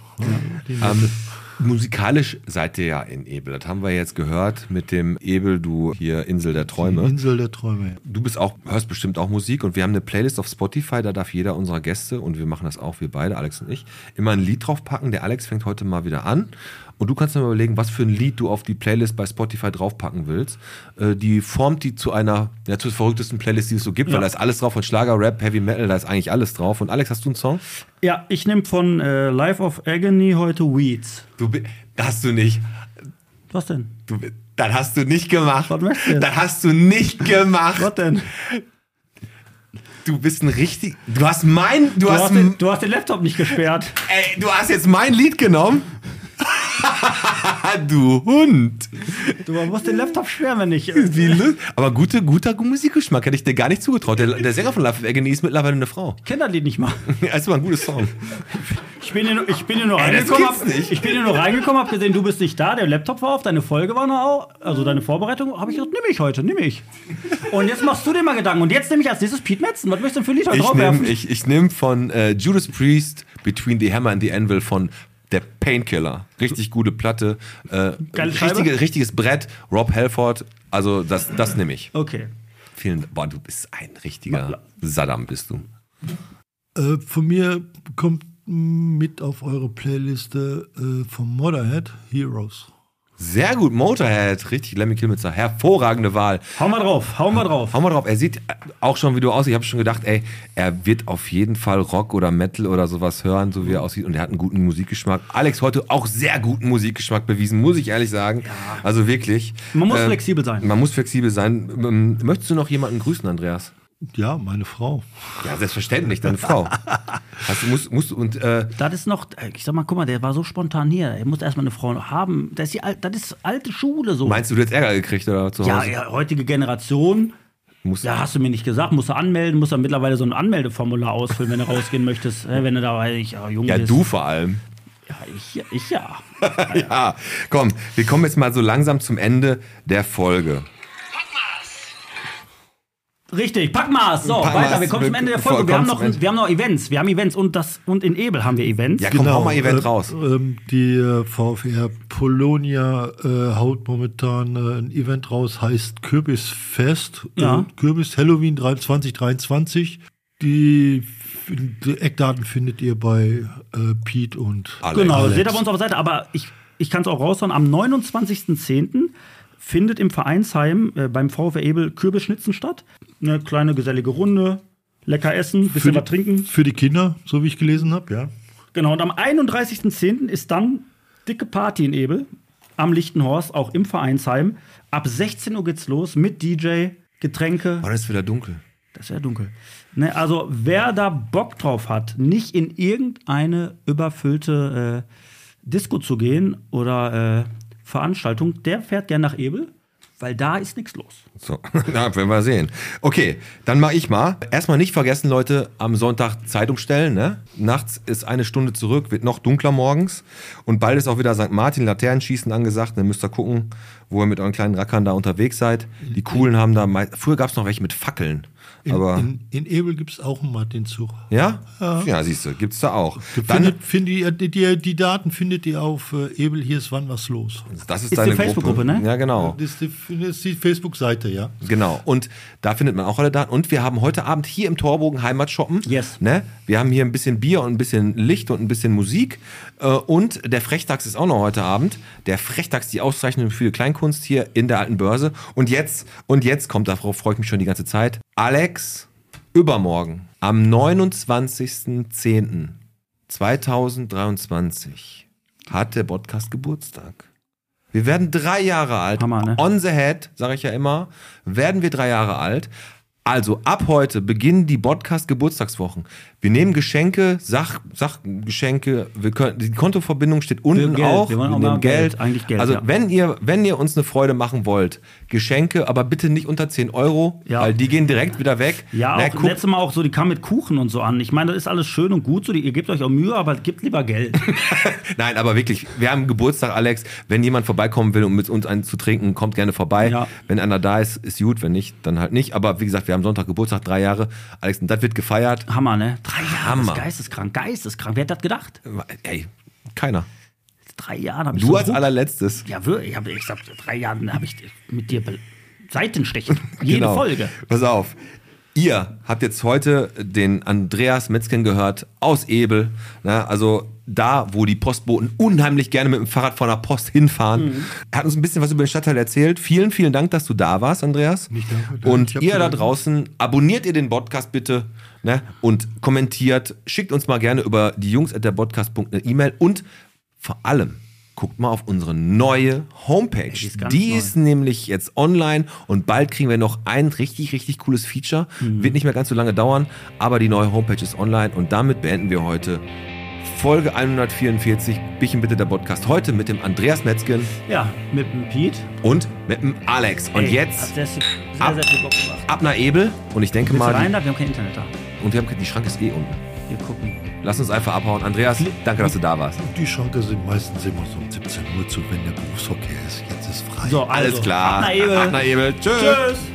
Speaker 5: Die nette.
Speaker 2: Musikalisch seid ihr ja in Ebel. Das haben wir jetzt gehört mit dem Ebel, du hier Insel der Träume.
Speaker 5: Insel der Träume.
Speaker 2: Du bist auch, hörst bestimmt auch Musik und wir haben eine Playlist auf Spotify, da darf jeder unserer Gäste, und wir machen das auch, wir beide, Alex und ich, immer ein Lied draufpacken. Der Alex fängt heute mal wieder an. Und du kannst dir mal überlegen, was für ein Lied du auf die Playlist bei Spotify draufpacken willst. Äh, die formt die zu einer, ja, zur verrücktesten Playlist, die es so gibt, weil da ist alles drauf von Schlager, Rap, Heavy Metal, da ist eigentlich alles drauf. Und Alex, hast du einen Song?
Speaker 3: Ja, ich nehme von äh, Life of Agony heute Weeds.
Speaker 2: Du bi- hast du nicht.
Speaker 3: Was denn?
Speaker 2: Du, bi- das hast du nicht gemacht.
Speaker 3: Was möchtest du?
Speaker 2: Das hast du nicht gemacht.
Speaker 3: Was denn?
Speaker 2: Du bist ein richtig. Du hast mein. Du,
Speaker 3: Du
Speaker 2: hast.
Speaker 3: hast, den, du hast den Laptop nicht gesperrt.
Speaker 2: ey, du hast jetzt mein Lied genommen. du Hund.
Speaker 3: Du musst den Laptop sperren, wenn äh, nicht.
Speaker 2: Wie lust- Aber gute, guter Musikgeschmack hätte ich dir gar nicht zugetraut. Der, der Sänger von Love of Agony ist mittlerweile eine Frau.
Speaker 3: Ich kenne das Lied nicht mal.
Speaker 2: Das war ein gutes Song.
Speaker 3: Ich bin hier, nur- ich bin hier nur
Speaker 2: Ey, das
Speaker 3: reingekommen,
Speaker 2: gibt's
Speaker 3: hab,
Speaker 2: nicht.
Speaker 3: ich bin hier nur reingekommen, hab gesehen, du bist nicht da, der Laptop war auf, deine Folge war noch auf, also deine Vorbereitung, habe ich gedacht, nimm ich heute, nimm ich. Und jetzt machst du dir mal Gedanken. Und jetzt nehme ich als nächstes Pete Metzen. Was möchtest du denn für ein Lied heute
Speaker 2: Ich nehme
Speaker 3: draufwerfen?
Speaker 2: ich, ich nehm von äh, Judas Priest Between the Hammer and the Anvil von der Painkiller. Richtig gute Platte. Äh,
Speaker 3: Geile Scheibe.
Speaker 2: richtige, richtiges Brett. Rob Halford. Also das, das nehme ich.
Speaker 3: Okay.
Speaker 2: Vielen Dank. Boah, du bist ein richtiger Saddam, bist du.
Speaker 5: Äh, von mir kommt mit auf eure Playliste äh, von Motorhead Heroes.
Speaker 2: Sehr gut, Motorhead. Richtig, Lemmy Kilmitzer. Hervorragende Wahl.
Speaker 3: Hauen wir drauf, hauen wir drauf.
Speaker 2: Hauen wir drauf. Er sieht äh, auch schon wie du aussiehst. Ich habe schon gedacht, ey, er wird auf jeden Fall Rock oder Metal oder sowas hören, so wie er aussieht. Und er hat einen guten Musikgeschmack. Alex heute auch sehr guten Musikgeschmack bewiesen, muss ich ehrlich sagen. Also wirklich.
Speaker 3: Man muss
Speaker 2: Ähm,
Speaker 3: flexibel sein.
Speaker 2: Man muss flexibel sein. Ähm, Möchtest du noch jemanden grüßen, Andreas?
Speaker 5: Ja, meine Frau.
Speaker 2: Ja, selbstverständlich, deine Frau. Hast, du- musst, musst, du- und äh,
Speaker 3: Das ist noch, ich sag mal, guck mal, der war so spontan hier. Er muss erstmal eine Frau haben. Das ist, die, al- das ist alte Schule so.
Speaker 2: meinst du, du hättest Ärger gekriegt oder zu Hause?
Speaker 3: ja, ja, heutige Generation.
Speaker 2: Musst-
Speaker 3: ja, hast du mir nicht gesagt, musst du anmelden, musst du mittlerweile so ein Anmeldeformular ausfüllen, wenn du rausgehen möchtest. Äh, wenn du da, weiß ich, ja, jung
Speaker 2: ja
Speaker 3: bist.
Speaker 2: du vor allem.
Speaker 3: Ja, ich, ja, ich ja.
Speaker 2: Ja, Ah, komm, wir kommen jetzt mal so langsam zum Ende der Folge.
Speaker 3: Richtig, Packmaß. So,
Speaker 2: Packmaß.
Speaker 3: weiter. Wir kommen zum Ende der Folge. Wir haben,
Speaker 2: Vollkommen
Speaker 3: noch,
Speaker 2: zum Ende.
Speaker 3: wir haben noch Events. Wir haben Events und, das, und in Ebel haben wir Events.
Speaker 2: Ja, komm, hau mal Event
Speaker 5: äh,
Speaker 2: raus.
Speaker 5: Ähm, die äh, VfR Polonia äh, haut momentan äh, ein Event raus, heißt Kürbisfest.
Speaker 3: Ja.
Speaker 5: Äh, Kürbis Halloween 2023. Die, die Eckdaten findet ihr bei äh, Pete und
Speaker 2: Alex.
Speaker 3: Genau,
Speaker 5: Alex.
Speaker 3: seht ihr bei uns auf der Seite. Aber ich, ich kann es auch raushauen. Am 29.10. findet im Vereinsheim äh, beim VfR Ebel Kürbisschnitzen statt. Eine kleine gesellige Runde. Lecker essen, bisschen was trinken.
Speaker 5: Für die Kinder, so wie ich gelesen habe, ja.
Speaker 3: Genau, und am 31.10. ist dann dicke Party in Ebel am Lichtenhorst, auch im Vereinsheim. Ab 16 Uhr geht's los mit DJ, Getränke.
Speaker 2: Wann ist wieder dunkel?
Speaker 3: Das ist ja dunkel. Ne, also, wer da Bock drauf hat, nicht in irgendeine überfüllte äh, Disco zu gehen oder äh, Veranstaltung, der fährt gern nach Ebel, weil da ist nichts los.
Speaker 2: So, na, werden wir sehen. Okay, dann mache ich mal. Erstmal nicht vergessen, Leute, am Sonntag Zeitung stellen. Ne? Nachts ist eine Stunde zurück, wird noch dunkler morgens. Und bald ist auch wieder St. Martin Laternenschießen angesagt. Dann müsst ihr gucken, wo ihr mit euren kleinen Rackern da unterwegs seid. Die Coolen haben da... mei- Früher gab es noch welche mit Fackeln.
Speaker 5: In,
Speaker 2: aber
Speaker 5: in, in Ebel gibt es auch einen Martinszug.
Speaker 2: ja? ja, siehst du, gibt's da auch. Dann,
Speaker 5: Findet, findet ihr, die, die, die Daten findet ihr auf äh, Ebel, hier ist wann was los.
Speaker 2: das ist,
Speaker 3: Ist die
Speaker 2: deine
Speaker 3: Facebook-Gruppe, ne?
Speaker 2: Ja, genau.
Speaker 5: Das ist die, das ist die Facebook-Seite, ja.
Speaker 2: Genau. Und da findet man auch alle Daten. Und wir haben heute Abend hier im Torbogen Heimatshoppen.
Speaker 3: Yes.
Speaker 2: Ne? Wir haben hier ein bisschen Bier und ein bisschen Licht und ein bisschen Musik. Äh, Und der Frechtags ist auch noch heute Abend. Der Frechtags, die Auszeichnung für die Kleinkunst hier in der alten Börse. Und jetzt, und jetzt kommt, darauf freue ich mich schon die ganze Zeit. Alex, übermorgen, am 29.10.2023 hat der Podcast Geburtstag. Wir werden drei Jahre alt.
Speaker 3: Hammer, ne?
Speaker 2: On the head, sage ich ja immer, werden wir drei Jahre alt. Also ab heute beginnen die Podcast-Geburtstagswochen. Wir nehmen Geschenke, Sach, Sachgeschenke, wir können, die Kontoverbindung steht unten
Speaker 3: Geld,
Speaker 2: auch.
Speaker 3: wir wollen auch mal
Speaker 2: nehmen
Speaker 3: Geld, eigentlich Geld,
Speaker 2: Also
Speaker 3: ja.
Speaker 2: wenn, ihr, wenn ihr uns eine Freude machen wollt, Geschenke, aber bitte nicht unter 10 Euro,
Speaker 3: Ja.
Speaker 2: weil die gehen direkt wieder weg.
Speaker 3: Ja,
Speaker 2: Na,
Speaker 3: auch
Speaker 2: guckt-
Speaker 3: letztes Mal auch so, die kam mit Kuchen und so an. Ich meine, das ist alles schön und gut, so, die, ihr gebt euch auch Mühe, aber gebt lieber Geld.
Speaker 2: Nein, aber wirklich, wir haben Geburtstag, Alex. Wenn jemand vorbeikommen will, um mit uns einen zu trinken, kommt gerne vorbei.
Speaker 3: Ja.
Speaker 2: Wenn einer da ist, ist gut, wenn nicht, dann halt nicht. Aber wie gesagt, wir haben Sonntag Geburtstag, drei Jahre. Alex, und das wird gefeiert.
Speaker 3: Hammer, ne? Drei Jahre,
Speaker 2: Hammer.
Speaker 3: Das ist geisteskrank, geisteskrank. Wer hätte das gedacht?
Speaker 2: Ey, keiner.
Speaker 3: drei Jahren habe ich
Speaker 2: Du
Speaker 3: so
Speaker 2: als
Speaker 3: Ruck-
Speaker 2: allerletztes.
Speaker 3: Ja, wirklich. Ich habe ich sag, seit drei Jahren habe ich mit dir be- Seitenstechen. Jede
Speaker 2: Genau.
Speaker 3: Folge.
Speaker 2: Pass auf. Ihr habt jetzt heute den Andreas Metzgen gehört aus Ebel. Ne? Also da, wo die Postboten unheimlich gerne mit dem Fahrrad von der Post hinfahren.
Speaker 3: Mhm.
Speaker 2: Er hat uns ein bisschen was über den Stadtteil erzählt. Vielen, vielen Dank, dass du da warst, Andreas.
Speaker 5: dafür, danke.
Speaker 2: Und
Speaker 5: Ich hab
Speaker 2: ihr
Speaker 5: zu
Speaker 2: da
Speaker 5: danken.
Speaker 2: draußen, abonniert ihr den Podcast bitte ne? und kommentiert. Schickt uns mal gerne über die Jungs at der Podcast.net eine E-Mail und vor allem guckt mal auf unsere neue Homepage.
Speaker 3: die ist ganz
Speaker 2: die
Speaker 3: neu.
Speaker 2: ist nämlich jetzt online und bald kriegen wir noch ein richtig, richtig cooles Feature.
Speaker 3: Mhm.
Speaker 2: Wird nicht mehr ganz so lange dauern, aber die neue Homepage ist online und damit beenden wir heute Folge 144 Bich und Bitte der Podcast. Heute mit dem Andreas Metzgen
Speaker 3: Ja, mit dem Pete.
Speaker 2: und mit dem Alex. Und
Speaker 3: Ey, Hat
Speaker 2: jetzt
Speaker 3: sehr, sehr, sehr, sehr viel Bock gemacht.
Speaker 2: ab nach Ebel und ich denke
Speaker 3: Willst du rein
Speaker 2: mal,
Speaker 3: da? Wir haben kein Internet da.
Speaker 2: die, und wir haben, die Schrank ist eh unten.
Speaker 3: Wir gucken.
Speaker 2: Lass uns einfach abhauen. Andreas, danke, dass du da warst.
Speaker 5: Die Schranke sind meistens immer so um 17 Uhr zu, wenn der Berufsverkehr ist. Jetzt ist frei.
Speaker 3: So, also,
Speaker 2: Alles klar.
Speaker 3: Ab nach Ebel.
Speaker 2: Ab nach Ebel. Tschüss.
Speaker 3: Tschüss.